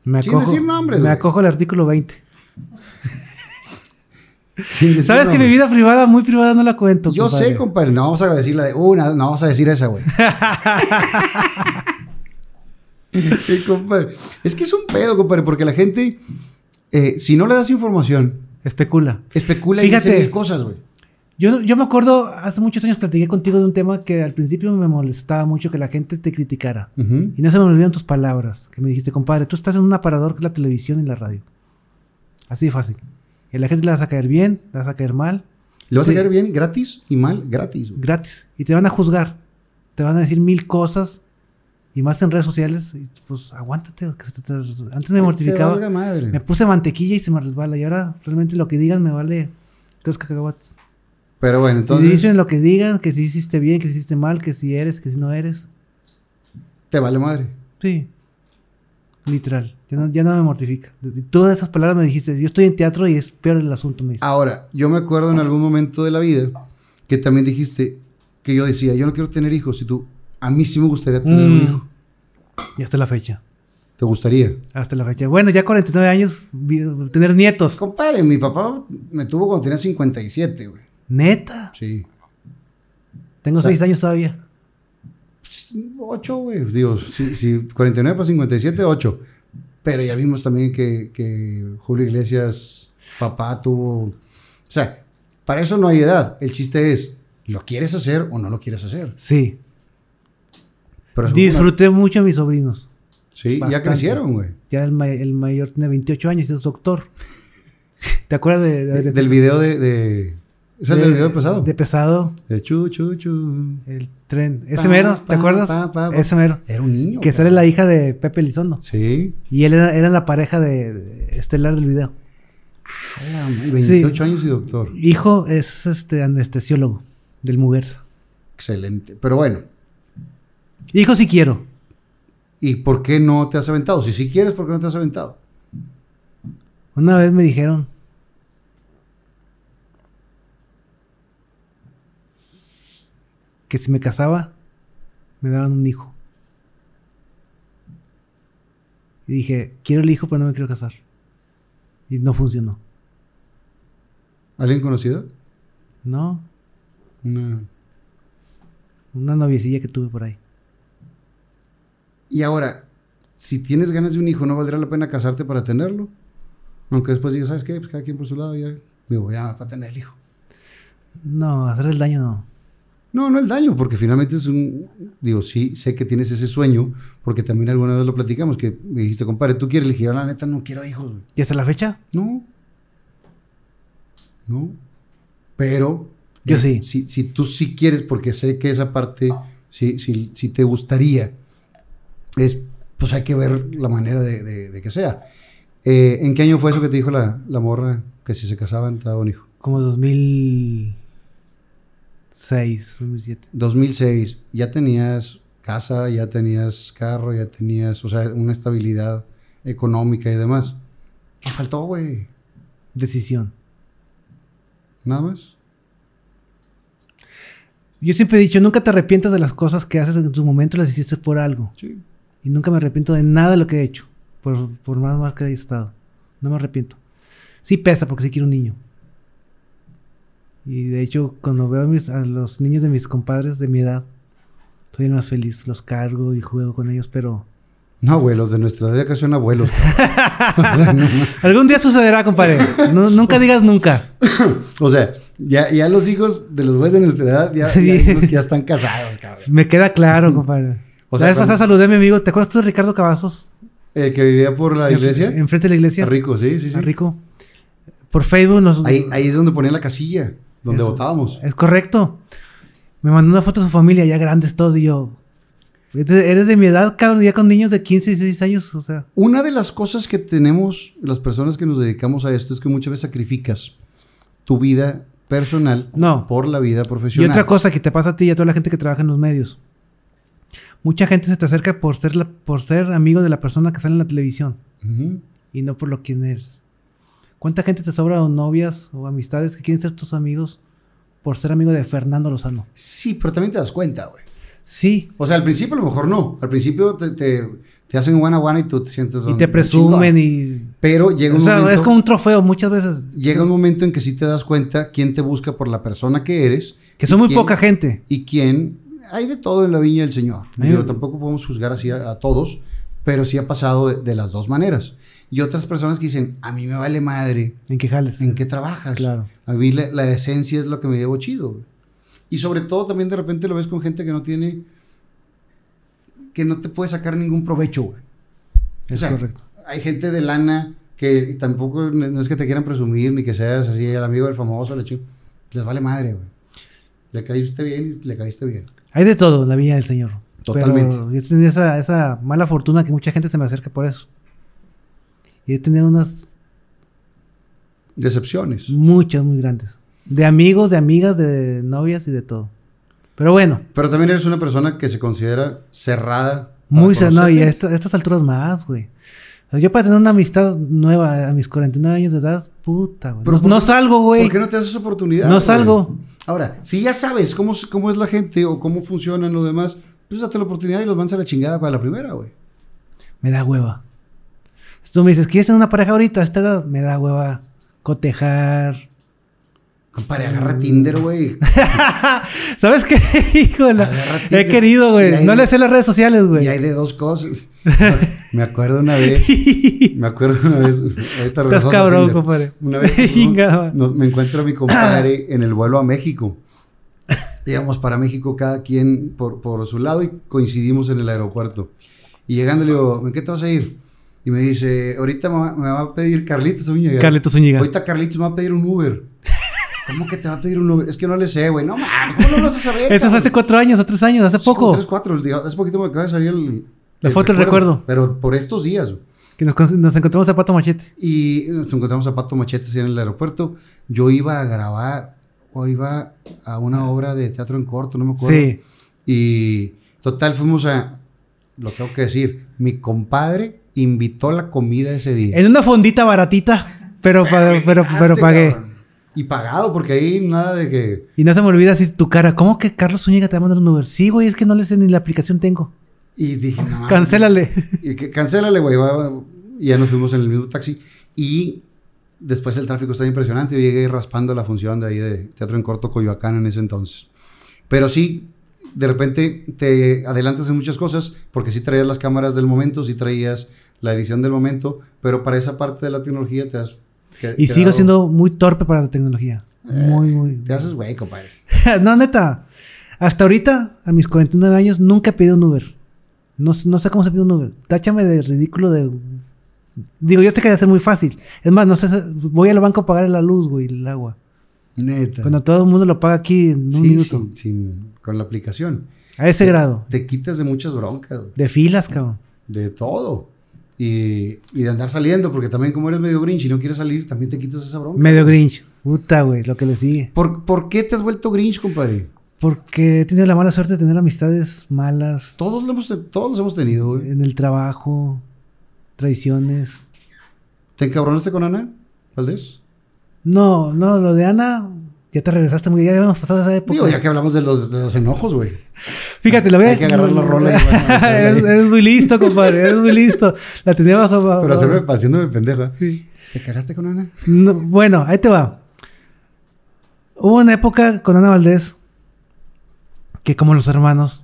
B: Me acojo,
A: Sin decir nombres.
B: Me
A: güey.
B: acojo al artículo 20.
A: Sin decir
B: Sabes que
A: nombres.
B: mi vida privada, muy privada, no la cuento.
A: Yo
B: compadre?
A: sé, compadre. No vamos a decir la de una, no vamos a decir esa,
B: [LAUGHS]
A: güey. Sí, compadre. Es que es un pedo, compadre, porque la gente, eh, si no le das información,
B: Especula.
A: especula y
B: Fíjate.
A: dice mil cosas, güey.
B: Yo, yo me acuerdo, hace muchos años platiqué contigo de un tema que al principio me molestaba mucho que la gente te criticara.
A: Ujú.
B: Y no se me olvidan tus palabras, que me dijiste, compadre, tú estás en un aparador que es la televisión y la radio. Así de fácil. Y a la gente le vas a caer bien, le vas a caer mal,
A: Le vas
B: Sí.
A: a caer bien gratis y mal gratis, güey.
B: gratis. Y te van a juzgar. Te van a decir mil cosas. Y más en redes sociales. y, pues aguántate. que se te- te- Antes me
A: Que te
B: mortificaba.
A: valga madre.
B: Me puse mantequilla y se me resbala. Y ahora realmente lo que digan me vale tres cacahuates.
A: Pero bueno,
B: Si
A: entonces
B: dicen lo que digan, que si hiciste bien, que si hiciste mal, que si eres, que si no eres.
A: te vale madre.
B: Sí. Literal. Ya no, ya no me mortifica. De- de Todas esas palabras me dijiste. Yo estoy en teatro y es peor el asunto, me dices.
A: Ahora, yo me acuerdo en algún momento de la vida que también dijiste que yo decía, yo no quiero tener hijos. Y tú, a mí sí me gustaría tener un
B: Mm.
A: hijo.
B: Y hasta la fecha.
A: ¿Te gustaría?
B: Hasta la fecha. Bueno, ya 49 años, vi- tener nietos.
A: Compadre, mi papá me tuvo cuando tenía 57, güey.
B: Neta.
A: Sí.
B: Tengo
A: O sea,
B: seis años todavía.
A: 8, güey. Digo, sí, sí, 49 para 57, 8. Pero ya vimos también que, que Julio Iglesias, papá, tuvo... O sea, para eso no hay edad. El chiste es, ¿lo quieres hacer o no lo quieres hacer?
B: Sí.
A: Pero es una-
B: Disfruté mucho a mis sobrinos.
A: Sí, ya
B: bastante.
A: crecieron, güey.
B: Ya el, ma- el mayor tiene 28 años y es doctor. [LAUGHS] ¿Te acuerdas de, de- de-
A: Del video de... de- ¿Es el
B: de-
A: del video pasado?
B: De
A: De,
B: pesado,
A: chu, chu, chu.
B: el tren. Ese
A: Pa,
B: mero, ¿te
A: pa,
B: acuerdas?
A: pa, pa, pa.
B: Ese mero.
A: Era un niño.
B: Que sale
A: cabrón.
B: la hija de Pepe Elizondo.
A: Sí.
B: Y él era, era la pareja de, de estelar del video.
A: Ala, madre, 28 años y doctor.
B: Hijo es este anestesiólogo del Muguerza.
A: Excelente. Pero bueno,
B: Hijo si quiero.
A: ¿y por qué no te has aventado? Si sí quieres, ¿por qué no te has aventado?
B: Una vez me dijeron. Que si me casaba, me daban un hijo. Y dije, quiero el hijo, pero no me quiero casar. Y no funcionó.
A: ¿Alguien conocido?
B: No,
A: No.
B: una noviecilla que tuve por ahí.
A: Y ahora, si tienes ganas de un hijo, ¿no valdrá la pena casarte para tenerlo? Aunque después digas, ¿sabes qué? Pues cada quien por su lado, ya. Digo, ya, para tener el hijo.
B: No, hacer el daño no.
A: No, no el daño, porque finalmente es un. Digo, sí, sé que tienes ese sueño, porque también alguna vez lo platicamos, que me dijiste, compadre, tú quieres elegir, la neta, no quiero hijos, güey.
B: ¿Y hasta la fecha?
A: No. No. Pero.
B: Yo
A: eh,
B: sí.
A: Si, si tú sí quieres, porque sé que esa parte, si, si, si te gustaría, es, pues hay que ver la manera de, de- de que sea. Eh, ¿En qué año fue eso que te dijo la, la morra que si se casaban te daba un hijo?
B: Como 2006, 2007.
A: 2006, ya tenías casa, ya tenías carro, ya tenías, o sea, una estabilidad económica y demás. ¿Qué faltó, güey?
B: Decisión.
A: Nada más.
B: Yo siempre he dicho, nunca te arrepientas de las cosas que haces en tu momento, las hiciste por algo.
A: Sí.
B: Y nunca me arrepiento de nada de lo que he hecho, por, por más mal que haya estado. No me arrepiento. Sí pesa porque sí quiero un niño. Y de hecho, cuando veo a, mis- a los niños de mis compadres de mi edad, soy el más feliz. Los cargo y juego con ellos, pero...
A: No, güey, los de nuestra edad ya casi son abuelos.
B: Algún día sucederá, compadre. No- nunca digas nunca.
A: [LAUGHS] o sea, ya, ya los hijos de los güeyes de nuestra edad ya, ya, hay
B: Sí.
A: unos que ya están casados, cabrón.
B: Me queda claro, compadre.
A: O
B: O
A: sea,
B: la vez
A: cuando-
B: pasada saludé a mi amigo. ¿Te acuerdas tú de Ricardo Cavazos?
A: El Eh, que vivía por la
B: Enf-
A: iglesia.
B: Enfrente de la iglesia.
A: Está rico, sí, sí, sí.
B: Está rico. Por Facebook nos...
A: Ahí, ahí es donde ponían la casilla, donde
B: Eso.
A: votábamos.
B: Es correcto. Me mandó una foto de su familia, ya grandes todos, y yo... "Eres de- Eres de mi edad, cabrón, ya con niños de 15, 16 años, o sea...
A: Una de las cosas que tenemos las personas que nos dedicamos a esto es que muchas veces sacrificas tu vida personal
B: No.
A: por la vida
B: Y
A: profesional.
B: otra cosa que te pasa a ti y a toda la gente que trabaja en los medios. Mucha gente se te acerca por ser, la- por ser amigo de la persona que sale en la televisión
A: Ujú.
B: y no por lo que eres. ¿Cuánta gente te sobra o novias o amistades que quieren ser tus amigos por ser amigo de Fernando Lozano?
A: Sí, pero también te das cuenta, güey.
B: Sí,
A: O sea, al principio a lo mejor no. Al principio te, te, te hacen guana guana y tú te sientes...
B: y
A: un-
B: te
A: un chingón.
B: presumen y...
A: Pero llega
B: O
A: un
B: sea,
A: momento...
B: es como un trofeo muchas veces.
A: Llega un momento en que sí te das cuenta quién te busca por la persona que eres.
B: Que
A: y
B: son muy
A: quién-
B: poca gente.
A: Y quién... Hay de todo en la viña del Señor.
B: Hay-
A: Digo, tampoco podemos juzgar así a, a todos, pero sí ha pasado de, de las dos maneras. Y otras personas que dicen, a mí me vale madre
B: En Quijales.
A: en qué trabajas.
B: Claro.
A: A mí la, la esencia es lo que me llevo chido. güey. Y sobre todo también de repente lo ves con gente que no tiene... Que no te puede sacar ningún provecho, güey.
B: Es
A: O sea,
B: correcto.
A: Hay gente de lana que tampoco no no es que te quieran presumir ni que seas así el amigo del famoso, le chingo. Les vale madre, güey. Le caíste bien y le caíste bien.
B: Hay de todo en la Villa del Señor.
A: Totalmente.
B: Pero yo he tenido esa, esa mala fortuna que mucha gente se me acerca por eso. Y he tenido unas
A: Decepciones.
B: muchas muy grandes. De amigos, de amigas, de novias y de todo. Pero bueno,
A: Pero también eres una persona que se considera cerrada. para
B: muy cerrado.
A: conocer
B: Y a
A: gente.
B: esta- a estas alturas más, güey. O sea, Yo para tener una amistad nueva a mis 49 años de edad, puta, güey.
A: Pero
B: No,
A: ¿por
B: no
A: qué-
B: salgo, güey.
A: ¿Por qué no te das esa oportunidad?
B: No
A: güey?
B: salgo.
A: Ahora, si ya sabes cómo, es- cómo es la gente o cómo funcionan los demás, pues date la oportunidad y los mandas a la chingada para la primera, güey.
B: Me da hueva. Si tú me dices, ¿quieres tener una pareja ahorita a esta edad? Me da hueva. Cotejar. [LAUGHS]
A: Compadre, agarra Tinder, güey.
B: ¿Sabes qué? [LAUGHS] Híjola.
A: Agárrate.
B: He querido,
A: Y ahí-
B: güey. No le sé las redes sociales,
A: Y
B: [LAUGHS] güey.
A: hay de dos cosas. [LAUGHS] Me acuerdo una vez.
B: [LAUGHS]
A: Me acuerdo una vez. [LAUGHS] Ahorita
B: Estás
A: regresamos a
B: cabrón,
A: Tinder.
B: compadre.
A: Una
B: [LAUGHS]
A: vez
B: Chingada.
A: no, me encuentro a mi
B: [LAUGHS]
A: compadre en el vuelo a México. Íbamos para México cada quien por, por su lado y coincidimos en el aeropuerto. Y llegando le digo, ¿en qué te vas a ir? Y me dice, ahorita me va, me va a pedir Carlitos Zúñiga.
B: Carlitos Zúñiga.
A: Ahorita Carlitos me va a pedir un
B: [LAUGHS]
A: Uber. ¿Cómo que te va a pedir un Uber? Es que no le sé, güey. No mames, ¿cómo no lo vas a
B: [LAUGHS]
A: saber?
B: Eso fue hace
A: cabrón?
B: cuatro años o tres años, hace
A: Sí, como
B: poco.
A: Tres, cuatro. el día- Hace poquito me acaba de salir el...
B: La foto, el recuerdo.
A: Pero por estos días, güey.
B: Que nos, con- nos encontramos a Pato Machete.
A: Y nos encontramos a Pato Machetes en el aeropuerto. Yo iba a grabar o iba a una obra de teatro en corto, no me acuerdo.
B: Sí.
A: Y total, fuimos a, lo tengo que decir, mi compadre invitó la comida ese día.
B: En una fondita baratita,
A: [LAUGHS]
B: pero, pa- pero, pero
A: Hazte,
B: pagué.
A: Este cabrón. Y pagado, porque ahí nada de que...
B: Y no se me olvida así tu cara. ¿Cómo que Carlos Zúñiga te va a mandar un Uber? Sí, güey, es que no le sé ni la aplicación tengo.
A: Y dije, no, mames.
B: Cancélale.
A: Y que cancélale, güey. va- Y ya nos fuimos en el mismo taxi. Y después el tráfico estaba impresionante. Yo llegué raspando la función de ahí de Teatro en Corto Coyoacán en ese entonces. Pero sí, de repente te adelantas en muchas cosas porque sí traías las cámaras del momento, sí traías la edición del momento, pero para esa parte de la tecnología te has... que-
B: [LAUGHS] Y
A: quedado-
B: sigo siendo muy torpe para la tecnología. Muy, muy.
A: Te haces güey, compadre.
B: [LAUGHS] no, neta. Hasta ahorita, a mis 49 años, nunca he pedido un Uber. No, s- no sé cómo se pide un Uber. Táchame de ridículo de... Digo, yo sé que debe ser muy fácil. Es más, no sé, si- voy al banco a pagar la luz, güey, el agua.
A: Neta.
B: Cuando todo el mundo lo paga aquí en un
A: Sí,
B: minuto.
A: sin- sin- con la aplicación.
B: A ese
A: Te-
B: grado.
A: Te quitas de muchas broncas. güey.
B: De filas, cabrón.
A: de todo. Y, y de andar saliendo, porque también como eres medio grinch y no quieres salir, también te quitas esa bronca.
B: Medio Grinch. Puta, güey, lo que le sigue.
A: ¿Por, por qué te has vuelto grinch, compadre?
B: Porque he tenido la mala suerte de tener amistades malas
A: Todos, lo hemos, todos los hemos tenido, güey.
B: en el trabajo. traiciones.
A: ¿Te encabronaste con Ana Valdés?
B: No, no, lo de Ana, ya te regresaste muy, ya habíamos pasado esa época.
A: Digo, ya que hablamos de los, de los enojos, güey.
B: Fíjate, lo voy a-
A: Hay que agarrar los
B: [LAUGHS]
A: roles. güey,
B: eres,
A: güey.
B: eres muy listo, compadre, eres muy listo. La tenía bajo. bajo-
A: Pero hacerme, haciéndome pendeja.
B: Sí.
A: ¿Te cagaste con Ana?
B: No, bueno, ahí te va. Hubo una época con Ana Valdés que como los hermanos,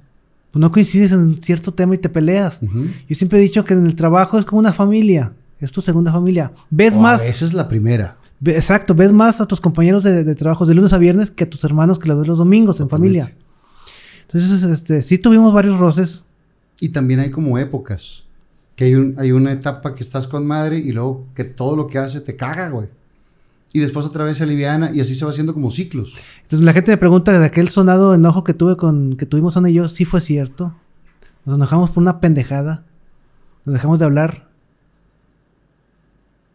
B: pues no coincides en cierto tema y te peleas.
A: Ujú.
B: Yo siempre he dicho que en el trabajo es como una familia, es tu segunda familia. Ves
A: O
B: más,
A: A veces la primera.
B: ve- exacto, ves más a tus compañeros de, de trabajo de lunes a viernes que a tus hermanos que los ves los domingos en familia. Entonces, este, sí tuvimos varios roces.
A: Y también hay como épocas. Que hay, un, hay una etapa que estás con madre y luego que todo lo que hace te caga, güey. Y después otra vez se aliviana y así se va haciendo como ciclos.
B: Entonces la gente me pregunta de aquel sonado enojo que tuve con que tuvimos Ana y yo, sí fue cierto. Nos enojamos por una pendejada. Nos dejamos de hablar.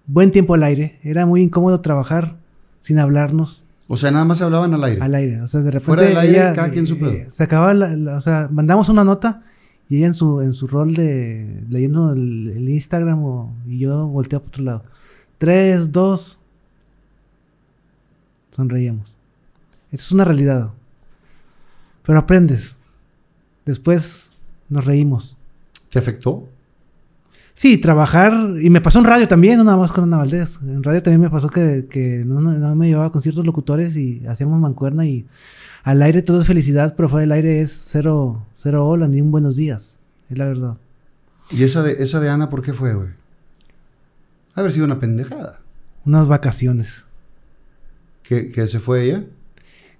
B: Buen tiempo al aire. Era muy incómodo trabajar sin hablarnos
A: O sea, nada más se hablaban al aire.
B: al aire. O sea, de repente
A: Fuera del aire,
B: ella,
A: cada quien su pedo.
B: se acababa la, la- o sea, mandamos una nota y ella en su en su rol de leyendo el, el Instagram o- y yo volteaba para otro lado. Tres, dos. Sonreíamos. Eso es una realidad. Pero aprendes. Después nos reímos.
A: ¿Te afectó?
B: Sí, trabajar. Y me pasó en radio también, no nada más con Ana Valdés. En radio también me pasó que, que no, no- no me llevaba con ciertos locutores y hacíamos mancuerna y al aire todo es felicidad, pero fuera del aire es cero, cero hola ni un buenos días. Es la verdad.
A: ¿Y esa de, esa de Ana por qué fue, güey? Haber sido una pendejada.
B: Unas vacaciones.
A: Que, que se fue ella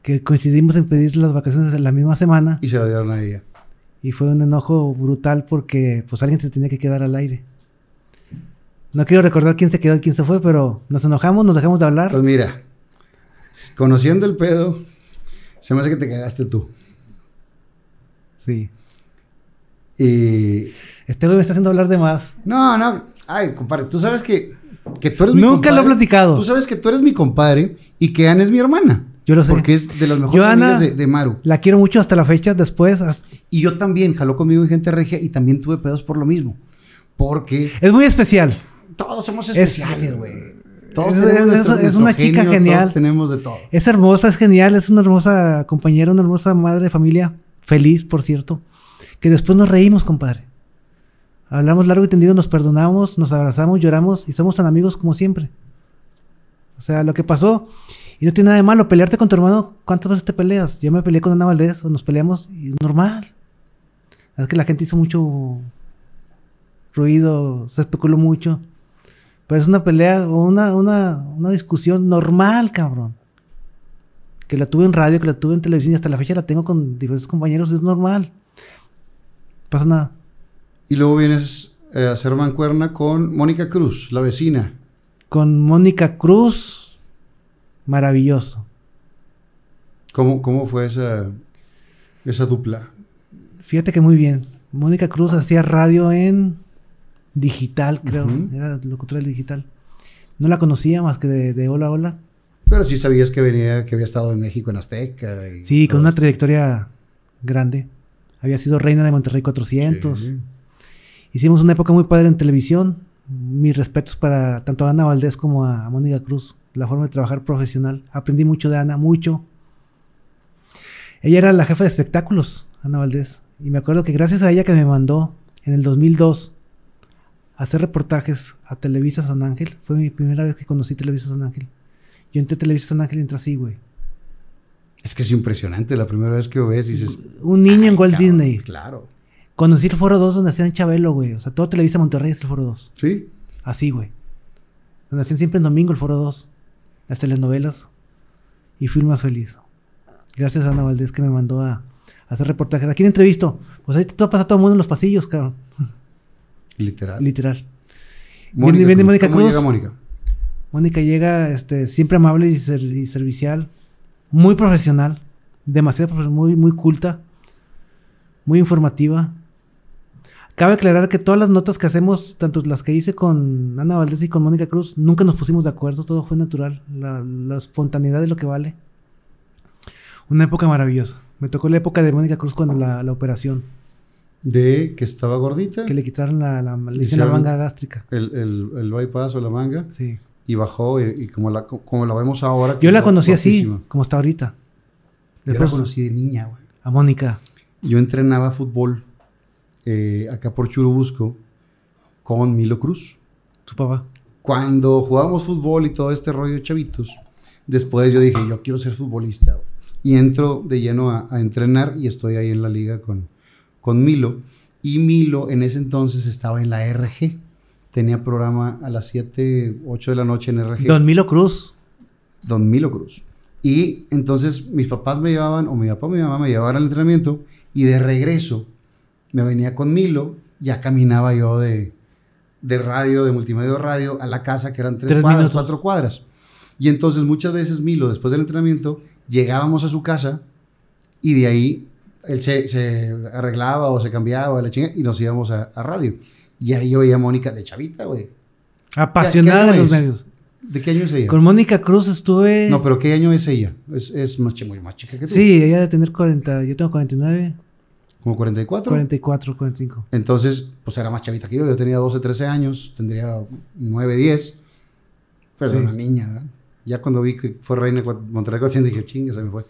B: Que coincidimos en pedir las vacaciones en la misma semana
A: y se la dieron a ella.
B: y fue un enojo brutal porque pues alguien se tenía que quedar al aire. No quiero recordar quién se quedó y quién se fue, pero nos enojamos, nos dejamos de hablar.
A: Pues mira, conociendo el pedo, se me hace que te cagaste tú.
B: Sí.
A: Y.
B: Este güey me está haciendo hablar de más.
A: No, no. Ay, compadre, tú sabes que, que tú eres mi
B: Nunca lo he
A: compadre.
B: platicado.
A: Tú sabes que tú eres mi compadre y que Ana es mi hermana.
B: Yo lo sé.
A: Porque es de las mejores
B: Yo, Ana-
A: amigas de, de Maru.
B: La quiero mucho hasta la fecha. Después, as-
A: Y yo también, jaló conmigo en gente regia y también tuve pedos por lo mismo. Porque
B: es muy especial.
A: todos somos especiales, güey. Todos
B: es-
A: tenemos
B: es-
A: nuestro-
B: es una
A: nuestro
B: chica
A: genio,
B: genial.
A: Todos tenemos de todo.
B: Es hermosa, es genial. Es una hermosa compañera, una hermosa madre de familia. Feliz, por cierto. Que después nos reímos, compadre. Hablamos largo y tendido, nos perdonamos, nos abrazamos, lloramos y somos tan amigos como siempre. O sea, lo que pasó. Y no tiene nada de malo pelearte con tu hermano. ¿Cuántas veces te peleas? Yo me peleé con Ana Valdés o nos peleamos y es normal. Es que la gente hizo mucho ruido, se especuló mucho. Pero es una pelea o una, una, una discusión normal, cabrón. Que la tuve en radio, que la tuve en televisión y hasta la fecha la tengo con diversos compañeros, es normal. No Pasa nada.
A: Y luego vienes eh, a hacer mancuerna con Mónica Cruz, la vecina.
B: Con Mónica Cruz, maravilloso.
A: ¿Cómo, cómo fue esa, esa dupla?
B: Fíjate que muy bien. Mónica Cruz
A: Ah.
B: hacía radio en digital, creo.
A: Ujú.
B: Era locutora del digital. No la conocía más que de, de Hola Hola.
A: Pero sí sabías que venía, que había estado en México, en Azteca. y
B: Sí, con
A: todo
B: una
A: esto.
B: trayectoria grande. Había sido reina de Monterrey 400.
A: Sí.
B: Hicimos una época muy padre en televisión. Mis respetos para tanto a Ana Valdés como a Mónica Cruz. La forma de trabajar profesional. Aprendí mucho de Ana, mucho. Ella era la jefa de espectáculos, Ana Valdés. Y me acuerdo que gracias a ella que me mandó en el 2002 a hacer reportajes a Televisa San Ángel. Fue mi primera vez que conocí Televisa San Ángel. Yo entré a Televisa San Ángel y entré así, güey.
A: Es que es impresionante la primera vez que lo ves dices.
B: Un niño en Walt
A: "Cabrón,
B: Disney.
A: Claro.
B: Conocí el Foro 2 donde hacían Chabelo, güey. O sea, todo Televisa Monterrey es el Foro 2.
A: Sí.
B: Así, güey. Donde hacían siempre en domingo el Foro 2. Las telenovelas. Y fui el más feliz. Gracias a Ana Valdés que me mandó a, a hacer reportajes. ¿A quién entrevisto? Pues ahí te pasa todo el mundo en los pasillos, cabrón.
A: Literal.
B: Literal. Viene- viene Mónica
A: ¿Cómo
B: Cruz.
A: llega Mónica?
B: Mónica llega este, siempre amable y, ser- y servicial, muy profesional, demasiado profe- muy, muy culta, muy informativa. Cabe aclarar que todas las notas que hacemos, tanto las que hice con Ana Valdés y con Mónica Cruz, nunca nos pusimos de acuerdo, todo fue natural, la, la espontaneidad es lo que vale. Una época maravillosa. Me tocó la época de Mónica Cruz cuando la, la operación.
A: de que estaba gordita,
B: Que le quitaron la, la, le hicieron
A: Hicieron-
B: la manga gástrica.
A: el, el, el bypass o la manga,
B: Sí.
A: y bajó, y, y como, la, como la vemos ahora.
B: Yo
A: que
B: la
A: es
B: conocí así,
A: guapísima.
B: como está ahorita.
A: Yo la
B: Después
A: conocí de niña, güey.
B: a Mónica.
A: Yo entrenaba fútbol eh, acá por Churubusco con Milo Cruz.
B: Tu papá.
A: cuando jugábamos fútbol y todo este rollo de chavitos, después yo dije, yo quiero ser futbolista. güey. Y entro de lleno a, a entrenar y estoy ahí en la liga con, con Milo. Y Milo en ese entonces estaba en la RG. Tenía programa a las 7, 8 de la noche en RG.
B: Don Milo Cruz.
A: Don Milo Cruz. Y entonces mis papás me llevaban, o mi papá o mi mamá me llevaban al entrenamiento, y de regreso me venía con Milo, ya caminaba yo de, de radio, de multimedia radio, a la casa, que eran tres,
B: Tres
A: cuadras,
B: minutos.
A: cuatro cuadras. Y entonces muchas veces Milo, después del entrenamiento, llegábamos a su casa y de ahí él se, se arreglaba o se cambiaba la chinga y nos íbamos a, a radio. Y ahí yo veía a Mónica de chavita, güey.
B: Apasionada
A: año
B: de los
A: es?
B: medios.
A: ¿De qué año es ella?
B: Con Mónica Cruz estuve.
A: No, pero ¿qué año es ella? Es, es más, chi- muy más chica que tú.
B: Sí, ella de tener 40. Yo tengo 49,
A: Como 44.
B: 44, 45.
A: Entonces, pues era más chavita que yo. Yo tenía 12, 13 años. Tendría 9, 10. Pero
B: Sí.
A: era una niña, ¿verdad? Ya cuando vi que fue reina de Cua- Monterrey 400 dije, chingue, se me fue.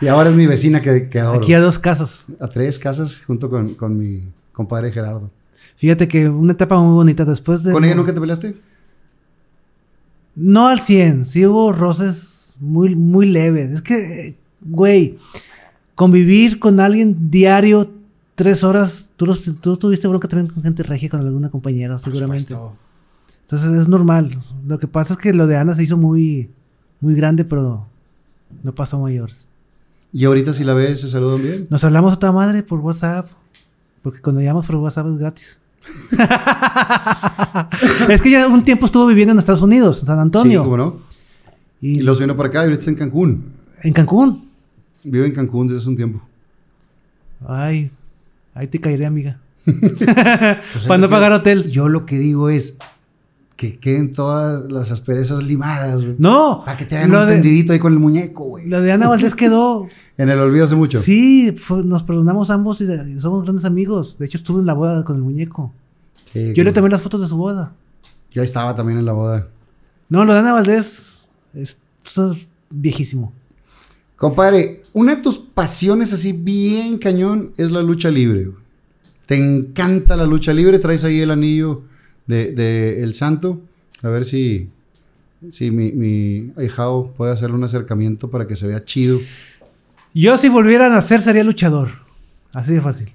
A: y ahora es mi vecina que, que adoro.
B: Aquí a
A: a...
B: dos casas.
A: tres casas junto con, con mi compadre Gerardo.
B: Fíjate que una etapa muy bonita después de.
A: ¿Con ella nunca te peleaste?
B: No al 100, sí hubo roces muy, muy leves. Es que, eh, güey, convivir con alguien diario tres horas, tú, los- tú tuviste bronca también con gente regia, con alguna compañera, seguramente. Entonces es normal. Lo que pasa es que lo de Ana se hizo muy, muy grande, pero no pasó a mayores.
A: Y ahorita si la ves, se saludan bien.
B: Nos hablamos a toda madre por WhatsApp, porque cuando llamamos por WhatsApp
A: [LAUGHS]
B: es gratis. es que ya un tiempo estuvo viviendo en Estados Unidos, en San Antonio.
A: Sí, cómo no.
B: y
A: Y los vino para acá y ahorita está en Cancún.
B: en Cancún.
A: Vive en Cancún desde hace un tiempo.
B: Ay, ahí te caeré, amiga.
A: Pues es lo
B: Para no
A: que-
B: pagar hotel.
A: Yo lo que digo es que queden todas las asperezas limadas, güey.
B: No.
A: Para que te hagan
B: lo
A: un
B: de,
A: tendidito ahí con el muñeco, güey.
B: Lo de Ana Valdés quedó.
A: En el olvido hace mucho.
B: Sí, fue- nos perdonamos ambos y y somos grandes amigos. De hecho, estuve en la boda con el muñeco.
A: Sí,
B: Yo le
A: güey.
B: tomé las fotos de su boda.
A: Yo Eh, estaba también en la boda.
B: No, lo de Ana Valdés es, es viejísimo.
A: Compadre, una de tus pasiones así bien cañón es la lucha libre. güey. Te encanta la lucha libre. Traes ahí el anillo de, de El Santo. A ver si, si mi, mi ahijado puede hacerle un acercamiento para que se vea chido.
B: Yo, si volviera a nacer, sería luchador. Así de fácil.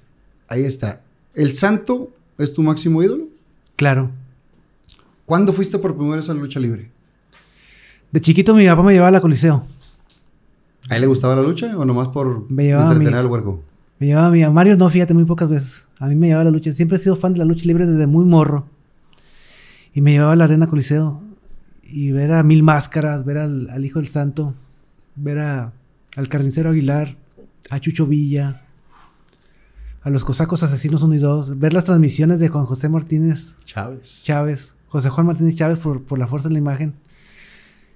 A: Ahí está. ¿El Santo es tu máximo ídolo?
B: Claro.
A: ¿Cuándo fuiste por primera vez a la lucha libre?
B: De chiquito, mi papá me llevaba a la Coliseo.
A: ¿A él le gustaba la lucha o nomás por
B: Me llevaba a mí.
A: entretener al huerco?
B: Me llevaba a mí. A Mario no, fíjate, muy pocas veces. A mí me llevaba la lucha. Siempre he sido fan de la lucha libre desde muy morro. Y me llevaba a la Arena Coliseo. Y ver a Mil Máscaras, ver al, al Hijo del Santo, ver a- al Carnicero Aguilar, a Chucho Villa, a los Cosacos Asesinos Unidos, ver las transmisiones de Juan José Martínez
A: Chávez.
B: Chávez, José Juan Martínez Chávez por, por la fuerza de la imagen.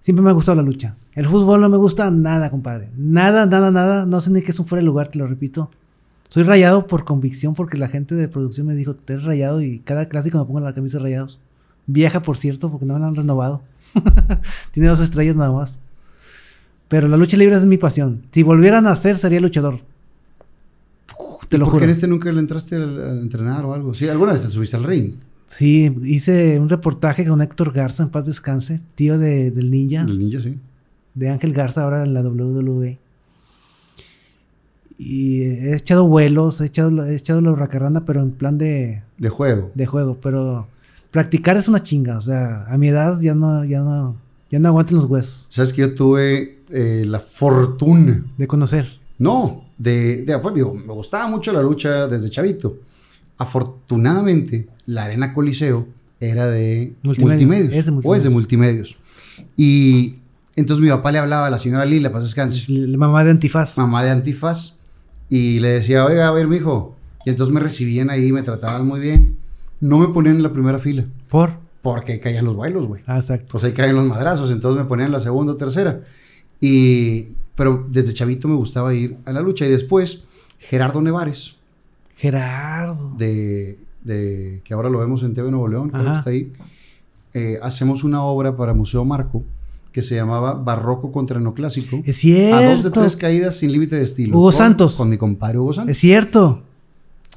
B: Siempre me ha gustado la lucha. El fútbol no me gusta nada, compadre. Nada, nada, nada. No sé ni qué es un fuera de lugar, te lo repito. Soy rayado por convicción porque la gente de producción me dijo, te eres rayado y cada clásico me pongo la camisa de rayados. Vieja, por cierto, porque no me la han renovado. [LAUGHS] Tiene dos estrellas nada más. Pero la lucha libre es mi pasión. Si volviera a nacer, sería luchador. Te lo
A: ¿Por
B: juro.
A: qué en este nunca le entraste al- a, entrenar o algo? Sí, alguna vez te subiste al ring.
B: Sí, hice un reportaje con Héctor Garza, en paz descanse, tío de- del ninja,
A: El ninja, sí.
B: de Ángel Garza, ahora en la WWE. Y he echado vuelos, he echado, la- he echado la hurracarrana, pero en plan de,
A: De juego.
B: de juego. Pero practicar es una chinga, o sea, a mi edad ya no, ya no, ya no aguantan los huesos
A: Sabes que yo tuve eh, la fortuna.
B: de conocer.
A: No, de, de pues, digo, me gustaba mucho la lucha desde chavito. Afortunadamente, la Arena Coliseo era de
B: Multimedia,
A: multimedios.
B: es de
A: O es de multimedios. Y entonces mi papá le hablaba a la señora Lila, para descanso.
B: La la mamá de Antifaz.
A: mamá de antifaz y le decía, oiga, a ver, mijo. Y entonces me recibían ahí, me trataban muy bien. No me ponían en la primera fila
B: Por.
A: porque caían los bailos, güey.
B: Ah, exacto.
A: Entonces ahí caían los madrazos, entonces me ponían en la segunda o tercera. Y, pero desde chavito me gustaba ir a la lucha. Y después, Gerardo Nevares.
B: Gerardo.
A: de, de- que ahora lo vemos en TV Nuevo León, creo que
B: Ajá.
A: está ahí, eh, hacemos una obra para Museo Marco que se llamaba Barroco contra Neoclásico.
B: Es
A: A dos de
B: cierto.
A: tres caídas sin límite de estilo.
B: Hugo
A: Con-
B: Santos.
A: Con mi compadre Hugo Santos.
B: Es cierto.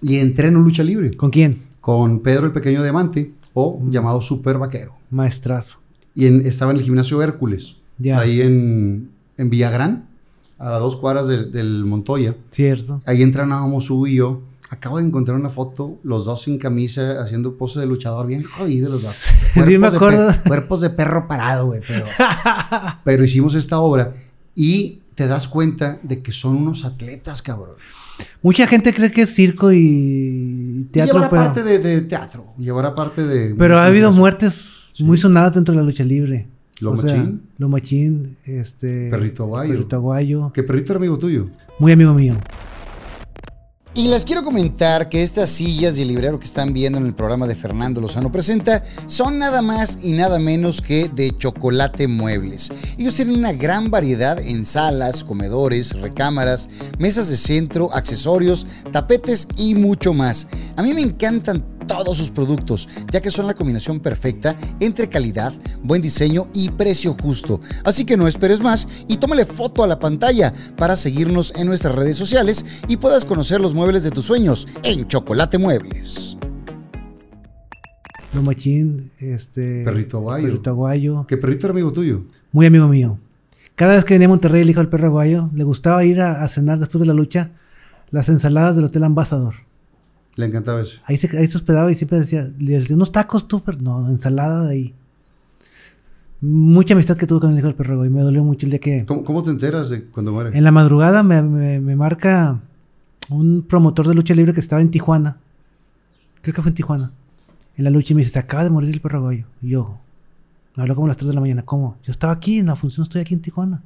A: Y entreno lucha libre
B: ¿Con quién?
A: con Pedro el Pequeño Diamante o llamado Super Vaquero.
B: Maestrazo.
A: Y en- estaba en el gimnasio Hércules,
B: Ya.
A: ahí en, en Villagrán, a dos cuadras del- del Montoya.
B: Cierto.
A: Ahí entrenábamos Hugo y yo. Acabo de encontrar una foto, los dos sin camisa, haciendo pose de luchador, bien jodidos los dos.
B: Sí, me
A: Cuerpos de
B: acuerdo.
A: per- cuerpos de perro parado, güey,
B: [LAUGHS]
A: pero, pero hicimos esta obra y te das cuenta de que son unos atletas, cabrón.
B: Mucha gente cree que es circo y
A: y
B: teatro,
A: llevar
B: pero,
A: aparte de, de teatro, llevar aparte de...
B: pero ha
A: música,
B: habido
A: eso.
B: muertes muy sonadas dentro de la lucha libre.
A: Lo
B: O sea,
A: Machín.
B: Lo Machín, este...
A: Perrito Aguayo.
B: Perrito Aguayo.
A: Que perrito era amigo tuyo.
B: Muy amigo mío.
D: Y les quiero comentar que estas sillas de librero que están viendo en el programa de Fernando Lozano Presenta son nada más y nada menos que de chocolate muebles. Ellos tienen una gran variedad en salas, comedores, recámaras, mesas de centro, accesorios, tapetes y mucho más. A mí me encantan todos sus productos, ya que son la combinación perfecta entre calidad, buen diseño y precio justo. Así que no esperes más y tómale foto a la pantalla para seguirnos en nuestras redes sociales y puedas conocer los muebles de tus sueños en Chocolate Muebles.
B: Lo Machín, este...
A: Perrito Aguayo.
B: Perrito Aguayo.
A: Que perrito era amigo tuyo.
B: Muy amigo mío. Cada vez que venía a Monterrey, el hijo del perro aguayo, le gustaba ir a, a cenar después de la lucha las ensaladas del Hotel Ambassador.
A: Le encantaba eso.
B: Ahí se, ahí se hospedaba y siempre decía, le decía, unos tacos tú, pero no, ensalada de ahí. Mucha amistad que tuve con el hijo del perro aguayo. Me dolió mucho el día que...
A: ¿Cómo, cómo te enteras de cuando muere?
B: En la madrugada me, me- me marca un promotor de lucha libre que estaba en Tijuana. Creo que fue en Tijuana. En la lucha y me dice, se acaba de morir el perro aguayo. Y yo, me habló como a las 3 de la mañana. ¿Cómo? Yo estaba aquí en la función, estoy aquí en Tijuana.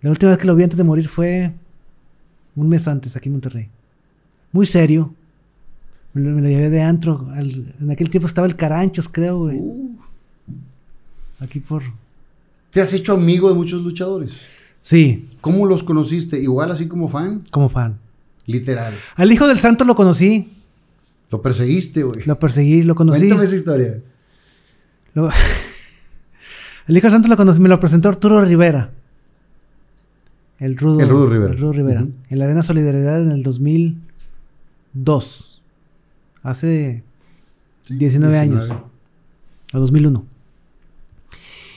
B: La última vez que lo vi antes de morir fue un mes antes, aquí en Monterrey. Muy serio. Me lo, me lo llevé de antro. al- en aquel tiempo estaba el Caranchos, creo, güey.
A: Uh.
B: Aquí por...
A: Te has hecho amigo de muchos luchadores.
B: Sí,
A: ¿Cómo los conociste? Igual así como fan,
B: como fan.
A: literal.
B: Al hijo del santo lo conocí.
A: Lo perseguiste, güey.
B: Lo perseguí, lo conocí.
A: Cuéntame esa historia.
B: Lo- [LAUGHS] el hijo del santo lo conocí, me lo presentó Arturo Rivera. El Rudo,
A: El Rudo Rivera.
B: el Rudo Rivera.
A: Ujú.
B: En la Arena Solidaridad en el 2002. Hace 19, años. O 2001.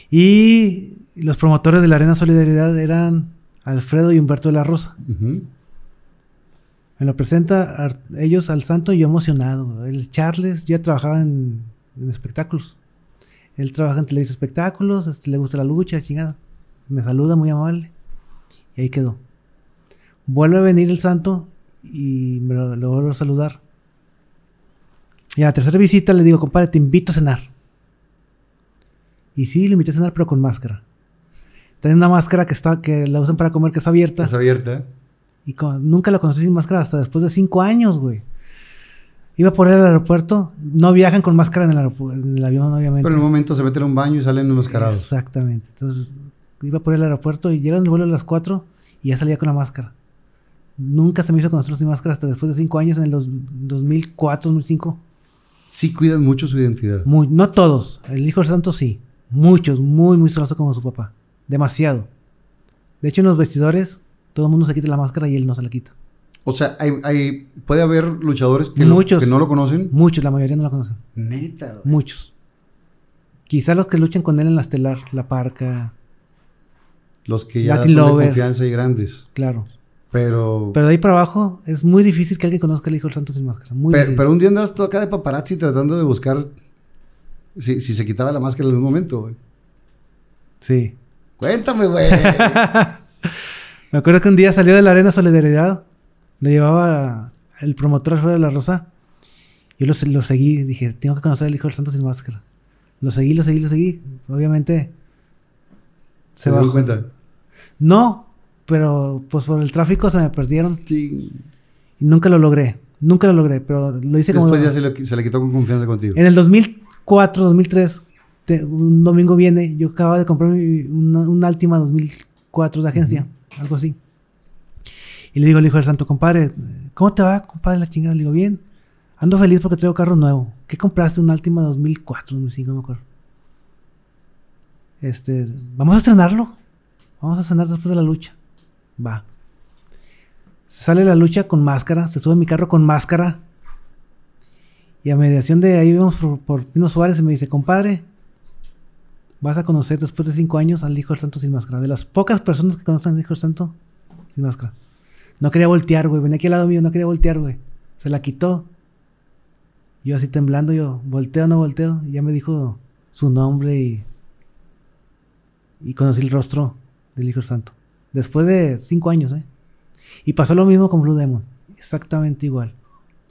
B: Y los promotores de la Arena Solidaridad eran Alfredo y Humberto de la Rosa.
A: Ujú.
B: Me lo presenta Ar- ellos al santo y yo emocionado. El Charles yo ya trabajaba en, en espectáculos. Él trabaja en Televisa Espectáculos, este, le gusta la lucha, la chingada. Me saluda muy amable. Y ahí quedó. Vuelve a venir el santo y me lo, lo vuelvo a saludar. Y a la tercera visita le digo, compadre, te invito a cenar. Y sí, lo invité a cenar, pero con máscara. Tiene una máscara que, está, que la usan para comer que está abierta.
A: Estás abierta.
B: Y como- nunca lo conocí sin máscara hasta después de cinco años, güey. Iba por él al aeropuerto. No viajan con máscara en el, aeropu- en el avión, obviamente.
A: Pero en un momento se meten a un baño y salen enmascarados.
B: Exactamente. Entonces, iba por el aeropuerto y llegan el vuelo a las 4 y ya salía con la máscara. Nunca se me hizo conocerlo sin máscara hasta después de cinco años, en el dos- 2004, 2005.
A: Sí cuidan mucho su identidad.
B: Muy, no todos. El hijo del santo sí. Muchos, muy, muy celoso como su papá. Demasiado. De hecho, en los vestidores, todo el mundo se quita la máscara y él no se la quita.
A: O sea, hay, hay- puede haber luchadores que,
B: Muchos.
A: Lo, que no lo conocen.
B: Muchos, la mayoría no la conocen.
A: Neta, güey.
B: Muchos. Quizá los que luchan con él en la estelar, la parca,
A: Los que ya
B: Latin
A: son de
B: Lover.
A: confianza y grandes.
B: claro.
A: Pero, pero,
B: Pero de ahí para abajo es muy difícil que alguien conozca al hijo del santo sin máscara. Muy difícil.
A: pero un día andabas tú acá de paparazzi tratando de buscar si, si se quitaba la máscara en algún momento, güey.
B: Sí.
A: Cuéntame,
B: [LAUGHS]
A: güey.
B: Me acuerdo que un día salió de la Arena Solidaridad, lo llevaba el promotor Alfredo de la Rosa. Yo lo, se- lo seguí, dije, tengo que conocer al hijo del santo sin máscara. Lo seguí, lo seguí, lo seguí. Obviamente.
A: se dieron
B: bajó.
A: cuenta.
B: No, pero pues por el tráfico se me perdieron
A: Sí.
B: y nunca lo logré. Nunca lo logré, pero lo hice como.
A: Después ya se, le- se le quitó con confianza contigo.
B: En el 2004, 2003, te- un domingo viene, yo acababa de comprar mi- una, un Altima 2004 de agencia, algo así. Y le digo al hijo del santo, compadre, ¿cómo te va, compadre? La chingada. Le digo, bien. Ando feliz porque traigo carro nuevo. ¿Qué compraste? Un Altima 2004, 2005, no me acuerdo. Este, vamos a estrenarlo. Vamos a cenar después de la lucha. Va. Se sale la lucha con máscara, se sube a mi carro con máscara. Y a mediación de ahí vemos por, por Pino Suárez y me dice, compadre, vas a conocer después de cinco años al Hijo del Santo sin máscara. De las pocas personas que conocen al Hijo del Santo sin máscara. No quería voltear, güey. Venía aquí al lado mío, no quería voltear, güey. Se la quitó. Yo así temblando, yo, volteo, no volteo. Y ya me dijo su nombre y, y conocí el rostro del Hijo del Santo. Después de cinco años, ¿eh? Y pasó lo mismo con Blue Demon. Exactamente igual.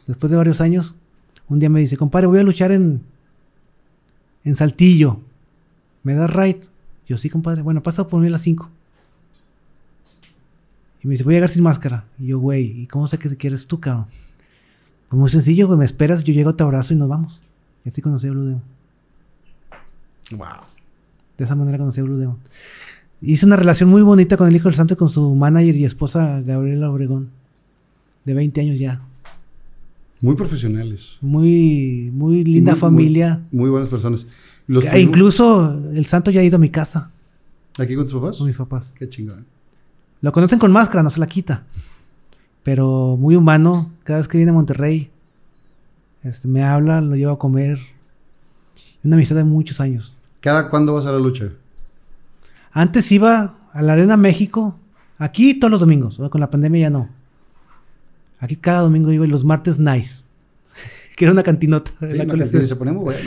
B: Después de varios años, un día me dice, compadre, voy a luchar en, en Saltillo. ¿Me das right? Yo sí, compadre. Bueno, pasa por mí a las 5. Y me dice, voy a llegar sin máscara. Y yo, güey, ¿y cómo sé que quieres tú, cabrón? Pues muy sencillo, güey. Me esperas, yo llego, te abrazo y nos vamos. Y así conocí a Blue Demon.
A: Wow.
B: De esa manera conocí a Blue Demon. Hice una relación muy bonita con el Hijo del Santo y con su manager y esposa Gabriela Obregón. De 20 años ya.
A: Muy profesionales.
B: Muy, muy linda
A: Muy-
B: familia.
A: Muy, muy buenas personas. Los
B: E
A: primos-
B: incluso el santo ya ha ido a mi casa
A: ¿Aquí con tus papás?
B: con mis papás.
A: Qué chingada.
B: Lo conocen con máscara, no se la quita. Pero muy humano, cada vez que viene a Monterrey, este, me habla, lo llevo a comer. Una amistad de muchos años.
A: ¿Cada cuándo vas a la lucha?
B: Antes iba a la Arena México, aquí todos los domingos, ahora con la pandemia ya no. Aquí cada domingo iba y los martes nice, [LAUGHS] que era una cantinota. en
A: Sí,
B: la
A: una
B: Coliseo.
A: cantina y se ponemos, bueno.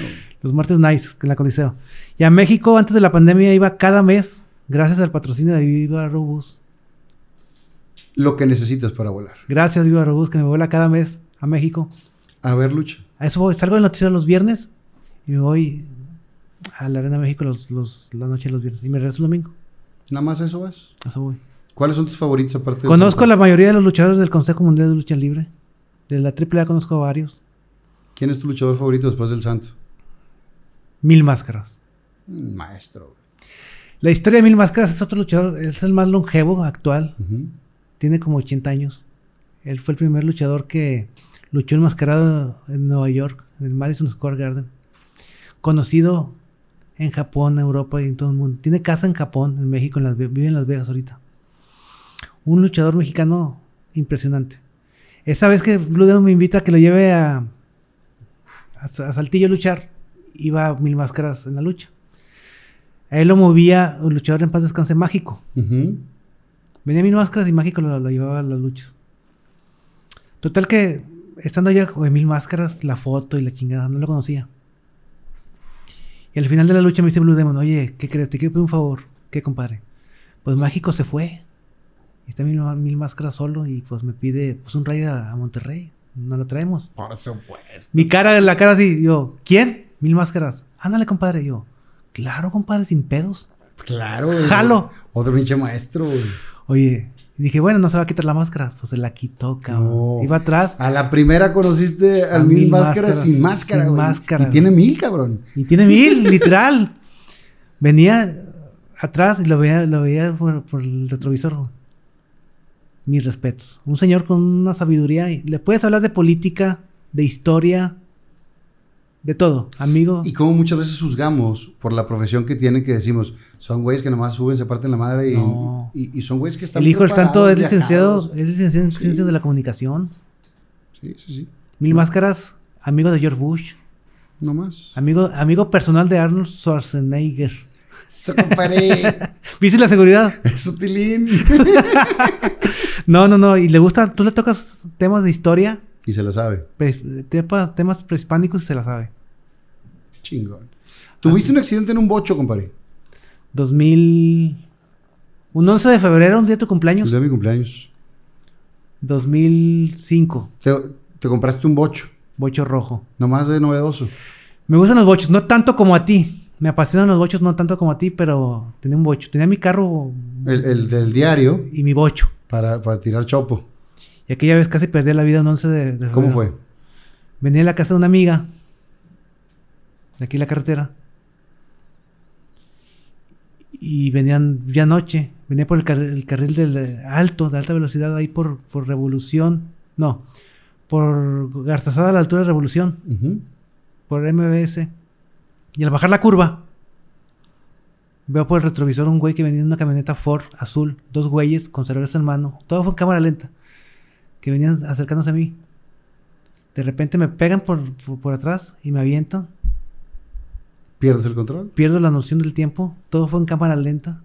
B: Los martes nice en la Coliseo. Y a México antes de la pandemia iba cada mes, gracias al patrocinio de Viva Robus.
A: Lo que necesitas para volar.
B: Gracias Viva Robus que me vuela cada mes a México.
A: A ver, lucha.
B: A eso voy, salgo del noticiero los viernes y me voy a la Arena México los, los, la noche de los viernes. Y me regreso el domingo.
A: Nada más a eso vas.
B: A eso voy.
A: ¿Cuáles son tus favoritos aparte del
B: Conozco a
A: Santo?
B: la mayoría de los luchadores del Consejo Mundial de Lucha Libre. De la AAA conozco a varios.
A: ¿Quién es tu luchador favorito después del Santo?
B: Mil Máscaras.
A: Mm, Maestro.
B: La historia de Mil Máscaras es otro luchador, es el más longevo actual.
A: Ujú.
B: Tiene como 80 años. Él fue el primer luchador que luchó enmascarado en Nueva York, en el Madison Square Garden. Conocido en Japón, Europa y en todo el mundo. Tiene casa en Japón, en México, en Las Ve- vive en Las Vegas ahorita. Un luchador mexicano impresionante. Esta vez que Blue Demon me invita a que lo lleve a, a, Sa- a Saltillo a luchar, iba a Mil Máscaras en la lucha. A él lo movía un luchador en paz descanse mágico.
A: Ujú.
B: Venía mil máscaras y mágico lo, lo llevaba a la lucha. Total que estando allá con mil máscaras, la foto y la chingada, no lo conocía. Y al final de la lucha me dice Blue Demon, oye, ¿qué crees? Te quiero pedir un favor. ¿Qué, compadre? Pues Mágico se fue. Y está mil, mil máscaras solo y pues me pide pues, un rayo a, a Monterrey. No lo traemos.
A: Por supuesto.
B: Mi cara, la cara así, yo, ¿quién? Mil máscaras. Ándale, compadre. Yo, claro, compadre, sin pedos.
A: Claro. güey.
B: Jalo.
A: Otro pinche maestro. güey.
B: Oye, y dije, bueno, no se va a quitar la máscara. Pues se la quitó, cabrón.
A: No.
B: Iba atrás
A: A la primera conociste
B: A
A: al Mil
B: Mil
A: Máscaras sin máscara,
B: Máscaras, sin
A: güey.
B: máscara,
A: Y tiene mil, cabrón.
B: y tiene
A: [LAUGHS]
B: mil, literal. Venía atrás y lo veía, lo veía por, por el retrovisor. güey. Mis respetos. Un señor con una sabiduría. y Le puedes hablar de política, de historia, de todo, amigo.
A: Y como muchas veces juzgamos por la profesión que tienen, que decimos, son güeyes que nomás suben, se parten la madre y,
B: No.
A: y, y son güeyes que están.
B: El hijo del santo es
A: preparados,
B: licenciado, es licenciado en
A: Sí.
B: ciencias de la comunicación.
A: viajados. Sí, sí, sí.
B: Mil máscaras, amigo de George Bush,
A: No más.
B: amigo, amigo personal de Arnold Schwarzenegger. [LAUGHS]
A: Eso, [LAUGHS] compadre.
B: ¿Viste la seguridad?
A: Eso, Tilín.
B: No, no, no. Y le gusta, tú le tocas temas de historia,
A: y se la sabe.
B: pre- tepa- temas prehispánicos y se la sabe.
A: Chingón. Tuviste un accidente en un bocho, compadre.
B: 2000. Un 11 de febrero, un día de tu
A: El
B: cumpleaños.
A: día de mi cumpleaños.
B: 2005.
A: Te, te compraste un bocho.
B: Bocho rojo.
A: Nomás de novedoso.
B: Me gustan los bochos, no tanto como a ti. Me apasionan los bochos, no tanto como a ti, pero tenía un bocho. Tenía mi carro
A: El, el del diario
B: y mi bocho.
A: para, para tirar chopo.
B: Y aquella vez casi perdí la vida un 11 de, de febrero.
A: ¿Cómo fue?
B: Venía a la casa de una amiga. De aquí en la carretera. Y venían ya noche. Venía por el, car el carril del eh, alto, de alta velocidad, ahí por, por Revolución. No, por Garzazada a la altura de Revolución.
A: Ujú.
B: por MBS. Y al bajar la curva, veo por el retrovisor un güey que venía en una camioneta Ford azul, dos güeyes con cerveza en mano, todo fue en cámara lenta, que venían acercándose a mí. De repente me pegan por, por, por atrás y me avientan,
A: ¿Pierdes el control?
B: pierdo la noción del tiempo, todo fue en cámara lenta,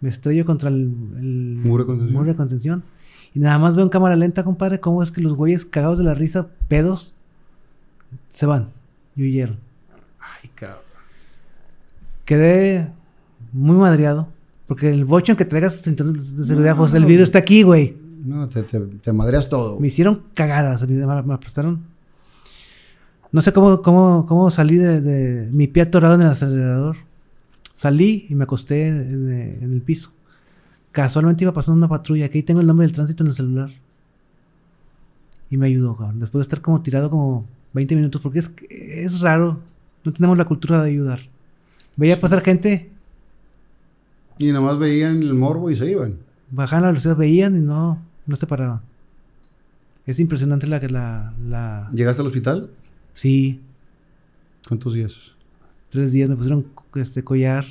B: me estrello contra el, el
A: Muro de contención.
B: muro de contención, y nada más veo en cámara lenta, compadre, cómo es que los güeyes cagados de la risa, pedos, se van y huyeron.
A: Ay, cabrón.
B: quedé muy madreado. Porque el bocho en que traigas cinturón de seguridad,
A: No,
B: José,
A: no,
B: el vidrio
A: no.
B: está aquí, güey.
A: No, te, te, te madreas todo.
B: Me hicieron cagadas, me, me aplastaron. No sé cómo, cómo, cómo salí de, de- mi pie atorado en el acelerador. Salí y me acosté en, eh, en el piso. Casualmente iba pasando una patrulla, que ahí tengo el nombre del tránsito en el celular. Y me ayudó, cabrón. Después de estar como tirado como 20 minutos, porque es, es raro. No tenemos la cultura de ayudar. Veía pasar gente
A: Y nomás veían el morbo y se iban.
B: bajaban la velocidad, veían y no, no se paraban. Es impresionante la que la, la...
A: ¿Llegaste al hospital?
B: Sí,
A: Con tus yesos.
B: tres días me pusieron co- este collar,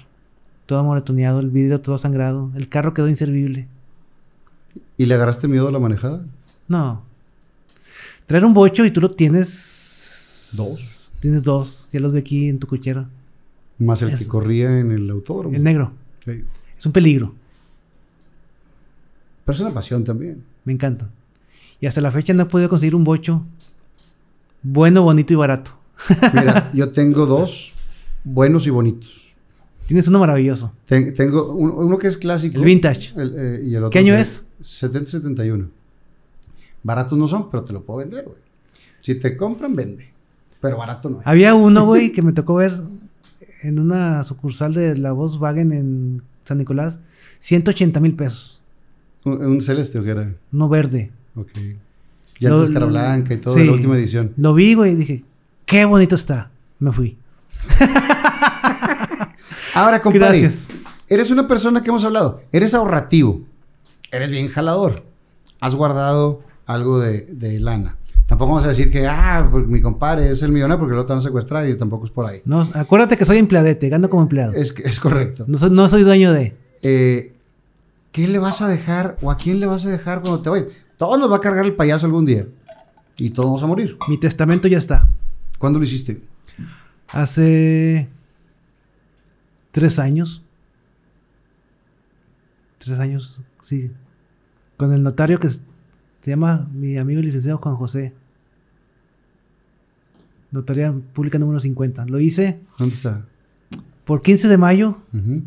B: todo moretoneado, el vidrio todo sangrado, el carro quedó inservible.
A: ¿Y le agarraste miedo a la manejada?
B: No. Traer un bocho y tú lo tienes...
A: Dos.
B: Tienes dos, ya los ve aquí en tu cochera.
A: Más el que
B: Es-
A: corría en el autódromo.
B: El negro,
A: Sí.
B: es un peligro,
A: Pero es una pasión también.
B: me encanta. Y hasta la fecha no he podido conseguir un bocho bueno, bonito y barato.
A: Mira, yo
B: [LAUGHS]
A: tengo dos buenos y bonitos.
B: Tienes uno maravilloso.
A: Ten- tengo un- uno que es clásico.
B: El vintage.
A: El, eh, y el otro
B: ¿Qué año
A: que
B: es?
A: 70-71. Baratos no son, pero te lo puedo vender, güey. Si te compran, vende. Pero barato no es.
B: Había uno, güey, que me tocó ver en una sucursal de la Volkswagen en San Nicolás, 180 mil pesos,
A: Un, un celeste, ¿o qué era?
B: no verde.
A: Ok. Ya antes
B: Lo-
A: cara blanca y todo, de
B: sí.
A: la última edición.
B: Lo vi, güey, y dije, qué bonito está. Me fui.
A: Ahora, compadre,
B: Gracias.
A: eres una persona que hemos hablado. Eres ahorrativo. Eres bien jalador. Has guardado algo de, de lana. Tampoco vamos a decir que, ah, pues, mi compadre es el millonario porque el otro van a secuestrar y tampoco es por ahí.
B: No, acuérdate que soy empleadete, gano como empleado.
A: Es, es correcto.
B: No soy, no soy dueño de.
A: Eh, ¿Qué le vas a dejar o a quién le vas a dejar cuando te vayas? Todos nos va a cargar el payaso algún día y todos vamos a morir.
B: Mi testamento ya está.
A: ¿Cuándo lo hiciste?
B: Hace tres años. Tres años, sí. Con el notario que s- se llama mi amigo licenciado Juan José. Notaría pública número 50. Lo hice
A: ¿Dónde está?
B: por 15 de mayo,
A: Ujú.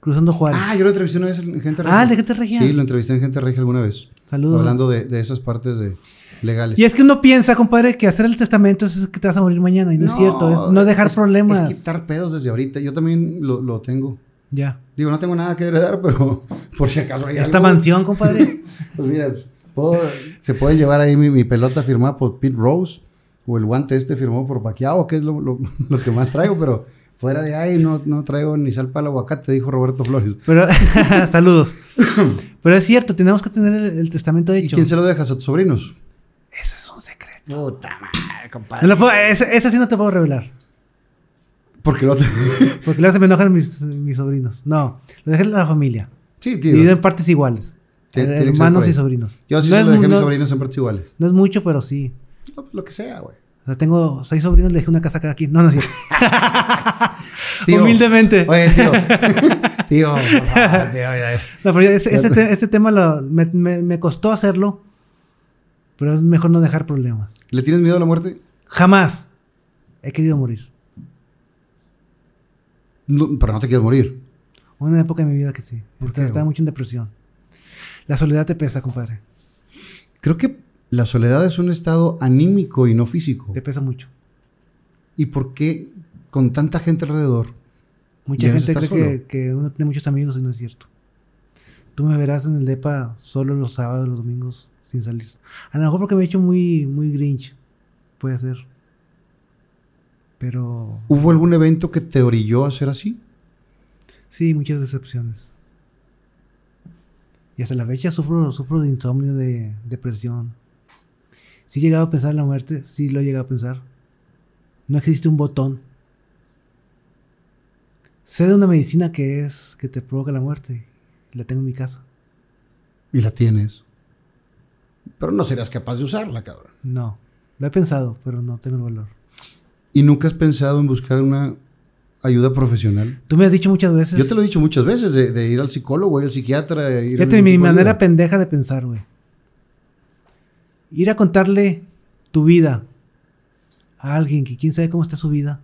B: cruzando Juárez.
A: Ah, yo lo entrevisté una vez en Gente Regia.
B: Ah, de Gente Regia.
A: Sí, lo entrevisté en Gente Regia alguna vez.
B: Saludos.
A: Hablando de, de esas partes de legales.
B: Y es que uno piensa, compadre, que hacer el testamento es que te vas a morir mañana. Y no, es cierto, es no dejar
A: es-
B: problemas.
A: Es quitar pedos desde ahorita. Yo también lo, lo tengo.
B: Ya.
A: Digo, no tengo nada que heredar, pero [LAUGHS] por si acaso hay
B: Esta
A: algo. [LAUGHS]
B: mansión, compadre.
A: Pues mira, pues, puedo- se puede llevar ahí mi, mi pelota firmada por Pete Rose o el guante este firmado por Pacquiao, que es lo, [LAUGHS] lo- lo que más traigo, pero fuera de ahí no, no traigo ni sal para el aguacate, dijo Roberto Flores.
B: Pero, [LAUGHS] saludos. Pero es cierto, tenemos que tener el, el testamento
A: ¿Y
B: hecho.
A: quién se lo dejas a tus sobrinos?
B: Eso es un secreto.
A: Puta madre,
B: No
A: compadre.
B: lo puedo- ese, ese sí no te puedo revelar.
A: Porque lo te-
B: Porque luego se me enojan mis, mis sobrinos. No, lo dejé en la familia.
A: [LAUGHS] Sí, tío.
B: Dividido en partes iguales.
A: Tiene- tiene que ser por
B: hermanos
A: ahí.
B: y sobrinos.
A: Yo sí
B: no
A: se
B: es
A: lo dejé a mis
B: mu- no-
A: sobrinos en partes iguales.
B: No es mucho, pero sí.
A: No, pues lo que sea, güey.
B: O sea, tengo seis sobrinos, le dejé una casa a cada quien. No, no
A: [LAUGHS]
B: es cierto.
A: Tío.
B: Humildemente.
A: Oye,
B: [LAUGHS]
A: tío. tío, por favor, tío, ya.
B: No, pero ese- este, te- este tema lo- me, me- me costó hacerlo. Pero es mejor no dejar problemas.
A: ¿Le tienes miedo a la muerte?
B: Jamás he querido morir.
A: No, pero no te quieres morir.
B: Hubo Una época de mi vida que sí. Porque
A: qué,
B: estaba
A: güey?
B: mucho en depresión. La soledad te pesa, compadre.
A: Creo que la soledad es un estado anímico y no físico.
B: Te pesa mucho.
A: ¿Y por qué con tanta gente alrededor?
B: Mucha
A: Llegas a
B: gente
A: estar
B: cree que, que uno tiene muchos amigos y no es cierto. Tú me verás en el DEPA solo los sábados, los domingos, sin salir. A lo mejor porque me he hecho muy, muy grinch. Puede ser. Pero
A: ¿Hubo algún evento que te orilló a ser así?
B: sí, muchas decepciones. Y hasta la fecha sufro, sufro de insomnio, de depresión. Sí he llegado a pensar en la muerte, sí lo he llegado a pensar. No existe un botón. Sé de una medicina que es que te provoca la muerte. La tengo en mi casa.
A: Y la tienes. Pero no serás capaz de usarla, cabrón.
B: No. Lo he pensado, pero no tengo el valor.
A: ¿Y nunca has pensado en buscar una ayuda profesional?
B: Tú me has dicho muchas veces.
A: Yo te lo he dicho muchas veces, de, de ir al psicólogo, ir al psiquiatra. Ir
B: Fíjate,
A: al-
B: mi manera pendeja de pensar, güey. Ir a contarle tu vida a alguien que quién sabe cómo está su vida.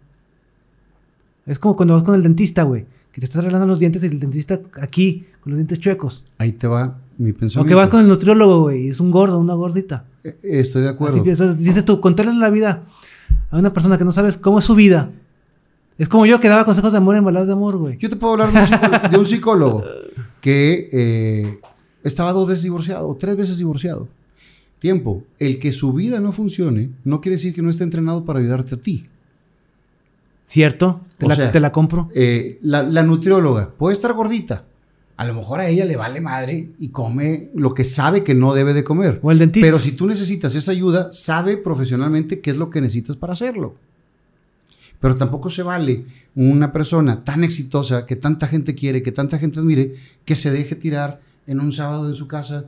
B: Es como cuando vas con el dentista, güey. Que te estás arreglando los dientes y el dentista aquí, con los dientes chuecos.
A: Ahí te va mi
B: O
A: pensamiento.
B: que vas con el nutriólogo, güey. y Es un gordo, una gordita.
A: Eh, eh, Estoy de
B: Así
A: acuerdo.
B: piensas, dices tú, contarles la vida a una persona que no sabes cómo es su vida. Es como yo que daba consejos de amor en baladas de amor, güey.
A: Yo te puedo hablar de un psicólogo, de un psicólogo que eh, estaba dos veces divorciado, tres veces divorciado. Tiempo. El que su vida no funcione no quiere decir que no esté entrenado para ayudarte a ti.
B: ¿Cierto? Te
A: O
B: la,
A: sea,
B: te la compro.
A: Eh, la, la nutrióloga puede estar gordita. A lo mejor a ella le vale madre y come lo que sabe que no debe de comer.
B: O el dentista.
A: Pero si tú necesitas esa ayuda, sabe profesionalmente qué es lo que necesitas para hacerlo. Pero tampoco se vale una persona tan exitosa, que tanta gente quiere, que tanta gente admire, que se deje tirar en un sábado en su casa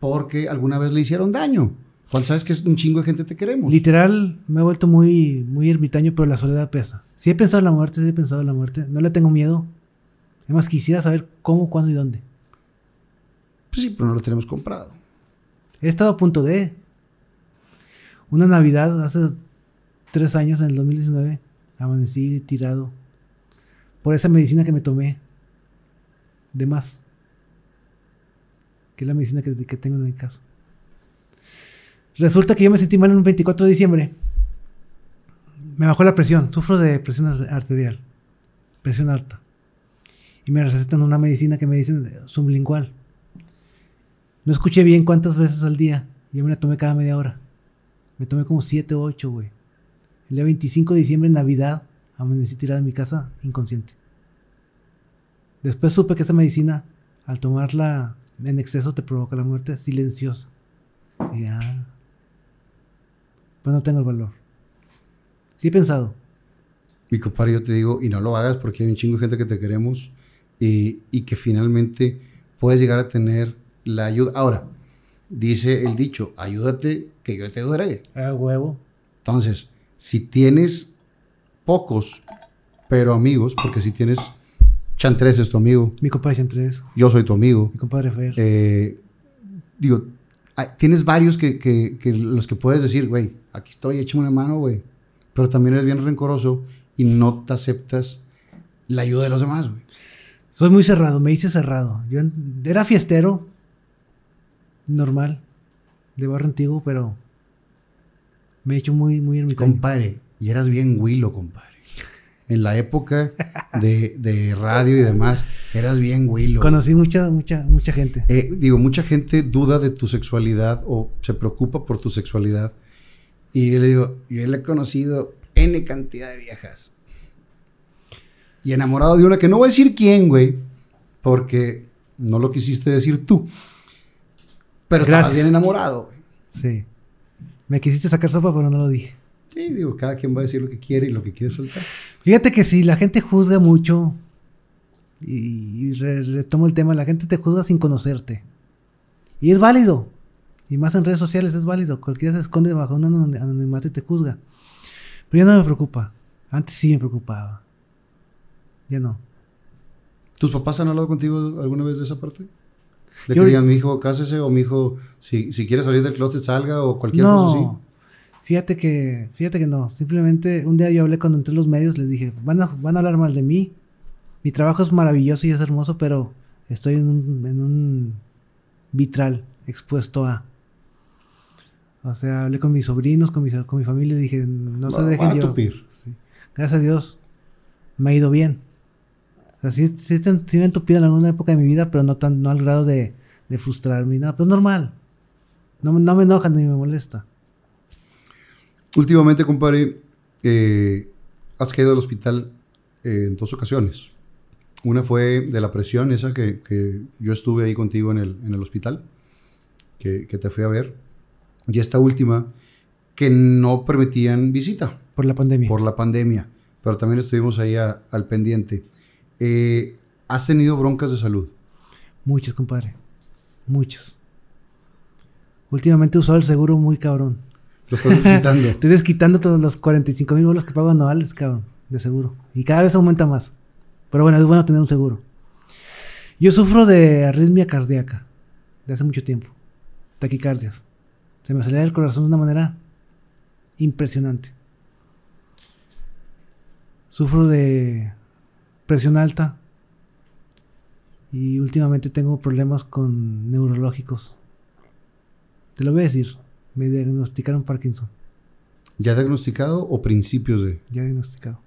A: porque alguna vez le hicieron daño. Cuando sabes que es un chingo de gente te queremos.
B: Literal, me he vuelto muy, muy ermitaño, pero la soledad pesa. Si he pensado en la muerte, sí he pensado en la muerte. No le tengo miedo. Además, quisiera saber cómo, cuándo y dónde.
A: Pues sí, pero no lo tenemos comprado.
B: He estado a punto de. Una Navidad, hace tres años, en el 2019, amanecí tirado por esa medicina que me tomé. De más. Que es la medicina que, que tengo en mi casa. Resulta que yo me sentí mal en un 24 de diciembre. Me bajó la presión. Sufro de presión ar- arterial. Presión alta. Y me recetan una medicina que me dicen eh, sublingual. No escuché bien cuántas veces al día. Yo me la tomé cada media hora. Me tomé como 7 o 8, güey. El día 25 de diciembre, en Navidad, amanecí tirada en mi casa inconsciente. Después supe que esa medicina, al tomarla en exceso, te provoca la muerte silenciosa. Y ya. Pues no tengo el valor. Sí he pensado.
A: Mi compadre, yo te digo, y no lo hagas porque hay un chingo de gente que te queremos y, y que finalmente puedes llegar a tener la ayuda. Ahora, dice el dicho, ayúdate que yo te ayudaré.
B: A huevo.
A: Entonces, si tienes pocos, pero amigos, porque si tienes Chantres es tu amigo,
B: Mi compadre Chantres,
A: yo soy tu amigo,
B: mi compadre Fer.
A: eh, digo, hay- tienes varios que, que- que los que puedes decir, güey, aquí estoy, échame una mano, güey. Pero también eres bien rencoroso y no te aceptas la ayuda de los demás, güey.
B: Soy muy cerrado, me hice cerrado. Yo en- era fiestero, normal, de barrio antiguo, pero me he hecho muy, muy ermitaño.
A: Compadre, y eras bien huilo, compadre. En la época de, de radio y demás, eras bien huilo. güey.
B: Conocí mucha, mucha, mucha gente.
A: Eh, digo, mucha gente duda de tu sexualidad o se preocupa por tu sexualidad. Y yo le digo, yo le he conocido N cantidad de viejas. Y enamorado de una que no voy a decir quién, güey, porque no lo quisiste decir tú. Pero estabas
B: Gracias.
A: bien enamorado, güey.
B: Sí. Me quisiste sacar sopa, pero no lo dije.
A: Sí, digo, cada quien va a decir lo que quiere y lo que quiere soltar.
B: Fíjate que si la gente juzga mucho, y, y re- retomo el tema, la gente te juzga sin conocerte. Y es válido. Y más en redes sociales es válido. Cualquiera se esconde bajo un anon- anonimato y te juzga. Pero ya no me preocupa. Antes sí me preocupaba. Ya no.
A: ¿Tus papás han hablado contigo alguna vez de esa parte? De que
B: Yo-
A: digan, mi hijo, cásese, o mi hijo, si, si quiere salir del closet, salga, o cualquier cosa así.
B: No. Fíjate que, fíjate que no. Simplemente un día yo hablé cuando entré a los medios, les dije, van a, van a hablar mal de mí. Mi trabajo es maravilloso y es hermoso, pero estoy en un, en un vitral expuesto a. O sea, hablé con mis sobrinos, con, mis, con mi familia y dije, no se
A: Van-
B: dejen
A: van a
B: llevar.
A: tupir.
B: Sí. Gracias a Dios, me ha ido bien. O sea, sí, sí, te- sí me he entupido en alguna época de mi vida, pero no, tan, no al grado de, de frustrarme ni nada. Pero es normal. No, me- no me enoja ni me molesta.
A: Últimamente, compadre, eh, has caído al hospital eh, en dos ocasiones. Una fue de la presión, esa que, que yo estuve ahí contigo en el, en el hospital, que, que te fui a ver. Y esta última, que no permitían visita
B: Por la pandemia.
A: por la pandemia, pero también estuvimos ahí a- al pendiente. Eh, ¿Has tenido broncas de salud?
B: Muchos, compadre. Muchos. Últimamente he usado el seguro muy cabrón.
A: Lo estás quitando.
B: Estoy desquitando todos los 45 mil bolos que pago anuales, cabrón, de seguro. Y cada vez aumenta más. Pero bueno, es bueno tener un seguro. Yo sufro de arritmia cardíaca de hace mucho tiempo. Taquicardias. Se me acelera el corazón de una manera impresionante. Sufro de presión alta. Y últimamente tengo problemas con neurológicos. Te lo voy a decir. Me diagnosticaron Parkinson.
A: ¿Ya diagnosticado o principios de?
B: Ya diagnosticado.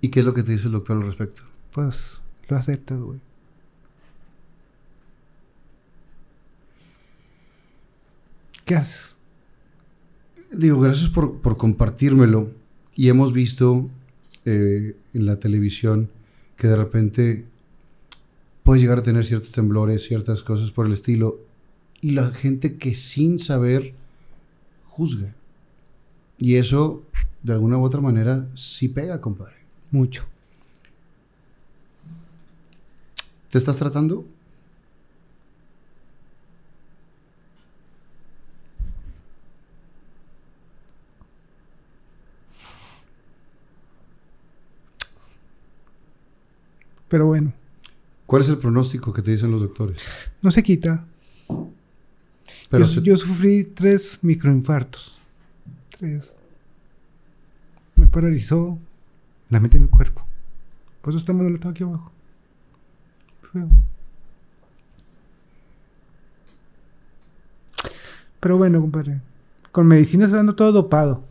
A: ¿Y qué es lo que te dice el doctor al respecto?
B: Pues lo aceptas, güey. ¿Qué haces?
A: Digo, gracias por, por compartírmelo. Y hemos visto eh, en la televisión que de repente puedes llegar a tener ciertos temblores, ciertas cosas por el estilo. Y la gente que sin saber juzga. Y eso, de alguna u otra manera, sí pega, compadre.
B: Mucho.
A: ¿Te estás tratando?
E: Pero bueno,
A: ¿Cuál es el pronóstico que te dicen los doctores?
E: no se quita.
A: Pero
B: Pues
E: yo,
A: se-
E: yo sufrí tres microinfartos. Tres. Me paralizó la mente de mi cuerpo. Por eso está mal tengo aquí abajo. Feo. Pero bueno, compadre. Con medicina está dando todo dopado.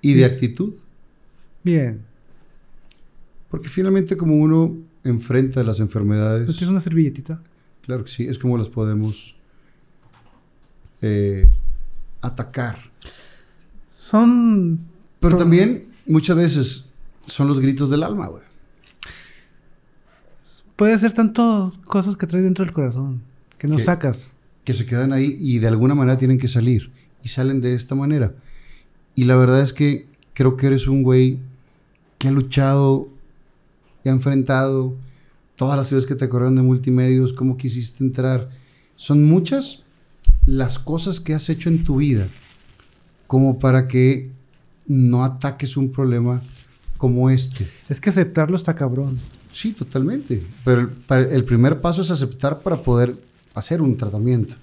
A: ¿Y de actitud?
E: Bien.
A: Porque finalmente como uno enfrenta las
E: ¿No
A: enfermedades,
E: tienes una servilletita?
A: claro que sí, es como las podemos eh, atacar.
E: Son.
A: Pero
E: Pro-
A: también muchas veces son los gritos del alma, güey.
B: Puede ser tanto cosas que traes dentro del corazón. Que no
A: Sí.
B: sacas.
A: que se quedan ahí y de alguna manera tienen que salir. Y salen de esta manera. Y la verdad es que creo que eres un güey que ha luchado, que ha enfrentado todas las ciudades que te corrieron de multimedios, cómo quisiste entrar. Son muchas las cosas que has hecho en tu vida como para que no ataques un problema como este.
E: Es que aceptarlo está cabrón.
A: Sí, totalmente. Pero el, pa- el primer paso es aceptar para poder hacer un tratamiento.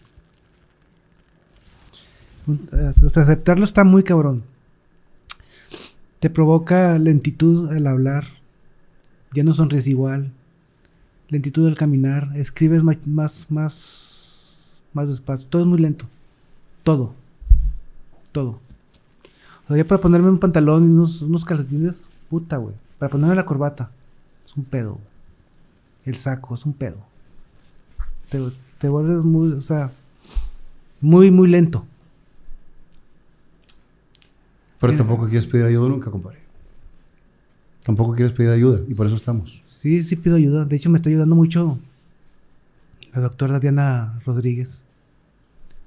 B: Un- o sea, aceptarlo está muy cabrón. Te provoca lentitud al hablar. Ya no sonríes igual. Lentitud al caminar. Escribes ma- más, más, más despacio. Todo es muy lento. Todo. Todo. O sea, ya para ponerme un pantalón y unos, unos calcetines, puta, güey. Para ponerme la corbata, es un pedo. güey. El saco, es un pedo. Te, te vuelves muy, o sea, muy, muy lento.
A: Pero
B: Eh.
A: tampoco quieres pedir ayuda nunca, compadre. Tampoco quieres pedir ayuda y por eso estamos.
B: Sí, sí pido ayuda. De hecho, me está ayudando mucho la doctora Diana Rodríguez.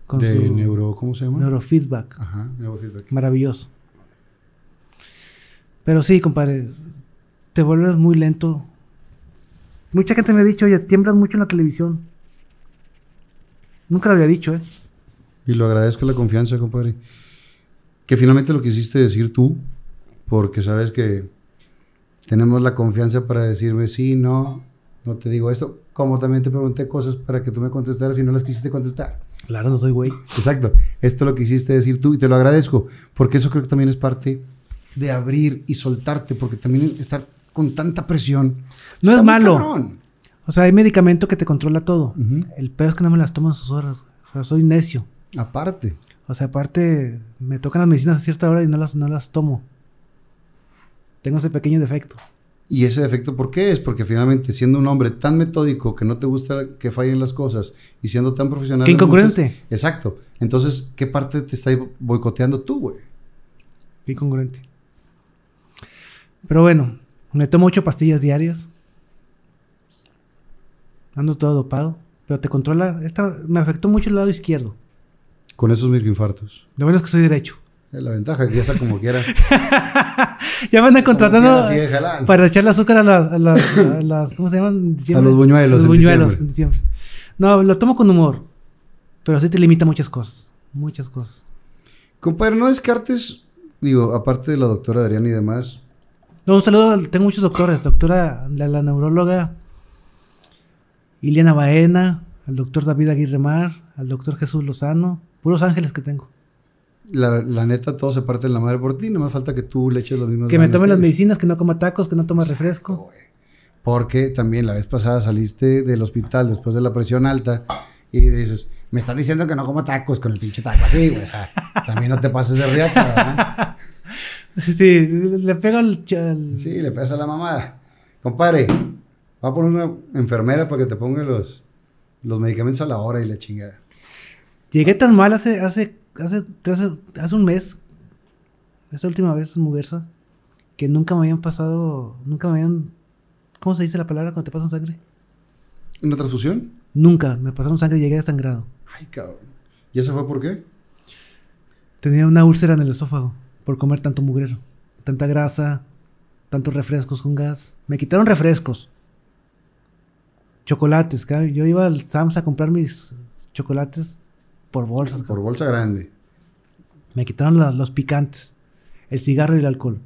B: Con
A: de
B: su
A: neuro, ¿cómo se llama?
B: neurofeedback.
A: Ajá, neurofeedback.
B: Maravilloso. Pero sí, compadre, te vuelves muy lento. Mucha gente me ha dicho, oye, tiemblas mucho en la televisión. Nunca lo había dicho, ¿eh?
A: Y lo agradezco la confianza, compadre. Que finalmente lo quisiste decir tú, porque sabes que tenemos la confianza para decirme sí, no, no te digo esto. Como también te pregunté cosas para que tú me contestaras y no las quisiste contestar.
B: Claro, no soy güey.
A: Exacto. Esto lo quisiste decir tú y te lo agradezco, porque eso creo que también es parte de abrir y soltarte, porque también estar con tanta presión. está
B: No es
A: muy
B: malo.
A: cabrón.
B: O sea, hay medicamento que te controla todo.
A: Ujú.
B: El pedo es que no me las toman sus horas. güey. O sea, soy necio.
A: Aparte,
B: O sea, aparte, me tocan las medicinas a cierta hora y no las, no las tomo. Tengo ese pequeño defecto.
A: ¿y ese defecto por qué es? Porque finalmente, siendo un hombre tan metódico que no te gusta que fallen las cosas y siendo tan profesional.
B: Qué
A: en
B: incongruente.
A: muchas- exacto. Entonces, ¿qué parte te está boicoteando tú, güey?
B: Qué incongruente. Pero bueno, me tomo ocho pastillas diarias. Ando todo dopado. Pero te controla. Esta me afectó mucho el lado izquierdo.
A: Con esos microinfartos.
B: Lo bueno es que soy derecho. [LAUGHS]
A: Es la ventaja, que ya sea como quiera.
B: ya me andan contratando
A: quiera, sigue jalando.
B: para echarle azúcar a, la- a las, a las- ¿Cómo se llaman? En diciembre.
A: A los buñuelos
B: Los
A: en
B: buñuelos
A: diciembre.
B: en diciembre. No, lo tomo con humor. Pero sí te limita muchas cosas. Muchas cosas.
A: Compadre, no descartes, digo, aparte de la doctora Adriana y demás,
B: No, un saludo. Tengo muchos doctores. Doctora, la, la neuróloga Iliana Baena, al doctor David Aguirre Mar, al doctor Jesús Lozano. Puros ángeles que tengo.
A: la, la neta, todo se parte de la madre por ti. Nada más falta que tú le eches los mismos
B: que me
A: ganas
B: tomen las
A: ellos.
B: medicinas, que no coma tacos, que no toma refresco.
A: Porque también la vez pasada saliste del hospital después de la presión alta y dices, me están diciendo que no como tacos con el pinche taco así, güey. O sea, también no te pases de riata, ¿verdad?
B: [LAUGHS] Sí, le pego al... ch- al-
A: Sí, le pesa la mamada. Compadre, va a poner una enfermera para que te ponga los, los medicamentos a la hora y la chingada.
B: Llegué tan mal hace, hace, hace, hace, hace un mes, esa última vez en Muguerza, que nunca me habían pasado, nunca me habían, ¿cómo se dice la palabra cuando te pasan sangre?
A: ¿Una transfusión?
B: Nunca, me pasaron sangre y llegué desangrado.
A: Ay, cabrón. ¿Y eso fue por qué?
B: Tenía una úlcera en el esófago por comer tanto mugrero, tanta grasa, tantos refrescos con gas. Me quitaron refrescos, chocolates, cabrón. yo iba al Sams a comprar mis chocolates por bolsas.
A: Por bolsa grande.
B: Me quitaron las- los picantes, el cigarro y el alcohol.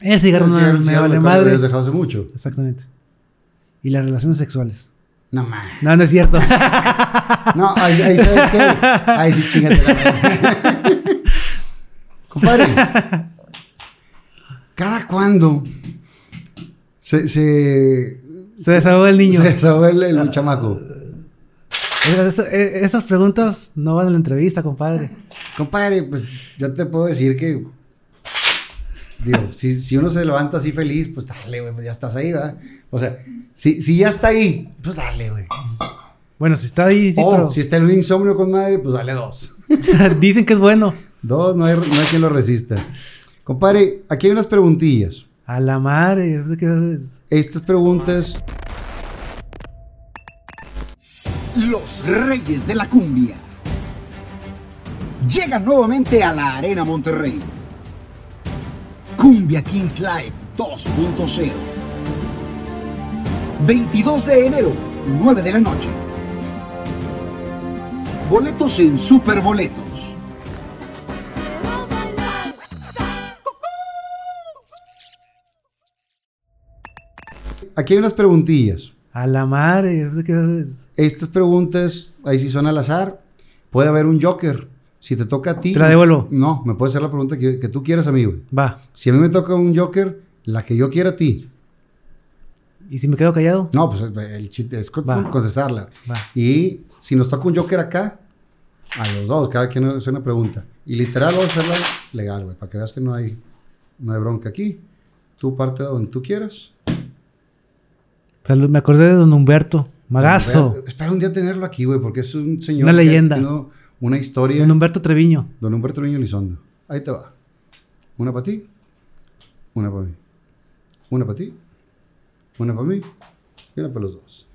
B: El cigarro
A: El
B: no
A: cigarro-
B: me
A: el cigarro
B: vale
A: lo cual
B: madre.
A: habías dejado hace mucho.
B: Exactamente. Y las relaciones sexuales.
A: No mames.
B: No, no
A: [LAUGHS]
B: es cierto.
A: No, ahí, ahí sabes qué. Ahí sí chingate la madre. Compadre, ¿cada cuándo se, se,
B: Se desahogó el niño.
A: se desahoga el, el chamaco?
B: Esas- eh, Esas preguntas no van a la entrevista, compadre.
A: Compadre, pues yo te puedo decir que. Digo, si, si uno se levanta así feliz, pues dale, güey, pues ya estás ahí, ¿verdad? O sea, si, si ya está ahí, pues dale, güey.
B: Bueno, si está ahí, sí,
A: o
B: pero
A: si está el insomnio con madre, pues dale dos.
B: [LAUGHS] dicen que es bueno.
A: Dos, no hay, no hay quien lo resista. Compadre, aquí hay unas preguntillas.
B: A la madre. yo pensé que-
A: Estas preguntas
F: Los Reyes de la Cumbia. Llegan nuevamente a la Arena Monterrey. Cumbia Kings Live 2.0. 22 de enero, 9 de la noche. Boletos en Superboletos.
A: Aquí hay unas preguntillas.
B: A la madre. yo pensé que-
A: Estas preguntas, ahí sí son al azar. Puede haber un Joker. Si te toca a ti.
B: Te la devuelvo.
A: No, me puede hacer la pregunta que, que tú quieras a mí, güey.
B: Va.
A: Si a mí me toca un Joker, la que yo quiera a ti.
B: ¿Y si me quedo callado?
A: No, pues el chiste es cont-
B: Va.
A: contestarla.
B: Va.
A: Y si nos toca un Joker acá, a los dos, cada quien hace una pregunta. Y literal, vamos a hacerla legal, güey, para que veas que no hay, no hay bronca aquí. Tú parte donde tú quieras.
B: Salud, me acordé de don Humberto. Magazo.
A: Espero- Espero un día tenerlo aquí, güey, porque es un señor.
B: Una
A: que
B: leyenda.
A: tiene una historia.
B: Don Humberto Treviño.
A: Don Humberto Niño Lizondo. Ahí te va. Una para ti. Una para mí. Una para ti. Una para mí. Y una para los dos.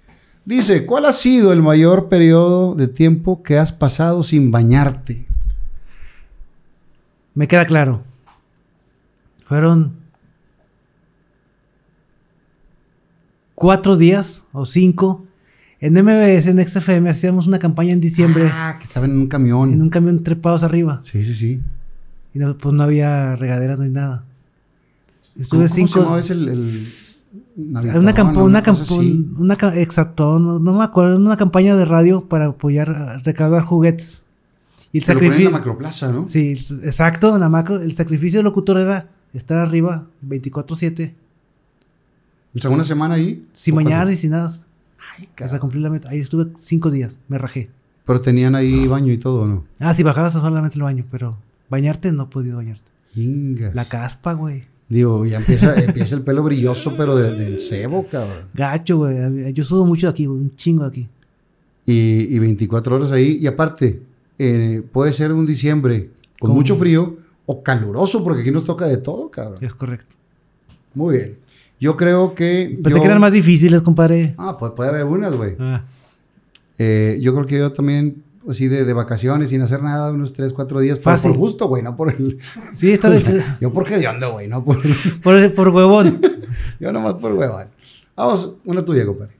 A: Dice, ¿cuál ha sido el mayor periodo de tiempo que has pasado sin bañarte?
B: Me queda claro. Fueron cuatro días o cinco. En MBS, en XFM, hacíamos una campaña en diciembre
A: Ah, que estaba en un camión.
B: en un camión trepados arriba.
A: Sí, sí, sí.
B: Y no- pues no había regaderas ni nada.
A: ¿Cómo,
B: Estuve
A: cómo se
B: cinco.
A: llamaba ese el... el Navidad,
B: una campaña, una
A: cosa así?
B: campaña, una ca- exacto, no, no me acuerdo, una campaña de radio para apoyar, a recaudar juguetes. Y el
A: Te lo ponían en la
B: sacrificio.
A: macroplaza, ¿no?
B: Sí, exacto, en la macro. El sacrificio del locutor era estar arriba 24-7,
A: O sea, una semana ahí.
B: sin
A: ¿O cuánto?
B: bañar y sin nada.
A: Ay,
B: Hasta
A: cara.
B: cumplir la meta. Ahí estuve cinco días, me rajé.
A: Pero tenían ahí baño y todo, ¿no?
B: Ah, si bajabas solamente el baño, pero bañarte no he podido bañarte.
A: Ingas.
B: La caspa, güey.
A: Digo, ya empieza, [LAUGHS] empieza el pelo brilloso, pero de- del cebo, cabrón.
B: Gacho, güey. Yo sudo mucho de aquí, güey, un chingo de aquí.
A: Y, y 24 horas ahí. Y aparte, eh, puede ser un diciembre con
B: Con-
A: mucho frío o caluroso, porque aquí nos toca de todo, cabrón.
B: Es correcto.
A: Muy bien. Yo creo que.
B: Pensé
A: yo-
B: que eran más difíciles, compadre.
A: Ah, pues puede haber unas, güey.
B: Ah,
A: Eh, yo creo que yo también, así de, de vacaciones, sin hacer nada, unos 3, 4 días, pero
B: Fácil.
A: por gusto, güey, no por el.
B: sí,
A: [LAUGHS]
B: esta vez.
A: Yo porque de onda, güey, no por.
B: por, por huevón.
A: yo nomás por huevón. Vamos, una tuya, compadre.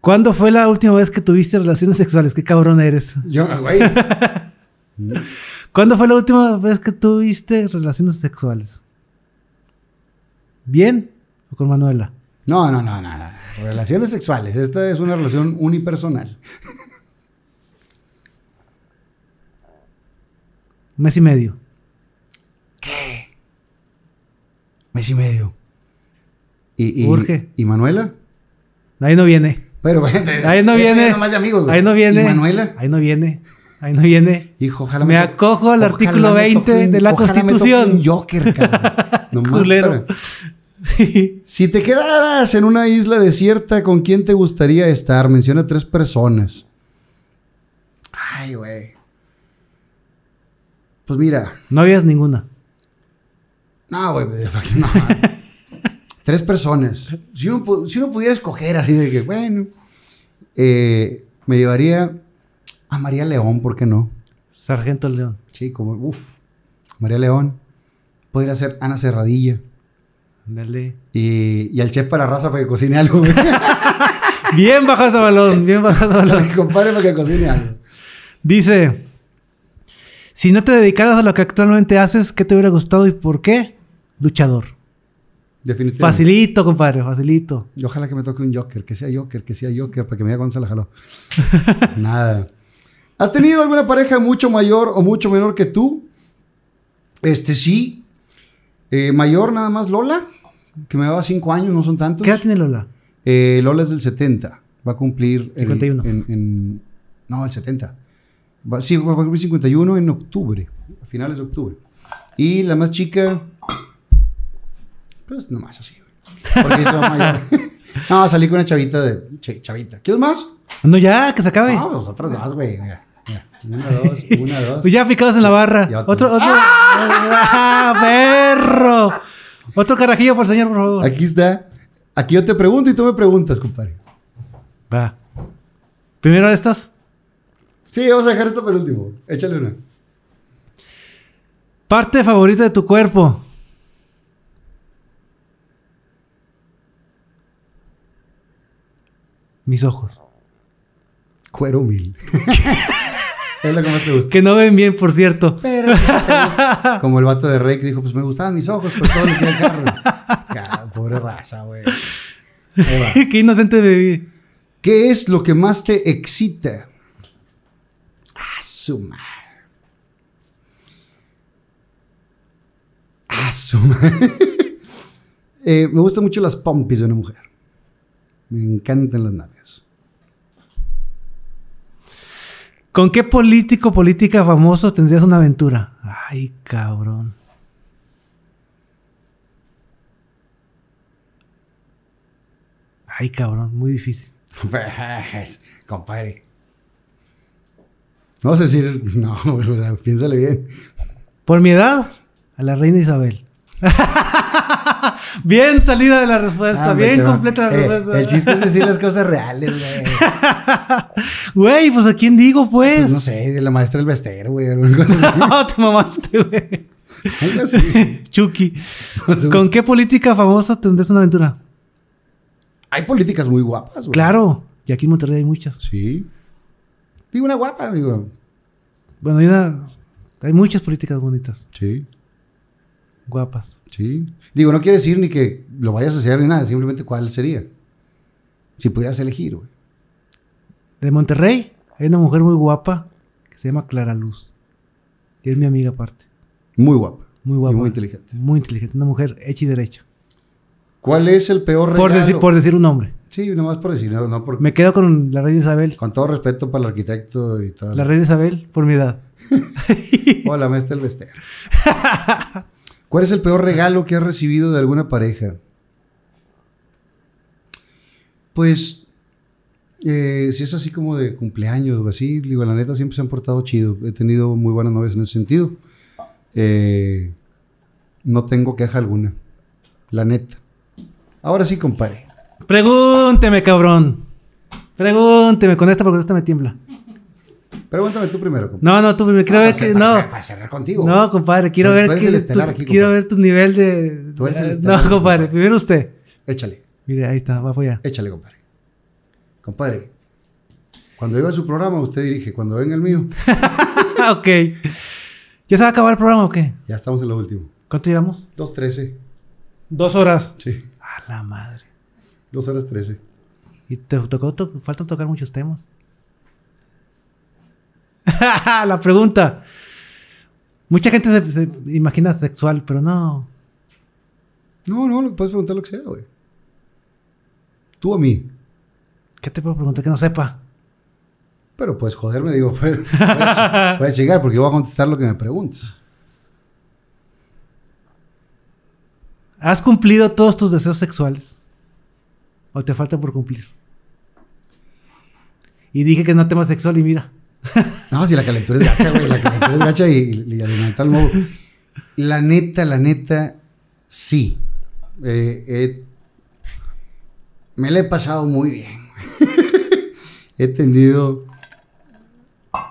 B: ¿Cuándo fue la última vez que tuviste relaciones sexuales? Qué cabrón eres.
A: Yo, güey.
B: ¿Cuándo fue la última vez que tuviste relaciones sexuales? ¿Bien? ¿O con Manuela?
A: No, no, no, no, no. Relaciones sexuales. Esta es una relación unipersonal.
B: Un mes y medio.
A: Mes y medio. ¿Y, y,
B: Urge.
A: ¿Y Manuela?
B: Ahí no viene.
A: Pero, gente,
B: Ahí no
A: eso ya
B: viene.
A: nomás de amigos, güey.
B: Ahí no viene.
A: ¿Y Manuela?
B: Ahí no viene. Ahí no viene.
A: Hijo, ojalá
B: Me
A: to-
B: acojo al
A: ojalá
B: artículo
A: me
B: 20
A: toque un-
B: de la
A: ojalá me toque
B: Constitución.
A: un Joker,
B: [LAUGHS]
A: cabrón. Nomás
B: Culero.
A: para- Si te quedaras en una isla desierta, ¿con quién te gustaría estar? Menciona tres personas. Ay, güey. Pues mira.
B: no habías ninguna.
A: No, güey, [LAUGHS] pues, no. Tres personas. Si uno, pu- si uno pudiera escoger así de que, bueno, eh, me llevaría a María León, ¿por qué no?
B: Sargento León.
A: Sí, como, uff, María León. Podría ser Ana Cerradilla.
B: Dale.
A: Y, y al chef para raza para que cocine algo, güey. [LAUGHS]
B: Bien bajado balón. Bien bajado
A: Para
B: balón.
A: que compare para que cocine algo.
B: Dice, si no te dedicaras a lo que actualmente haces, ¿qué te hubiera gustado y por qué? Luchador.
A: Definitivamente.
B: Facilito, compadre, facilito.
A: Y ojalá que me toque un Joker, que sea Joker, que sea Joker, para que me diga cuándo se la
B: [LAUGHS]
A: jaló. Nada. ¿Has tenido alguna pareja mucho mayor o mucho menor que tú? Este sí. Eh, mayor nada más Lola, que me daba cinco años, no son tantos.
B: ¿Qué edad tiene Lola?
A: Eh, Lola es del 70, va a cumplir... el-
B: 51.
A: en- en- no, el 70. Va- sí, va a cumplir 51 en octubre, a finales de octubre. Y la más chica... Pues nomás así. güey. Porque es la mayor. [LAUGHS] no, salí con una chavita de... ch- chavita. ¿Quieres más?
B: No, ya, que se acabe.
A: No, pues otras más, güey. Mira, mira. Una, dos, una, dos.
B: Ah, Pues ya picados en la barra.
A: Ya otro.
B: Otro, otro. ¡Ah, perro! Otro carajillo por el señor, por favor.
A: Aquí está. Aquí yo te pregunto y tú me preguntas, compadre.
B: Va. Primero estas.
A: Sí, vamos a dejar esto para el último. Échale una.
B: Parte favorita de tu cuerpo. Mis ojos.
A: Cuero humilde. [LAUGHS] es lo que más te gusta.
B: Que no ven bien, por cierto. [LAUGHS]
A: [LAUGHS] Pero como el vato de Rey que dijo, pues me gustaban mis ojos, pero todo le queda carro. Ya, pobre raza, güey. Ahí va.
B: Qué inocente bebé.
A: ¿Qué es lo que más te excita? A su madre. A su madre. [LAUGHS] Eh, me gustan mucho las pompis de una mujer. Me encantan las nalgas.
B: ¿Con qué político, política famoso tendrías una aventura? Ay, cabrón. Ay, cabrón, muy difícil.
A: Pues, compadre. No sé si... No, [LAUGHS] o sea, piénsale bien.
B: Por mi edad, a la reina Isabel. [LAUGHS] bien salida de la respuesta,
A: Ah, hombre,
B: bien
A: te va.
B: completa la
A: Eh,
B: respuesta.
A: El chiste es decir las cosas reales, güey.
B: Güey, pues a quién digo, pues.
A: Pues, no sé, de la maestra del vestero, güey. alguna cosa
B: No, [LAUGHS] te mamaste, güey.
A: así. [LAUGHS] Algo así. Pues,
B: Chucky.
A: Entonces,
B: ¿Con qué política famosa tendrías una aventura?
A: Hay políticas muy guapas, güey.
B: Claro, y aquí en Monterrey hay muchas.
A: Sí. Digo, una guapa, digo.
B: Bueno, hay, una- hay muchas políticas bonitas,
A: Sí,
B: guapas.
A: sí. Digo, no quiere decir ni que lo vayas a hacer ni nada, simplemente cuál sería. Si pudieras elegir, güey.
B: De Monterrey hay una mujer muy guapa que se llama Clara Luz. Y es mi amiga aparte.
A: Muy guapa.
B: Muy guapa.
A: Y muy inteligente.
B: Muy inteligente, una mujer hecha y derecha.
A: ¿Cuál es el peor
B: Por,
A: regalo?
B: decir- por decir un nombre.
A: Sí, nomás por decir, no, no por-
B: Me quedo con la reina Isabel.
A: Con todo respeto para el arquitecto y tal.
B: La reina Isabel, por mi edad.
A: Hola, maestra el Vester. [LAUGHS] ¿Cuál es el peor regalo que has recibido de alguna pareja? Pues, eh, si es así como de cumpleaños o así, digo, la neta siempre se han portado chido. He tenido muy buenas novias en ese sentido. Eh, no tengo queja alguna. La neta. Ahora sí, compadre.
B: Pregúnteme, cabrón. Pregúnteme, con esta porque esta me tiembla.
A: Pregúntame tú primero, compadre.
B: No, no, tú primero. Quiero ver que.
A: Para
B: No,
A: cerrar- Para cerrar contigo.
B: no, compadre. Quiero
A: Tú
B: ver
A: eres
B: que.
A: el
B: tu-
A: estelar aquí,
B: Quiero
A: compadre.
B: ver tu nivel de.
A: Tú eres el
B: No,
A: estelar, compadre.
B: compadre. Primero usted.
A: Échale,
B: Mire, ahí está, va para allá.
A: échale, compadre. Compadre, cuando iba a su programa, usted dirige. Cuando venga el mío,
B: Ah, ok. ¿Ya se va a acabar el programa o qué?
A: ya estamos en lo último.
B: ¿Cuánto llevamos?
A: 2.13.
B: Dos horas.
A: Sí,
B: A la madre.
A: 2 horas 13.
B: Y te tocó, to- faltan tocar muchos temas. [LAUGHS] la pregunta. Mucha gente se, se imagina sexual, pero no.
A: No, no, le puedes preguntar lo que sea, güey. Tú a mí.
B: ¿Qué te puedo preguntar que no sepa?
A: Pero pues joderme, digo, [LAUGHS] pues, puedes, chi- puedes chingar porque yo voy a contestar lo que me preguntes.
B: ¿Has cumplido todos tus deseos sexuales? ¿O te faltan por cumplir? Y dije que no tema sexual y mira.
A: No, si la calentura es gacha, güey. La calentura es gacha y, y- y alimenta al modo. La neta, la neta, sí. Eh, eh, me la he pasado muy bien. güey. he tenido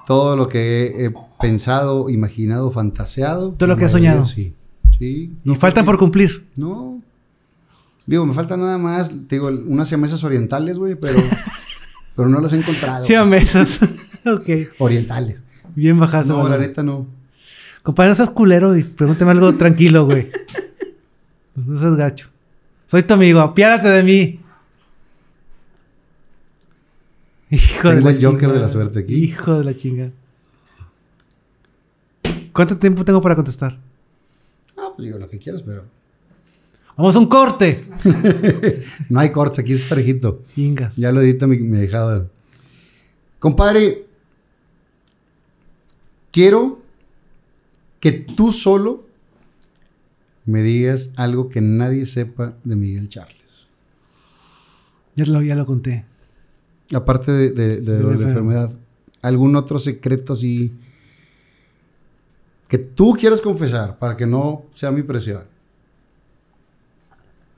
A: todo lo que he, he pensado, imaginado, fantaseado.
B: Todo lo
A: La
B: que has
A: mayoría,
B: soñado.
A: Sí. Sí.
B: Y faltan por cumplir.
A: No. Digo, me falta nada más, te digo, unas mesas orientales, güey,
B: [LAUGHS]
A: pero, pero no las he encontrado.
B: Sí, a mesas. [LAUGHS] ok.
A: orientales.
B: Bien bajazo.
A: No, la
B: Manuel.
A: neta no.
B: Compadre, no seas culero y pregúntame algo
A: [LAUGHS]
B: tranquilo, güey. Pues no seas gacho. Soy tu amigo, apiádate de mí. Hijo
A: Tengo
B: de la
A: el Joker de
B: chingada.
A: la suerte aquí.
B: Hijo de la chinga. ¿Cuánto tiempo tengo para contestar?
A: Ah, pues digo lo que quieras, pero
B: Vamos a un corte.
A: no hay cortes, aquí es parejito.
B: Chingas.
A: Ya lo edita mi, mi ahijado. Compadre, quiero que tú solo me digas algo que nadie sepa de Miguel Charles.
B: Ya lo, ya lo conté.
A: Aparte de, de- de
B: De
A: lo
B: la
A: de la enfermedad, ¿algún otro secreto así que tú quieras confesar para que no sea mi presión?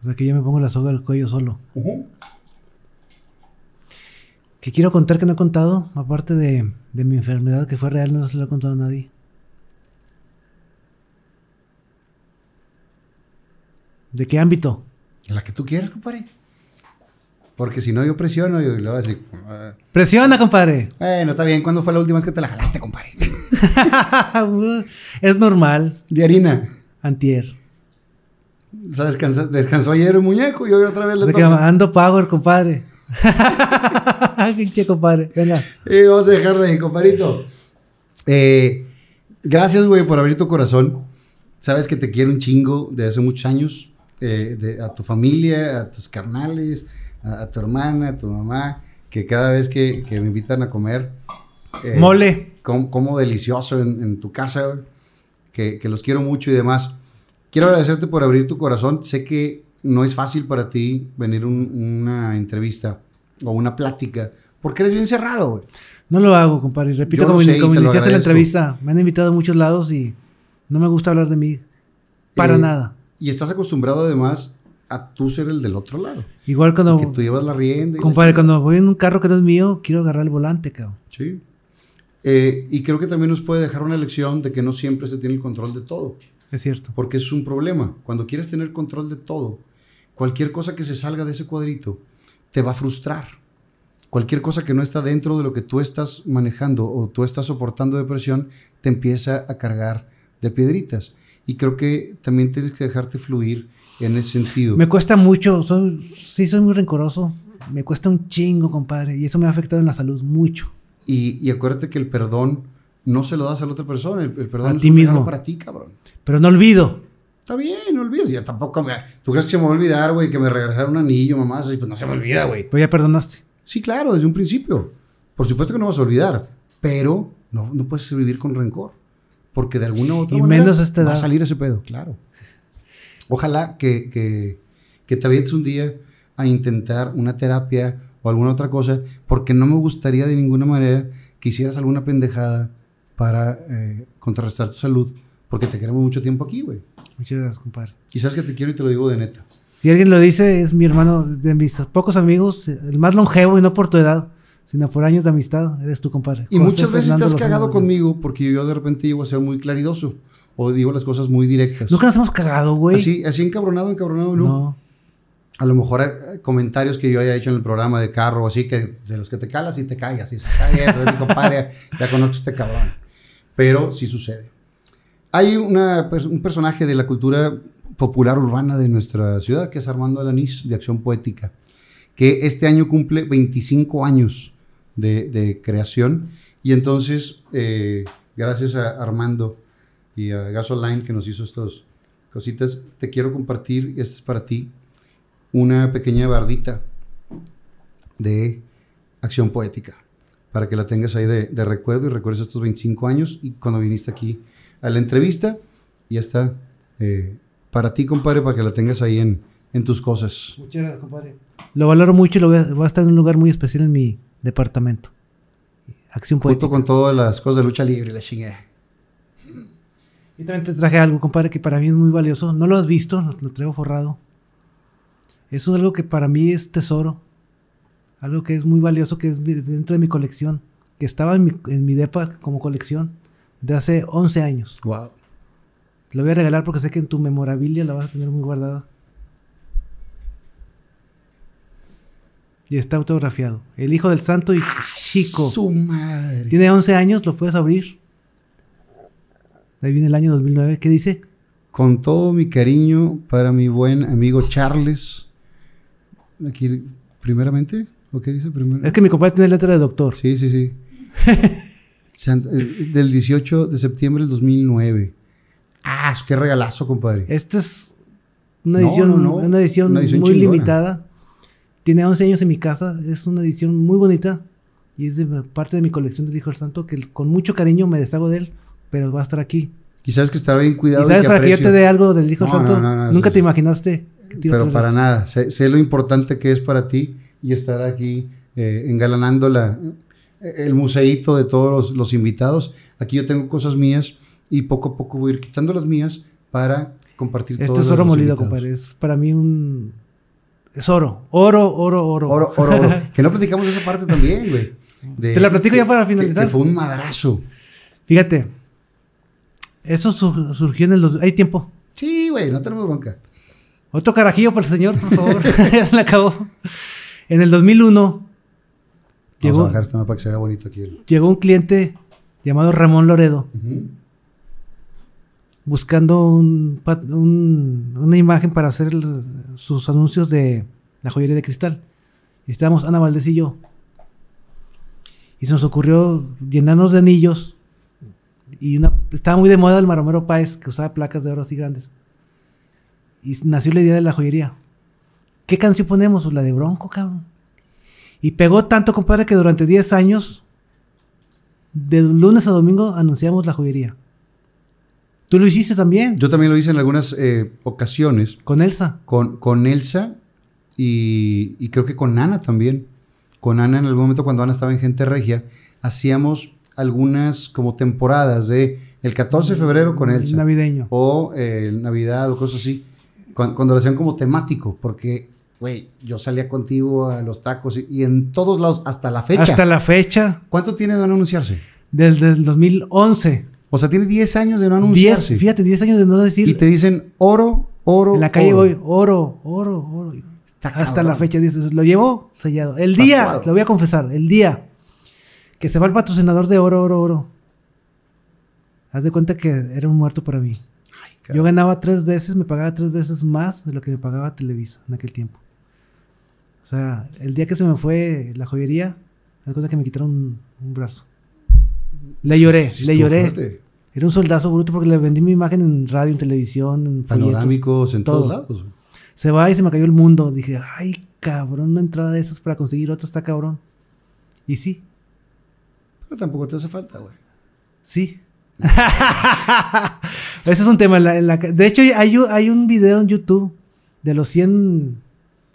B: O sea que yo me pongo la soga al cuello solo. Que quiero contar que no he contado, aparte de, de mi enfermedad que fue real, no se lo he contado a nadie. ¿De qué ámbito?
A: En la que tú quieras, compadre. Porque si no, yo presiono y le voy a decir,
B: Presiona, compadre. [LAUGHS]
A: Bueno, está bien. ¿Cuándo fue la última vez que te la jalaste, compadre?
B: es normal,
A: De harina.
B: antier.
A: O sea, descansa- descansó ayer el muñeco y hoy otra vez le
B: De que
A: toca.
B: ando power, compadre. [LAUGHS] Pinche compadre, venga.
A: Y Eh, vamos a dejarlo ahí, compadrito. Eh, gracias, güey, por abrir tu corazón. Sabes que te quiero un chingo desde hace muchos años. Eh, de- a tu familia, a tus carnales, a, a tu hermana, a tu mamá. Que cada vez que, que me invitan a comer... eh,
B: Mole.
A: com- como delicioso en, en tu casa, güey, que, que los quiero mucho y demás. Quiero agradecerte por abrir tu corazón. Sé que no es fácil para ti venir un- una entrevista o una plática, porque eres bien cerrado, güey.
B: No lo hago, compadre. y Repito,
A: Yo lo
B: como,
A: sé y
B: como
A: te lo
B: iniciaste la
A: agradezco.
B: entrevista, me han invitado a muchos lados y no me gusta hablar de mí. Para
A: Eh,
B: nada.
A: Y estás acostumbrado además a tú ser el del otro lado,
B: Igual cuando.
A: que tú llevas la rienda. y la
B: Compadre, cuando voy en un carro que no es mío, quiero agarrar el volante, cabrón.
A: Sí. Eh, y creo que también nos puede dejar una lección de que no siempre se tiene el control de todo.
B: Es cierto.
A: Porque es un problema. Cuando quieres tener control de todo, cualquier cosa que se salga de ese cuadrito te va a frustrar. Cualquier cosa que no está dentro de lo que tú estás manejando o tú estás soportando de presión, te empieza a cargar de piedritas. Y creo que también tienes que dejarte fluir en ese sentido.
B: Me cuesta mucho, soy, sí soy muy rencoroso, me cuesta un chingo, compadre, y eso me ha afectado en la salud mucho.
A: Y, y acuérdate que el perdón no se lo das a la otra persona. El, el perdón
B: A
A: es
B: ti
A: un regalo
B: mismo.
A: para ti, cabrón.
B: Pero no olvido.
A: Está bien, no olvides. Ya tampoco me... ¿Tú crees que me voy a olvidar, güey, que me regresara un anillo, mamá? Así, Pues no se me olvida, güey.
B: Pero ya perdonaste.
A: Sí, claro, desde un principio. Por supuesto que no vas a olvidar, pero no, no puedes vivir con rencor, porque de alguna u otra
B: Y
A: manera
B: menos a esta
A: va a
B: edad.
A: salir ese pedo, claro. Ojalá que, que, que te avientes un día a intentar una terapia o alguna otra cosa, porque no me gustaría de ninguna manera que hicieras alguna pendejada para eh, contrarrestar tu salud, Porque te queremos mucho tiempo aquí, güey.
B: Muchas gracias, compadre.
A: Quizás que te quiero y te lo digo de neta.
B: Si alguien lo dice, es mi hermano de mis pocos amigos, el más longevo y no por tu edad, sino por años de amistad. Eres tu compadre.
A: Y
B: José
A: muchas veces te
B: Fernando
A: has
B: Lozano
A: cagado
B: Rodríguez.
A: conmigo porque yo de repente llego a ser muy claridoso. O digo las cosas muy directas.
B: Nunca nos hemos cagado, güey.
A: Así, así encabronado, encabronado, no.
B: no.
A: A lo mejor eh, comentarios que yo haya hecho en el programa de carro, así que de los que te calas y te callas, y se [LAUGHS] calla, pero es mi compadre, ya conozco a este cabrón. Pero sí sucede. Hay una, pers- un personaje de la cultura popular urbana de nuestra ciudad, que es Armando Alanís, de Acción Poética, que este año cumple 25 años de, de creación. Y entonces, eh, gracias a Armando y a Gasoline que nos hizo estas cositas, te quiero compartir, y esto es para ti, una pequeña bardita de acción poética para que la tengas ahí de, de recuerdo y recuerdes estos 25 años y cuando viniste aquí a la entrevista y está eh, para ti compadre para que la tengas ahí en, en tus cosas
B: Muchas gracias, compadre. Lo valoro mucho y lo voy a, voy a estar en un lugar muy especial en mi departamento. Acción
A: junto
B: Poética.
A: con todas las cosas de lucha libre la chingue
B: Y también te traje algo, compadre, que para mí es muy valioso. No lo has visto, lo, lo traigo forrado. Eso es algo que para mí es tesoro. Algo que es muy valioso, que es mi- dentro de mi colección. Que estaba en mi, en mi depa como colección de hace 11 años.
A: wow
B: Te Lo voy a regalar porque sé que en tu memorabilia la vas a tener muy guardada. Y está autografiado. El hijo del santo y chico.
A: su madre
B: Tiene 11 años, lo puedes abrir. Ahí viene el año 2009. ¿Qué dice?
A: con todo mi cariño para mi buen amigo Charles aquí primeramente ¿o qué dice primero?
B: Es que mi compadre tiene letra de doctor.
A: Sí, sí,
B: [LAUGHS]
A: sí. Sant- eh, del 18 de septiembre del 2009. Ah, qué regalazo, compadre.
B: Esta es una
A: No,
B: edición,
A: no, no.
B: Una edición,
A: Una edición
B: muy
A: chingona.
B: limitada. Tiene 11 años en mi casa. Es una edición muy bonita. Y es de parte de mi colección del Hijo del Santo que con mucho cariño me deshago de él. Pero va a estar aquí.
A: Quizás que estaba bien
B: ¿Y
A: cuidado.
B: sabes
A: que
B: para que yo
A: aprecio,
B: te dé algo del Hijo del
A: No,
B: Santo?
A: no, no, no,
B: Nunca
A: sí,
B: te
A: sí.
B: imaginaste. que te iba a
A: Pero
B: traer
A: para
B: esto.
A: nada. Sé, sé lo importante que es para ti y estar aquí eh, engalanando la, el museíto de todos los, los invitados. Aquí yo tengo cosas mías y poco a poco voy a ir quitando las mías para compartir
B: Esto
A: todas
B: es
A: las de
B: oro
A: los
B: molido,
A: invitados.
B: compadre. Es para mí un... Es oro. Oro, oro, oro.
A: Oro, oro, oro.
B: [LAUGHS]
A: que no platicamos esa parte también, güey. De-
B: Te la platico ya para
A: que-
B: finalizar.
A: Que, fue un madrazo.
B: Fíjate. Eso sur- surgió en el... dos- Hay tiempo.
A: Sí, güey, no tenemos bronca.
B: Otro carajillo para el señor,
A: [LAUGHS]
B: por favor. [LAUGHS] ya se le acabó. En el 2001
A: Vamos a
B: llegó,
A: bajar esta nota para que se vea bonito aquí. el-
B: llegó un cliente llamado Ramón Loredo
A: Ujú.
B: buscando un pat- un- una imagen para hacer el- sus anuncios de la joyería de cristal. Y estábamos Ana Valdés y yo. Y se nos ocurrió llenarnos de anillos. Y una, estaba muy de moda el Maromero Páez, que usaba placas de oro así grandes. Y nació la idea de la joyería. ¿Qué canción ponemos? Pues La de Bronco, cabrón. Y pegó tanto, compadre, que durante 10 años, de lunes a domingo, anunciamos la joyería. Tú lo hiciste también,
A: Yo también lo hice en algunas eh, ocasiones
B: con Elsa.
A: con, con Elsa y, y creo que con Ana también. Con Ana en algún momento cuando Ana estaba en Gente Regia, hacíamos algunas como temporadas de el 14 de febrero
B: Mm,
A: con Elsa.
B: Navideño.
A: o eh, Navidad o cosas así, cuan- cuando lo hacían como temático, porque, güey, yo salía contigo a los tacos y, y en todos lados, hasta la fecha.
B: Hasta la fecha,
A: ¿Cuánto tiene de no anunciarse?
B: desde el 2011.
A: O sea, tiene 10 años de no
B: 10,
A: anunciarse.
B: fíjate, 10 años de no decir.
A: y te dicen oro, oro.
B: en la calle
A: oro.
B: voy, oro, oro, oro.
A: Está
B: Hasta
A: cabrón.
B: la fecha, dice, lo llevo sellado. El día,
A: Tatuado.
B: lo voy a confesar, el día que se va el patrocinador de oro, oro, oro. Haz de cuenta que era un muerto para mí.
A: Ay,
B: Yo
A: cabrón.
B: ganaba tres veces, me pagaba tres veces más de lo que me pagaba Televisa en aquel tiempo. O sea, el día que se me fue la joyería, me cuenta que me quitaron un, un brazo. Le lloré,
A: Sí,
B: le
A: estuvo
B: lloré.
A: fuerte.
B: Era un soldazo bruto porque le vendí mi imagen en radio, en televisión, en folletos.
A: Panorámicos en todos
B: todo.
A: lados. güey.
B: Se va y se me cayó el mundo. Dije, ay, cabrón, una entrada de esas para conseguir otra está cabrón. Y sí,
A: Pero tampoco te hace falta, güey.
B: Sí. [LAUGHS] Ese es un tema. la- la- de hecho, hay, un- hay un video en YouTube de los 100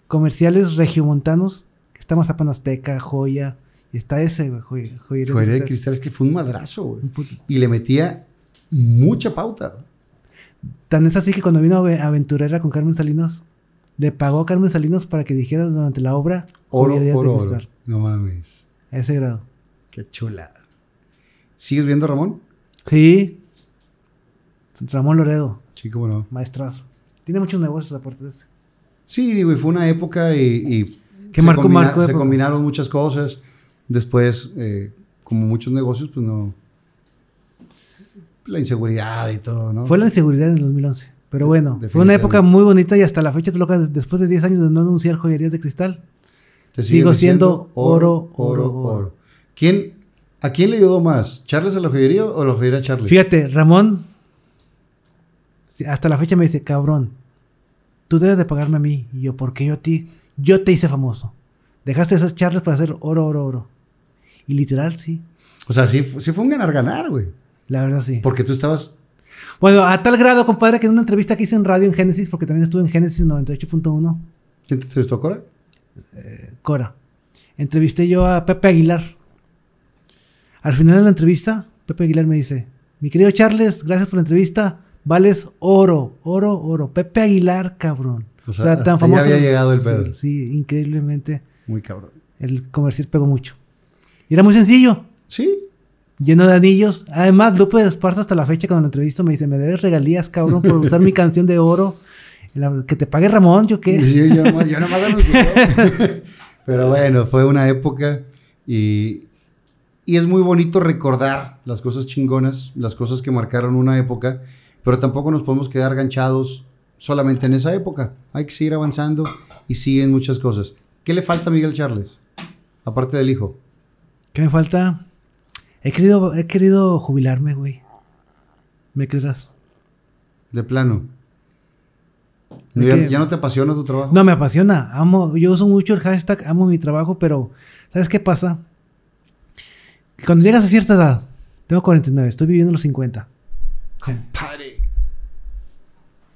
B: comerciales regiomontanos. Que está Mazapan Azteca, Joya. Y está ese, güey. Joy- Joyería de
A: Joyería de
B: Cristal.
A: cristal es que fue un madrazo, güey.
B: Un puto-
A: Y le metía mucha pauta.
B: Tan es así que cuando vino Ave- Aventurera con Carmen Salinas, le pagó a Carmen Salinas para que dijera durante la obra
A: Oro,
B: "Joyerías de
A: oro, oro.
B: cristal".
A: No mames.
B: A ese grado.
A: Qué chulada. ¿Sigues viendo Ramón?
B: Sí. Ramón Loredo,
A: Sí, cómo no.
B: maestrazo. Tiene muchos negocios aparte de ese.
A: Sí, digo, y fue una época y, y
B: Que
A: se
B: marcó, marcó
A: se
B: época.
A: combinaron muchas cosas. Después, eh, como muchos negocios, pues no. La inseguridad y todo, ¿no?
B: Fue la inseguridad en el 2011. Pero
A: De-
B: bueno, fue una
A: definitivamente.
B: época muy bonita y hasta la fecha, tú lo acabas- después de 10 años de no anunciar joyerías de cristal,
A: Te
B: sigo
A: siguen
B: siendo
A: diciendo
B: oro, oro, oro.
A: ¿Quién, ¿A quién le ayudó más? ¿Charles a la joyería o la joyería a Charles?
B: Fíjate, Ramón, sí, hasta la fecha me dice, cabrón, tú debes de pagarme a mí. Y yo, ¿por qué yo a ti? Yo te hice famoso. Dejaste esas charlas para hacer oro, oro, oro. Y literal, sí.
A: O sea, sí, fu- sí fue un ganar-ganar, güey.
B: La verdad, sí.
A: Porque tú estabas.
B: Bueno, a tal grado, compadre, que en una entrevista que hice en radio en Génesis, porque también estuve en Génesis 98.1,
A: ¿Quién te entrevistó, Cora?
B: Cora, entrevisté yo a Pepe Aguilar. Al final de la entrevista, Pepe Aguilar me dice, mi querido Charles, gracias por la entrevista, vales oro, oro, oro. Pepe Aguilar, cabrón.
A: O sea, hasta ahí había llegado el pedo.
B: Sí, sí, increíblemente.
A: Muy cabrón.
B: El comercial pegó mucho. Y era muy sencillo,
A: Sí.
B: lleno de anillos. Además, Lupe Esparza hasta la fecha cuando lo entrevisto me dice, me debes regalías, cabrón, por usar
A: [LAUGHS]
B: mi canción de oro. La- que te pague Ramón, yo qué.
A: Y Yo, yo nomás, yo nomás
B: [LAUGHS]
A: anuncié. Pero bueno, fue una época y, y es muy bonito recordar las cosas chingonas, las cosas que marcaron una época, pero tampoco nos podemos quedar ganchados solamente en esa época. Hay que seguir avanzando y siguen muchas cosas. ¿Qué le falta a Miguel Charles? Aparte del hijo.
B: ¿Qué me falta? He querido, he querido jubilarme, güey. ¿Me creerás?
A: De plano.
B: ¿De
A: ya,
B: qué?
A: ya no te apasiona tu trabajo?
B: No, me apasiona. Amo, yo uso mucho el hashtag, amo mi trabajo, pero ¿sabes qué pasa? Que Cuando llegas a cierta edad, tengo 49, estoy viviendo los 50.
A: Compadre.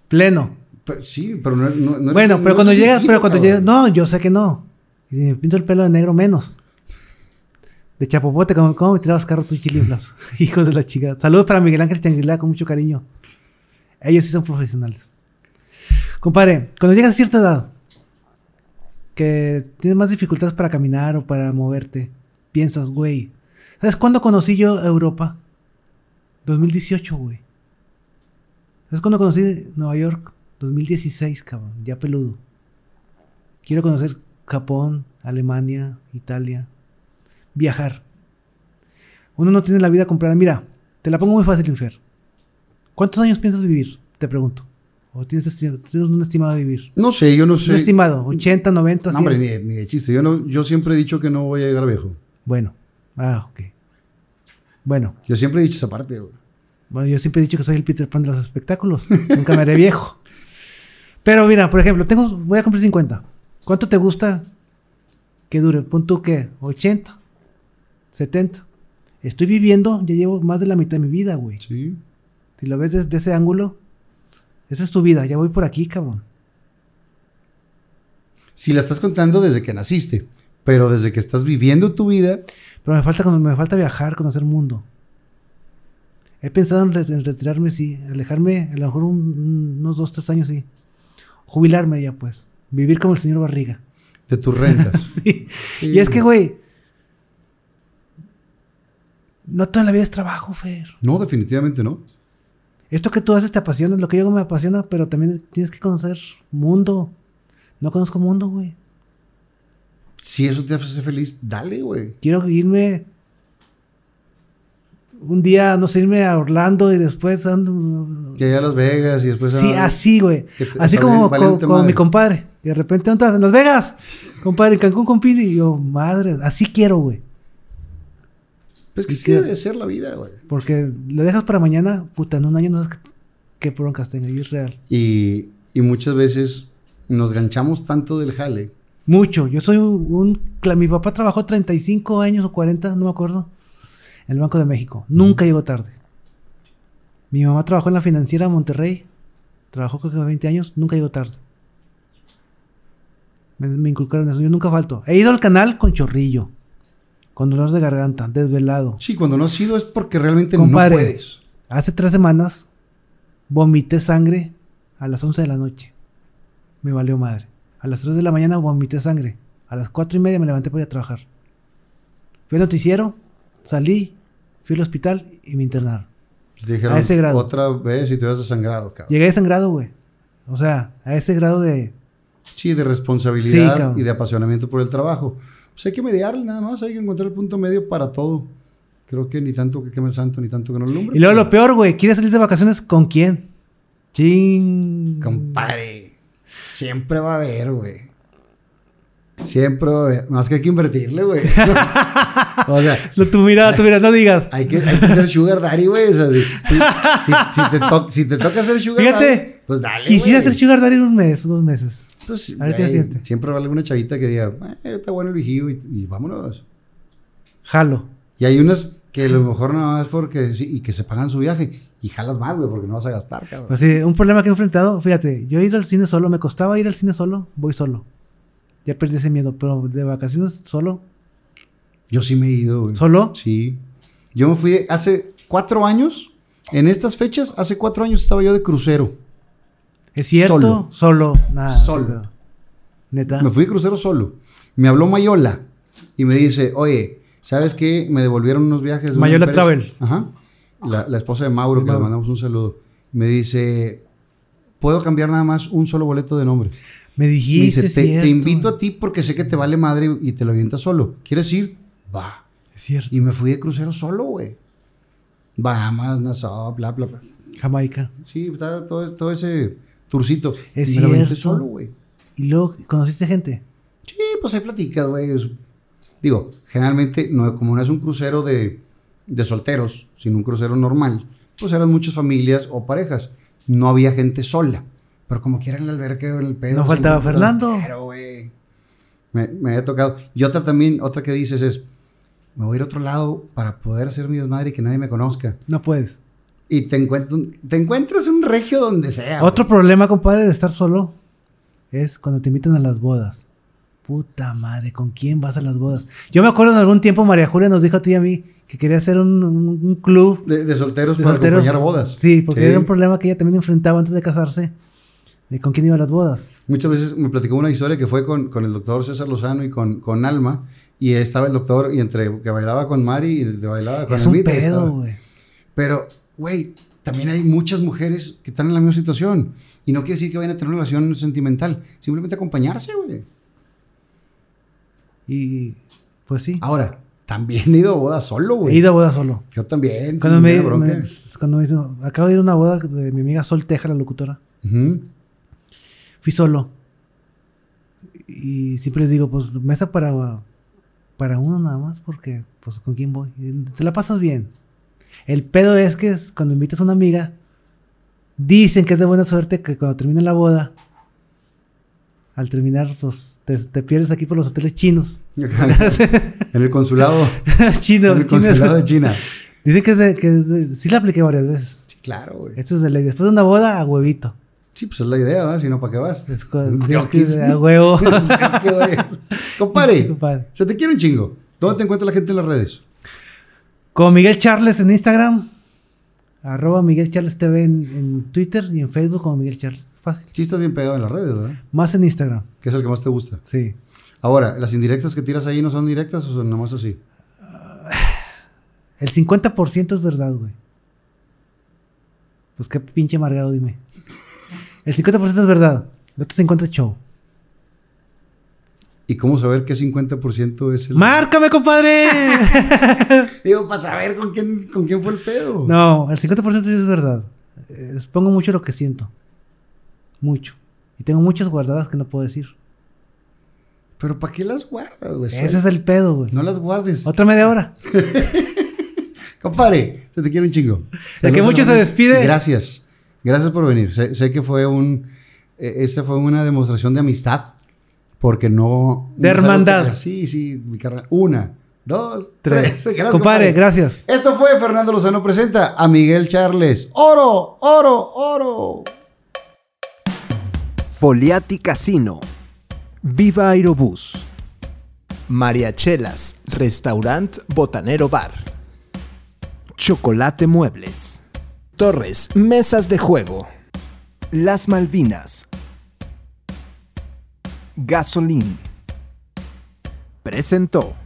B: Pleno.
A: Pero sí, pero no, no- no-
B: bueno,
A: no
B: pero
A: es
B: cuando
A: un
B: llegas,
A: viejito,
B: pero cuando
A: cabrón.
B: llegas, no, yo sé que no. Y si me pinto el pelo de negro menos. De chapopote, como cómo me tirabas carro tú chilinflas? [LAUGHS] Hijos de la chica. Saludos para Miguel Ángel Changuilá con mucho cariño. Ellos sí son profesionales. Compadre, cuando llegas a cierta edad, que tienes más dificultades para caminar o para moverte, piensas, güey, ¿sabes cuándo conocí yo Europa? 2018, güey. ¿Sabes cuándo conocí Nueva York? 2016, cabrón, ya peludo. Quiero conocer Japón, Alemania, Italia. Viajar. Uno no tiene la vida comprada. Mira, te la pongo muy fácil, Infer. ¿Cuántos años piensas vivir? Te pregunto. ¿O tienes, esti- tienes un estimado de vivir?
A: No sé, yo no sé.
B: Un estimado, 80, 90,
A: No,
B: 100.
A: hombre, ni, de- ni de chiste. Yo, no, yo siempre he dicho que no voy a llegar viejo.
B: Bueno, ah, ok. Bueno,
A: Yo siempre he dicho esa parte. güey.
B: bueno, yo siempre he dicho que soy el Peter Pan de los espectáculos. [LAUGHS] Nunca me haré viejo. Pero mira, por ejemplo, tengo, voy a cumplir 50. ¿Cuánto te gusta que dure? Pon tú que 80, 70. Estoy viviendo, ya llevo más de la mitad de mi vida, güey.
A: Sí.
B: Si lo ves desde ese ángulo, esa es tu vida. Ya voy por aquí, cabrón.
A: Si la estás contando desde que naciste, pero desde que estás viviendo tu vida,
B: Pero me falta, me falta viajar, conocer mundo. He pensado en, re- en retirarme, sí. Alejarme, a lo mejor un- unos dos, tres años, sí. Jubilarme ya, pues. Vivir como el señor Barriga. [LAUGHS]
A: de tus rentas.
B: Sí.
A: [LAUGHS] Sí.
B: Y es que, güey. No toda la vida es trabajo, Fer.
A: No, definitivamente no.
B: Esto que tú haces te apasiona, lo que yo hago me apasiona, pero también tienes que conocer mundo. No conozco mundo, güey.
A: Si eso te hace feliz, dale, güey.
B: quiero irme un día, no sé, irme a Orlando y después ando.
A: Que allá a Las Vegas y después...
B: sí,
A: a-
B: así, güey.
A: Pues, ah, que te-
B: Así
A: está
B: como,
A: bien, valiente
B: como
A: madre.
B: mi compadre. Y de repente, ¿dónde estás? En Las Vegas. Compadre, en Cancún con Pini. Y yo, madre, así quiero, güey.
A: Pues que sí
B: Quisiera-
A: debe ser la vida, güey.
B: Porque lo dejas para mañana, puta, en un año no sabes qué, qué broncas tenga. Y es real.
A: Y, y muchas veces nos ganchamos tanto del jale.
B: Mucho. Yo soy un, un cla- Mi papá trabajó 35 años o 40, no me acuerdo, en el Banco de México. Nunca llegó tarde. Mi mamá trabajó en la financiera de Monterrey. Trabajó creo que 20 años, nunca llegó tarde. Me, me inculcaron eso. Yo nunca falto. He ido al canal con chorrillo, con dolor de garganta, desvelado.
A: Sí, cuando no has sido es porque realmente no
B: Compadre.
A: puedes.
B: Hace tres semanas vomité sangre a las 11 de la noche. Me valió madre. A las 3 de la mañana vomité sangre. A las 4 y media me levanté para ir a trabajar. Fui al noticiero, salí, fui al hospital y me internaron.
A: Te dijeron,
B: A ese grado.
A: otra vez y te hubieras desangrado, cabrón.
B: Llegué desangrado, güey. O sea, a ese grado de...
A: Sí, de responsabilidad
B: Sí, cabrón.
A: y de apasionamiento por el trabajo. Pues hay que mediarle nada más, hay que encontrar el punto medio para todo. Creo que ni tanto que queme el santo, ni tanto que no lumbre.
B: Y luego lo peor, güey, ¿quieres salir de vacaciones con quién? Ching.
A: Compadre, siempre va a haber, güey. Siempre va a haber. Más que hay que invertirle, güey. [LAUGHS] o sea,
B: Lo- Tu mirada, tu mirada, no digas.
A: hay que, hay que ser sugar daddy, güey. O sea, si, si- si- si te to- si te toca ser sugar
B: Fíjate,
A: daddy, pues dale,
B: Quisiera
A: güey.
B: hacer sugar daddy en un mes, dos meses.
A: Pues,
B: A ver qué
A: güey,
B: siente.
A: siempre va a haber alguna chavita que diga, "Eh, está bueno el vigío y, y vámonos.
B: Jalo.
A: Y hay unas que a lo mejor nada más porque sí, y que se pagan su viaje y jalas más, güey, porque no vas a gastar, cabrón.
B: Pues sí, un problema que he enfrentado, fíjate, yo he ido al cine solo, me costaba ir al cine solo, voy solo. Ya perdí ese miedo, pero de vacaciones solo,
A: Yo sí me he ido, güey.
B: ¿Solo?
A: Sí. Yo me fui de- hace cuatro años, en estas fechas, hace cuatro años estaba yo de crucero.
B: es cierto,
A: Solo.
B: solo, nada.
A: Solo.
B: pero- Neta.
A: Me fui de crucero solo. Me habló Mayola y me dice, oye, ¿sabes qué? Me devolvieron unos viajes. de una
B: Mayola
A: empresa".
B: Travel.
A: Ajá. La, la esposa de Mauro, que le mandamos un saludo. Me dice, ¿puedo cambiar nada más un solo boleto de nombre?
B: Me
A: Me
B: dijiste,
A: dice,
B: es
A: te, te
B: cierto.
A: invito a ti porque sé que te vale madre y te lo avientas solo. ¿Quieres ir? Va.
B: Es cierto.
A: Y me fui de crucero solo, güey. Bahamas, Nassau, bla, bla, bla.
B: Jamaica.
A: Sí, está todo, todo ese turcito.
B: Es
A: Y me lo aventé
B: cierto.
A: solo, güey.
B: Y luego, ¿conociste gente?
A: Sí, pues ahí platicas, güey. Es- Digo, generalmente, no, como no es un crucero de, de solteros, sino un crucero normal, pues eran muchas familias o parejas. No había gente sola. Pero como quiera en el albergue, en el pedo.
B: No
A: siempre
B: faltaba
A: faltaba-
B: Fernando.
A: Claro, güey. Me, me había tocado. Y otra también, otra que dices es, me voy a ir a otro lado para poder hacer mi desmadre y que nadie me conozca.
B: No puedes.
A: Y te, encuentras un- te encuentras un regio donde sea.
B: Otro problema, compadre, de estar solo es cuando te invitan a las bodas. Puta madre, ¿con quién vas a las bodas? Yo me acuerdo en algún tiempo María Julia nos dijo a ti y a mí que quería hacer un, un- un club
A: De, de solteros
B: de
A: para
B: solteros.
A: acompañar bodas.
B: Sí, porque
A: Sí.
B: era un problema que ella también enfrentaba antes de casarse, de con quién iba a las bodas.
A: Muchas veces me platicó una historia que fue con, con el doctor César Lozano y con, con Alma. Y estaba el doctor y entre que bailaba con Mari y de- bailaba con
B: es un
A: Almita, estaba-
B: pedo, güey.
A: Pero, güey, también hay muchas mujeres que están en la misma situación. Y no quiere decir que vayan a tener una relación sentimental. Simplemente acompañarse, güey.
B: Y pues sí,
A: Ahora, también he ido a bodas solo,
B: he
A: güey.
B: ido a bodas solo.
A: Yo también.
B: Cuando
A: sin
B: me,
A: ninguna bronca.
B: me- cuando me dicen, acabo de ir a una boda de mi amiga Sol Teja, la locutora. [LAUGHS]
A: Ujú.
B: fui solo. Y siempre les digo, pues mesa para, para uno nada más, porque pues con quién voy. Y Te la pasas bien. El pedo es que es cuando invitas a una amiga, dicen que es de buena suerte que cuando termina la boda, al terminar, pues te, te pierdes aquí por los hoteles chinos. [LAUGHS]
A: en el consulado,
B: Chino,
A: en el
B: chinos.
A: consulado de China.
B: Dicen que es de, que es de- sí la apliqué varias veces.
A: Sí, claro, güey.
B: Esto es de ley. Después de una boda, a huevito.
A: Sí, pues es la idea, ¿verdad? Si no, ¿para qué vas? [LAUGHS]
B: Es cu-
A: Diokis.
B: a huevo.
A: [LAUGHS]
B: [LAUGHS]
A: Compare.
B: Compadre.
A: Se te quiere un chingo. ¿Dónde te encuentra la gente en las redes?
B: Con Miguel Charles en Instagram. Arroba Miguel Charles TV en, en Twitter y en Facebook como Miguel Charles. Fácil.
A: Sí, estás bien pegado en las redes, ¿verdad?
B: Más en Instagram.
A: Que es el que más te gusta.
B: Sí.
A: Ahora, ¿las indirectas que tiras ahí no son directas o son nomás así?
B: El 50% es verdad, güey. Pues qué pinche amargado, dime. El 50% es verdad. El otro 50% es show.
A: ¿Y cómo saber qué 50% es el.
B: ¡Márcame,
A: [LAUGHS]
B: compadre!
A: Digo, para saber con quién, con quién fue el pedo.
B: no, el 50% sí es verdad. Eh, Expongo mucho lo que siento. Mucho. Y tengo muchas guardadas que no puedo decir.
A: Pero ¿para qué las guardas, güey?
B: Ese es el pedo, güey.
A: No las guardes.
B: Otra media hora.
A: Compare, se te quiere un chingo.
B: El que
A: Saludos a
B: mucho
A: la
B: se
A: gente.
B: despide.
A: Gracias. Gracias por venir. Sé, sé que fue un. eh, esta fue una demostración de amistad. Porque no. no
B: De
A: es algo
B: hermandad.
A: que- sí, sí, mi carnal. Una, dos, tres.
B: Tres.
A: Gracias,
B: compadre, gracias.
A: Esto fue Fernando Lozano presenta a Miguel Charles. Oro, oro, oro.
C: Foliati Casino. Viva Aerobús. Mariachelas, Restaurant Botanero Bar. Chocolate Muebles. Torres, Mesas de Juego. Las Malvinas. Gasolín. Presentó.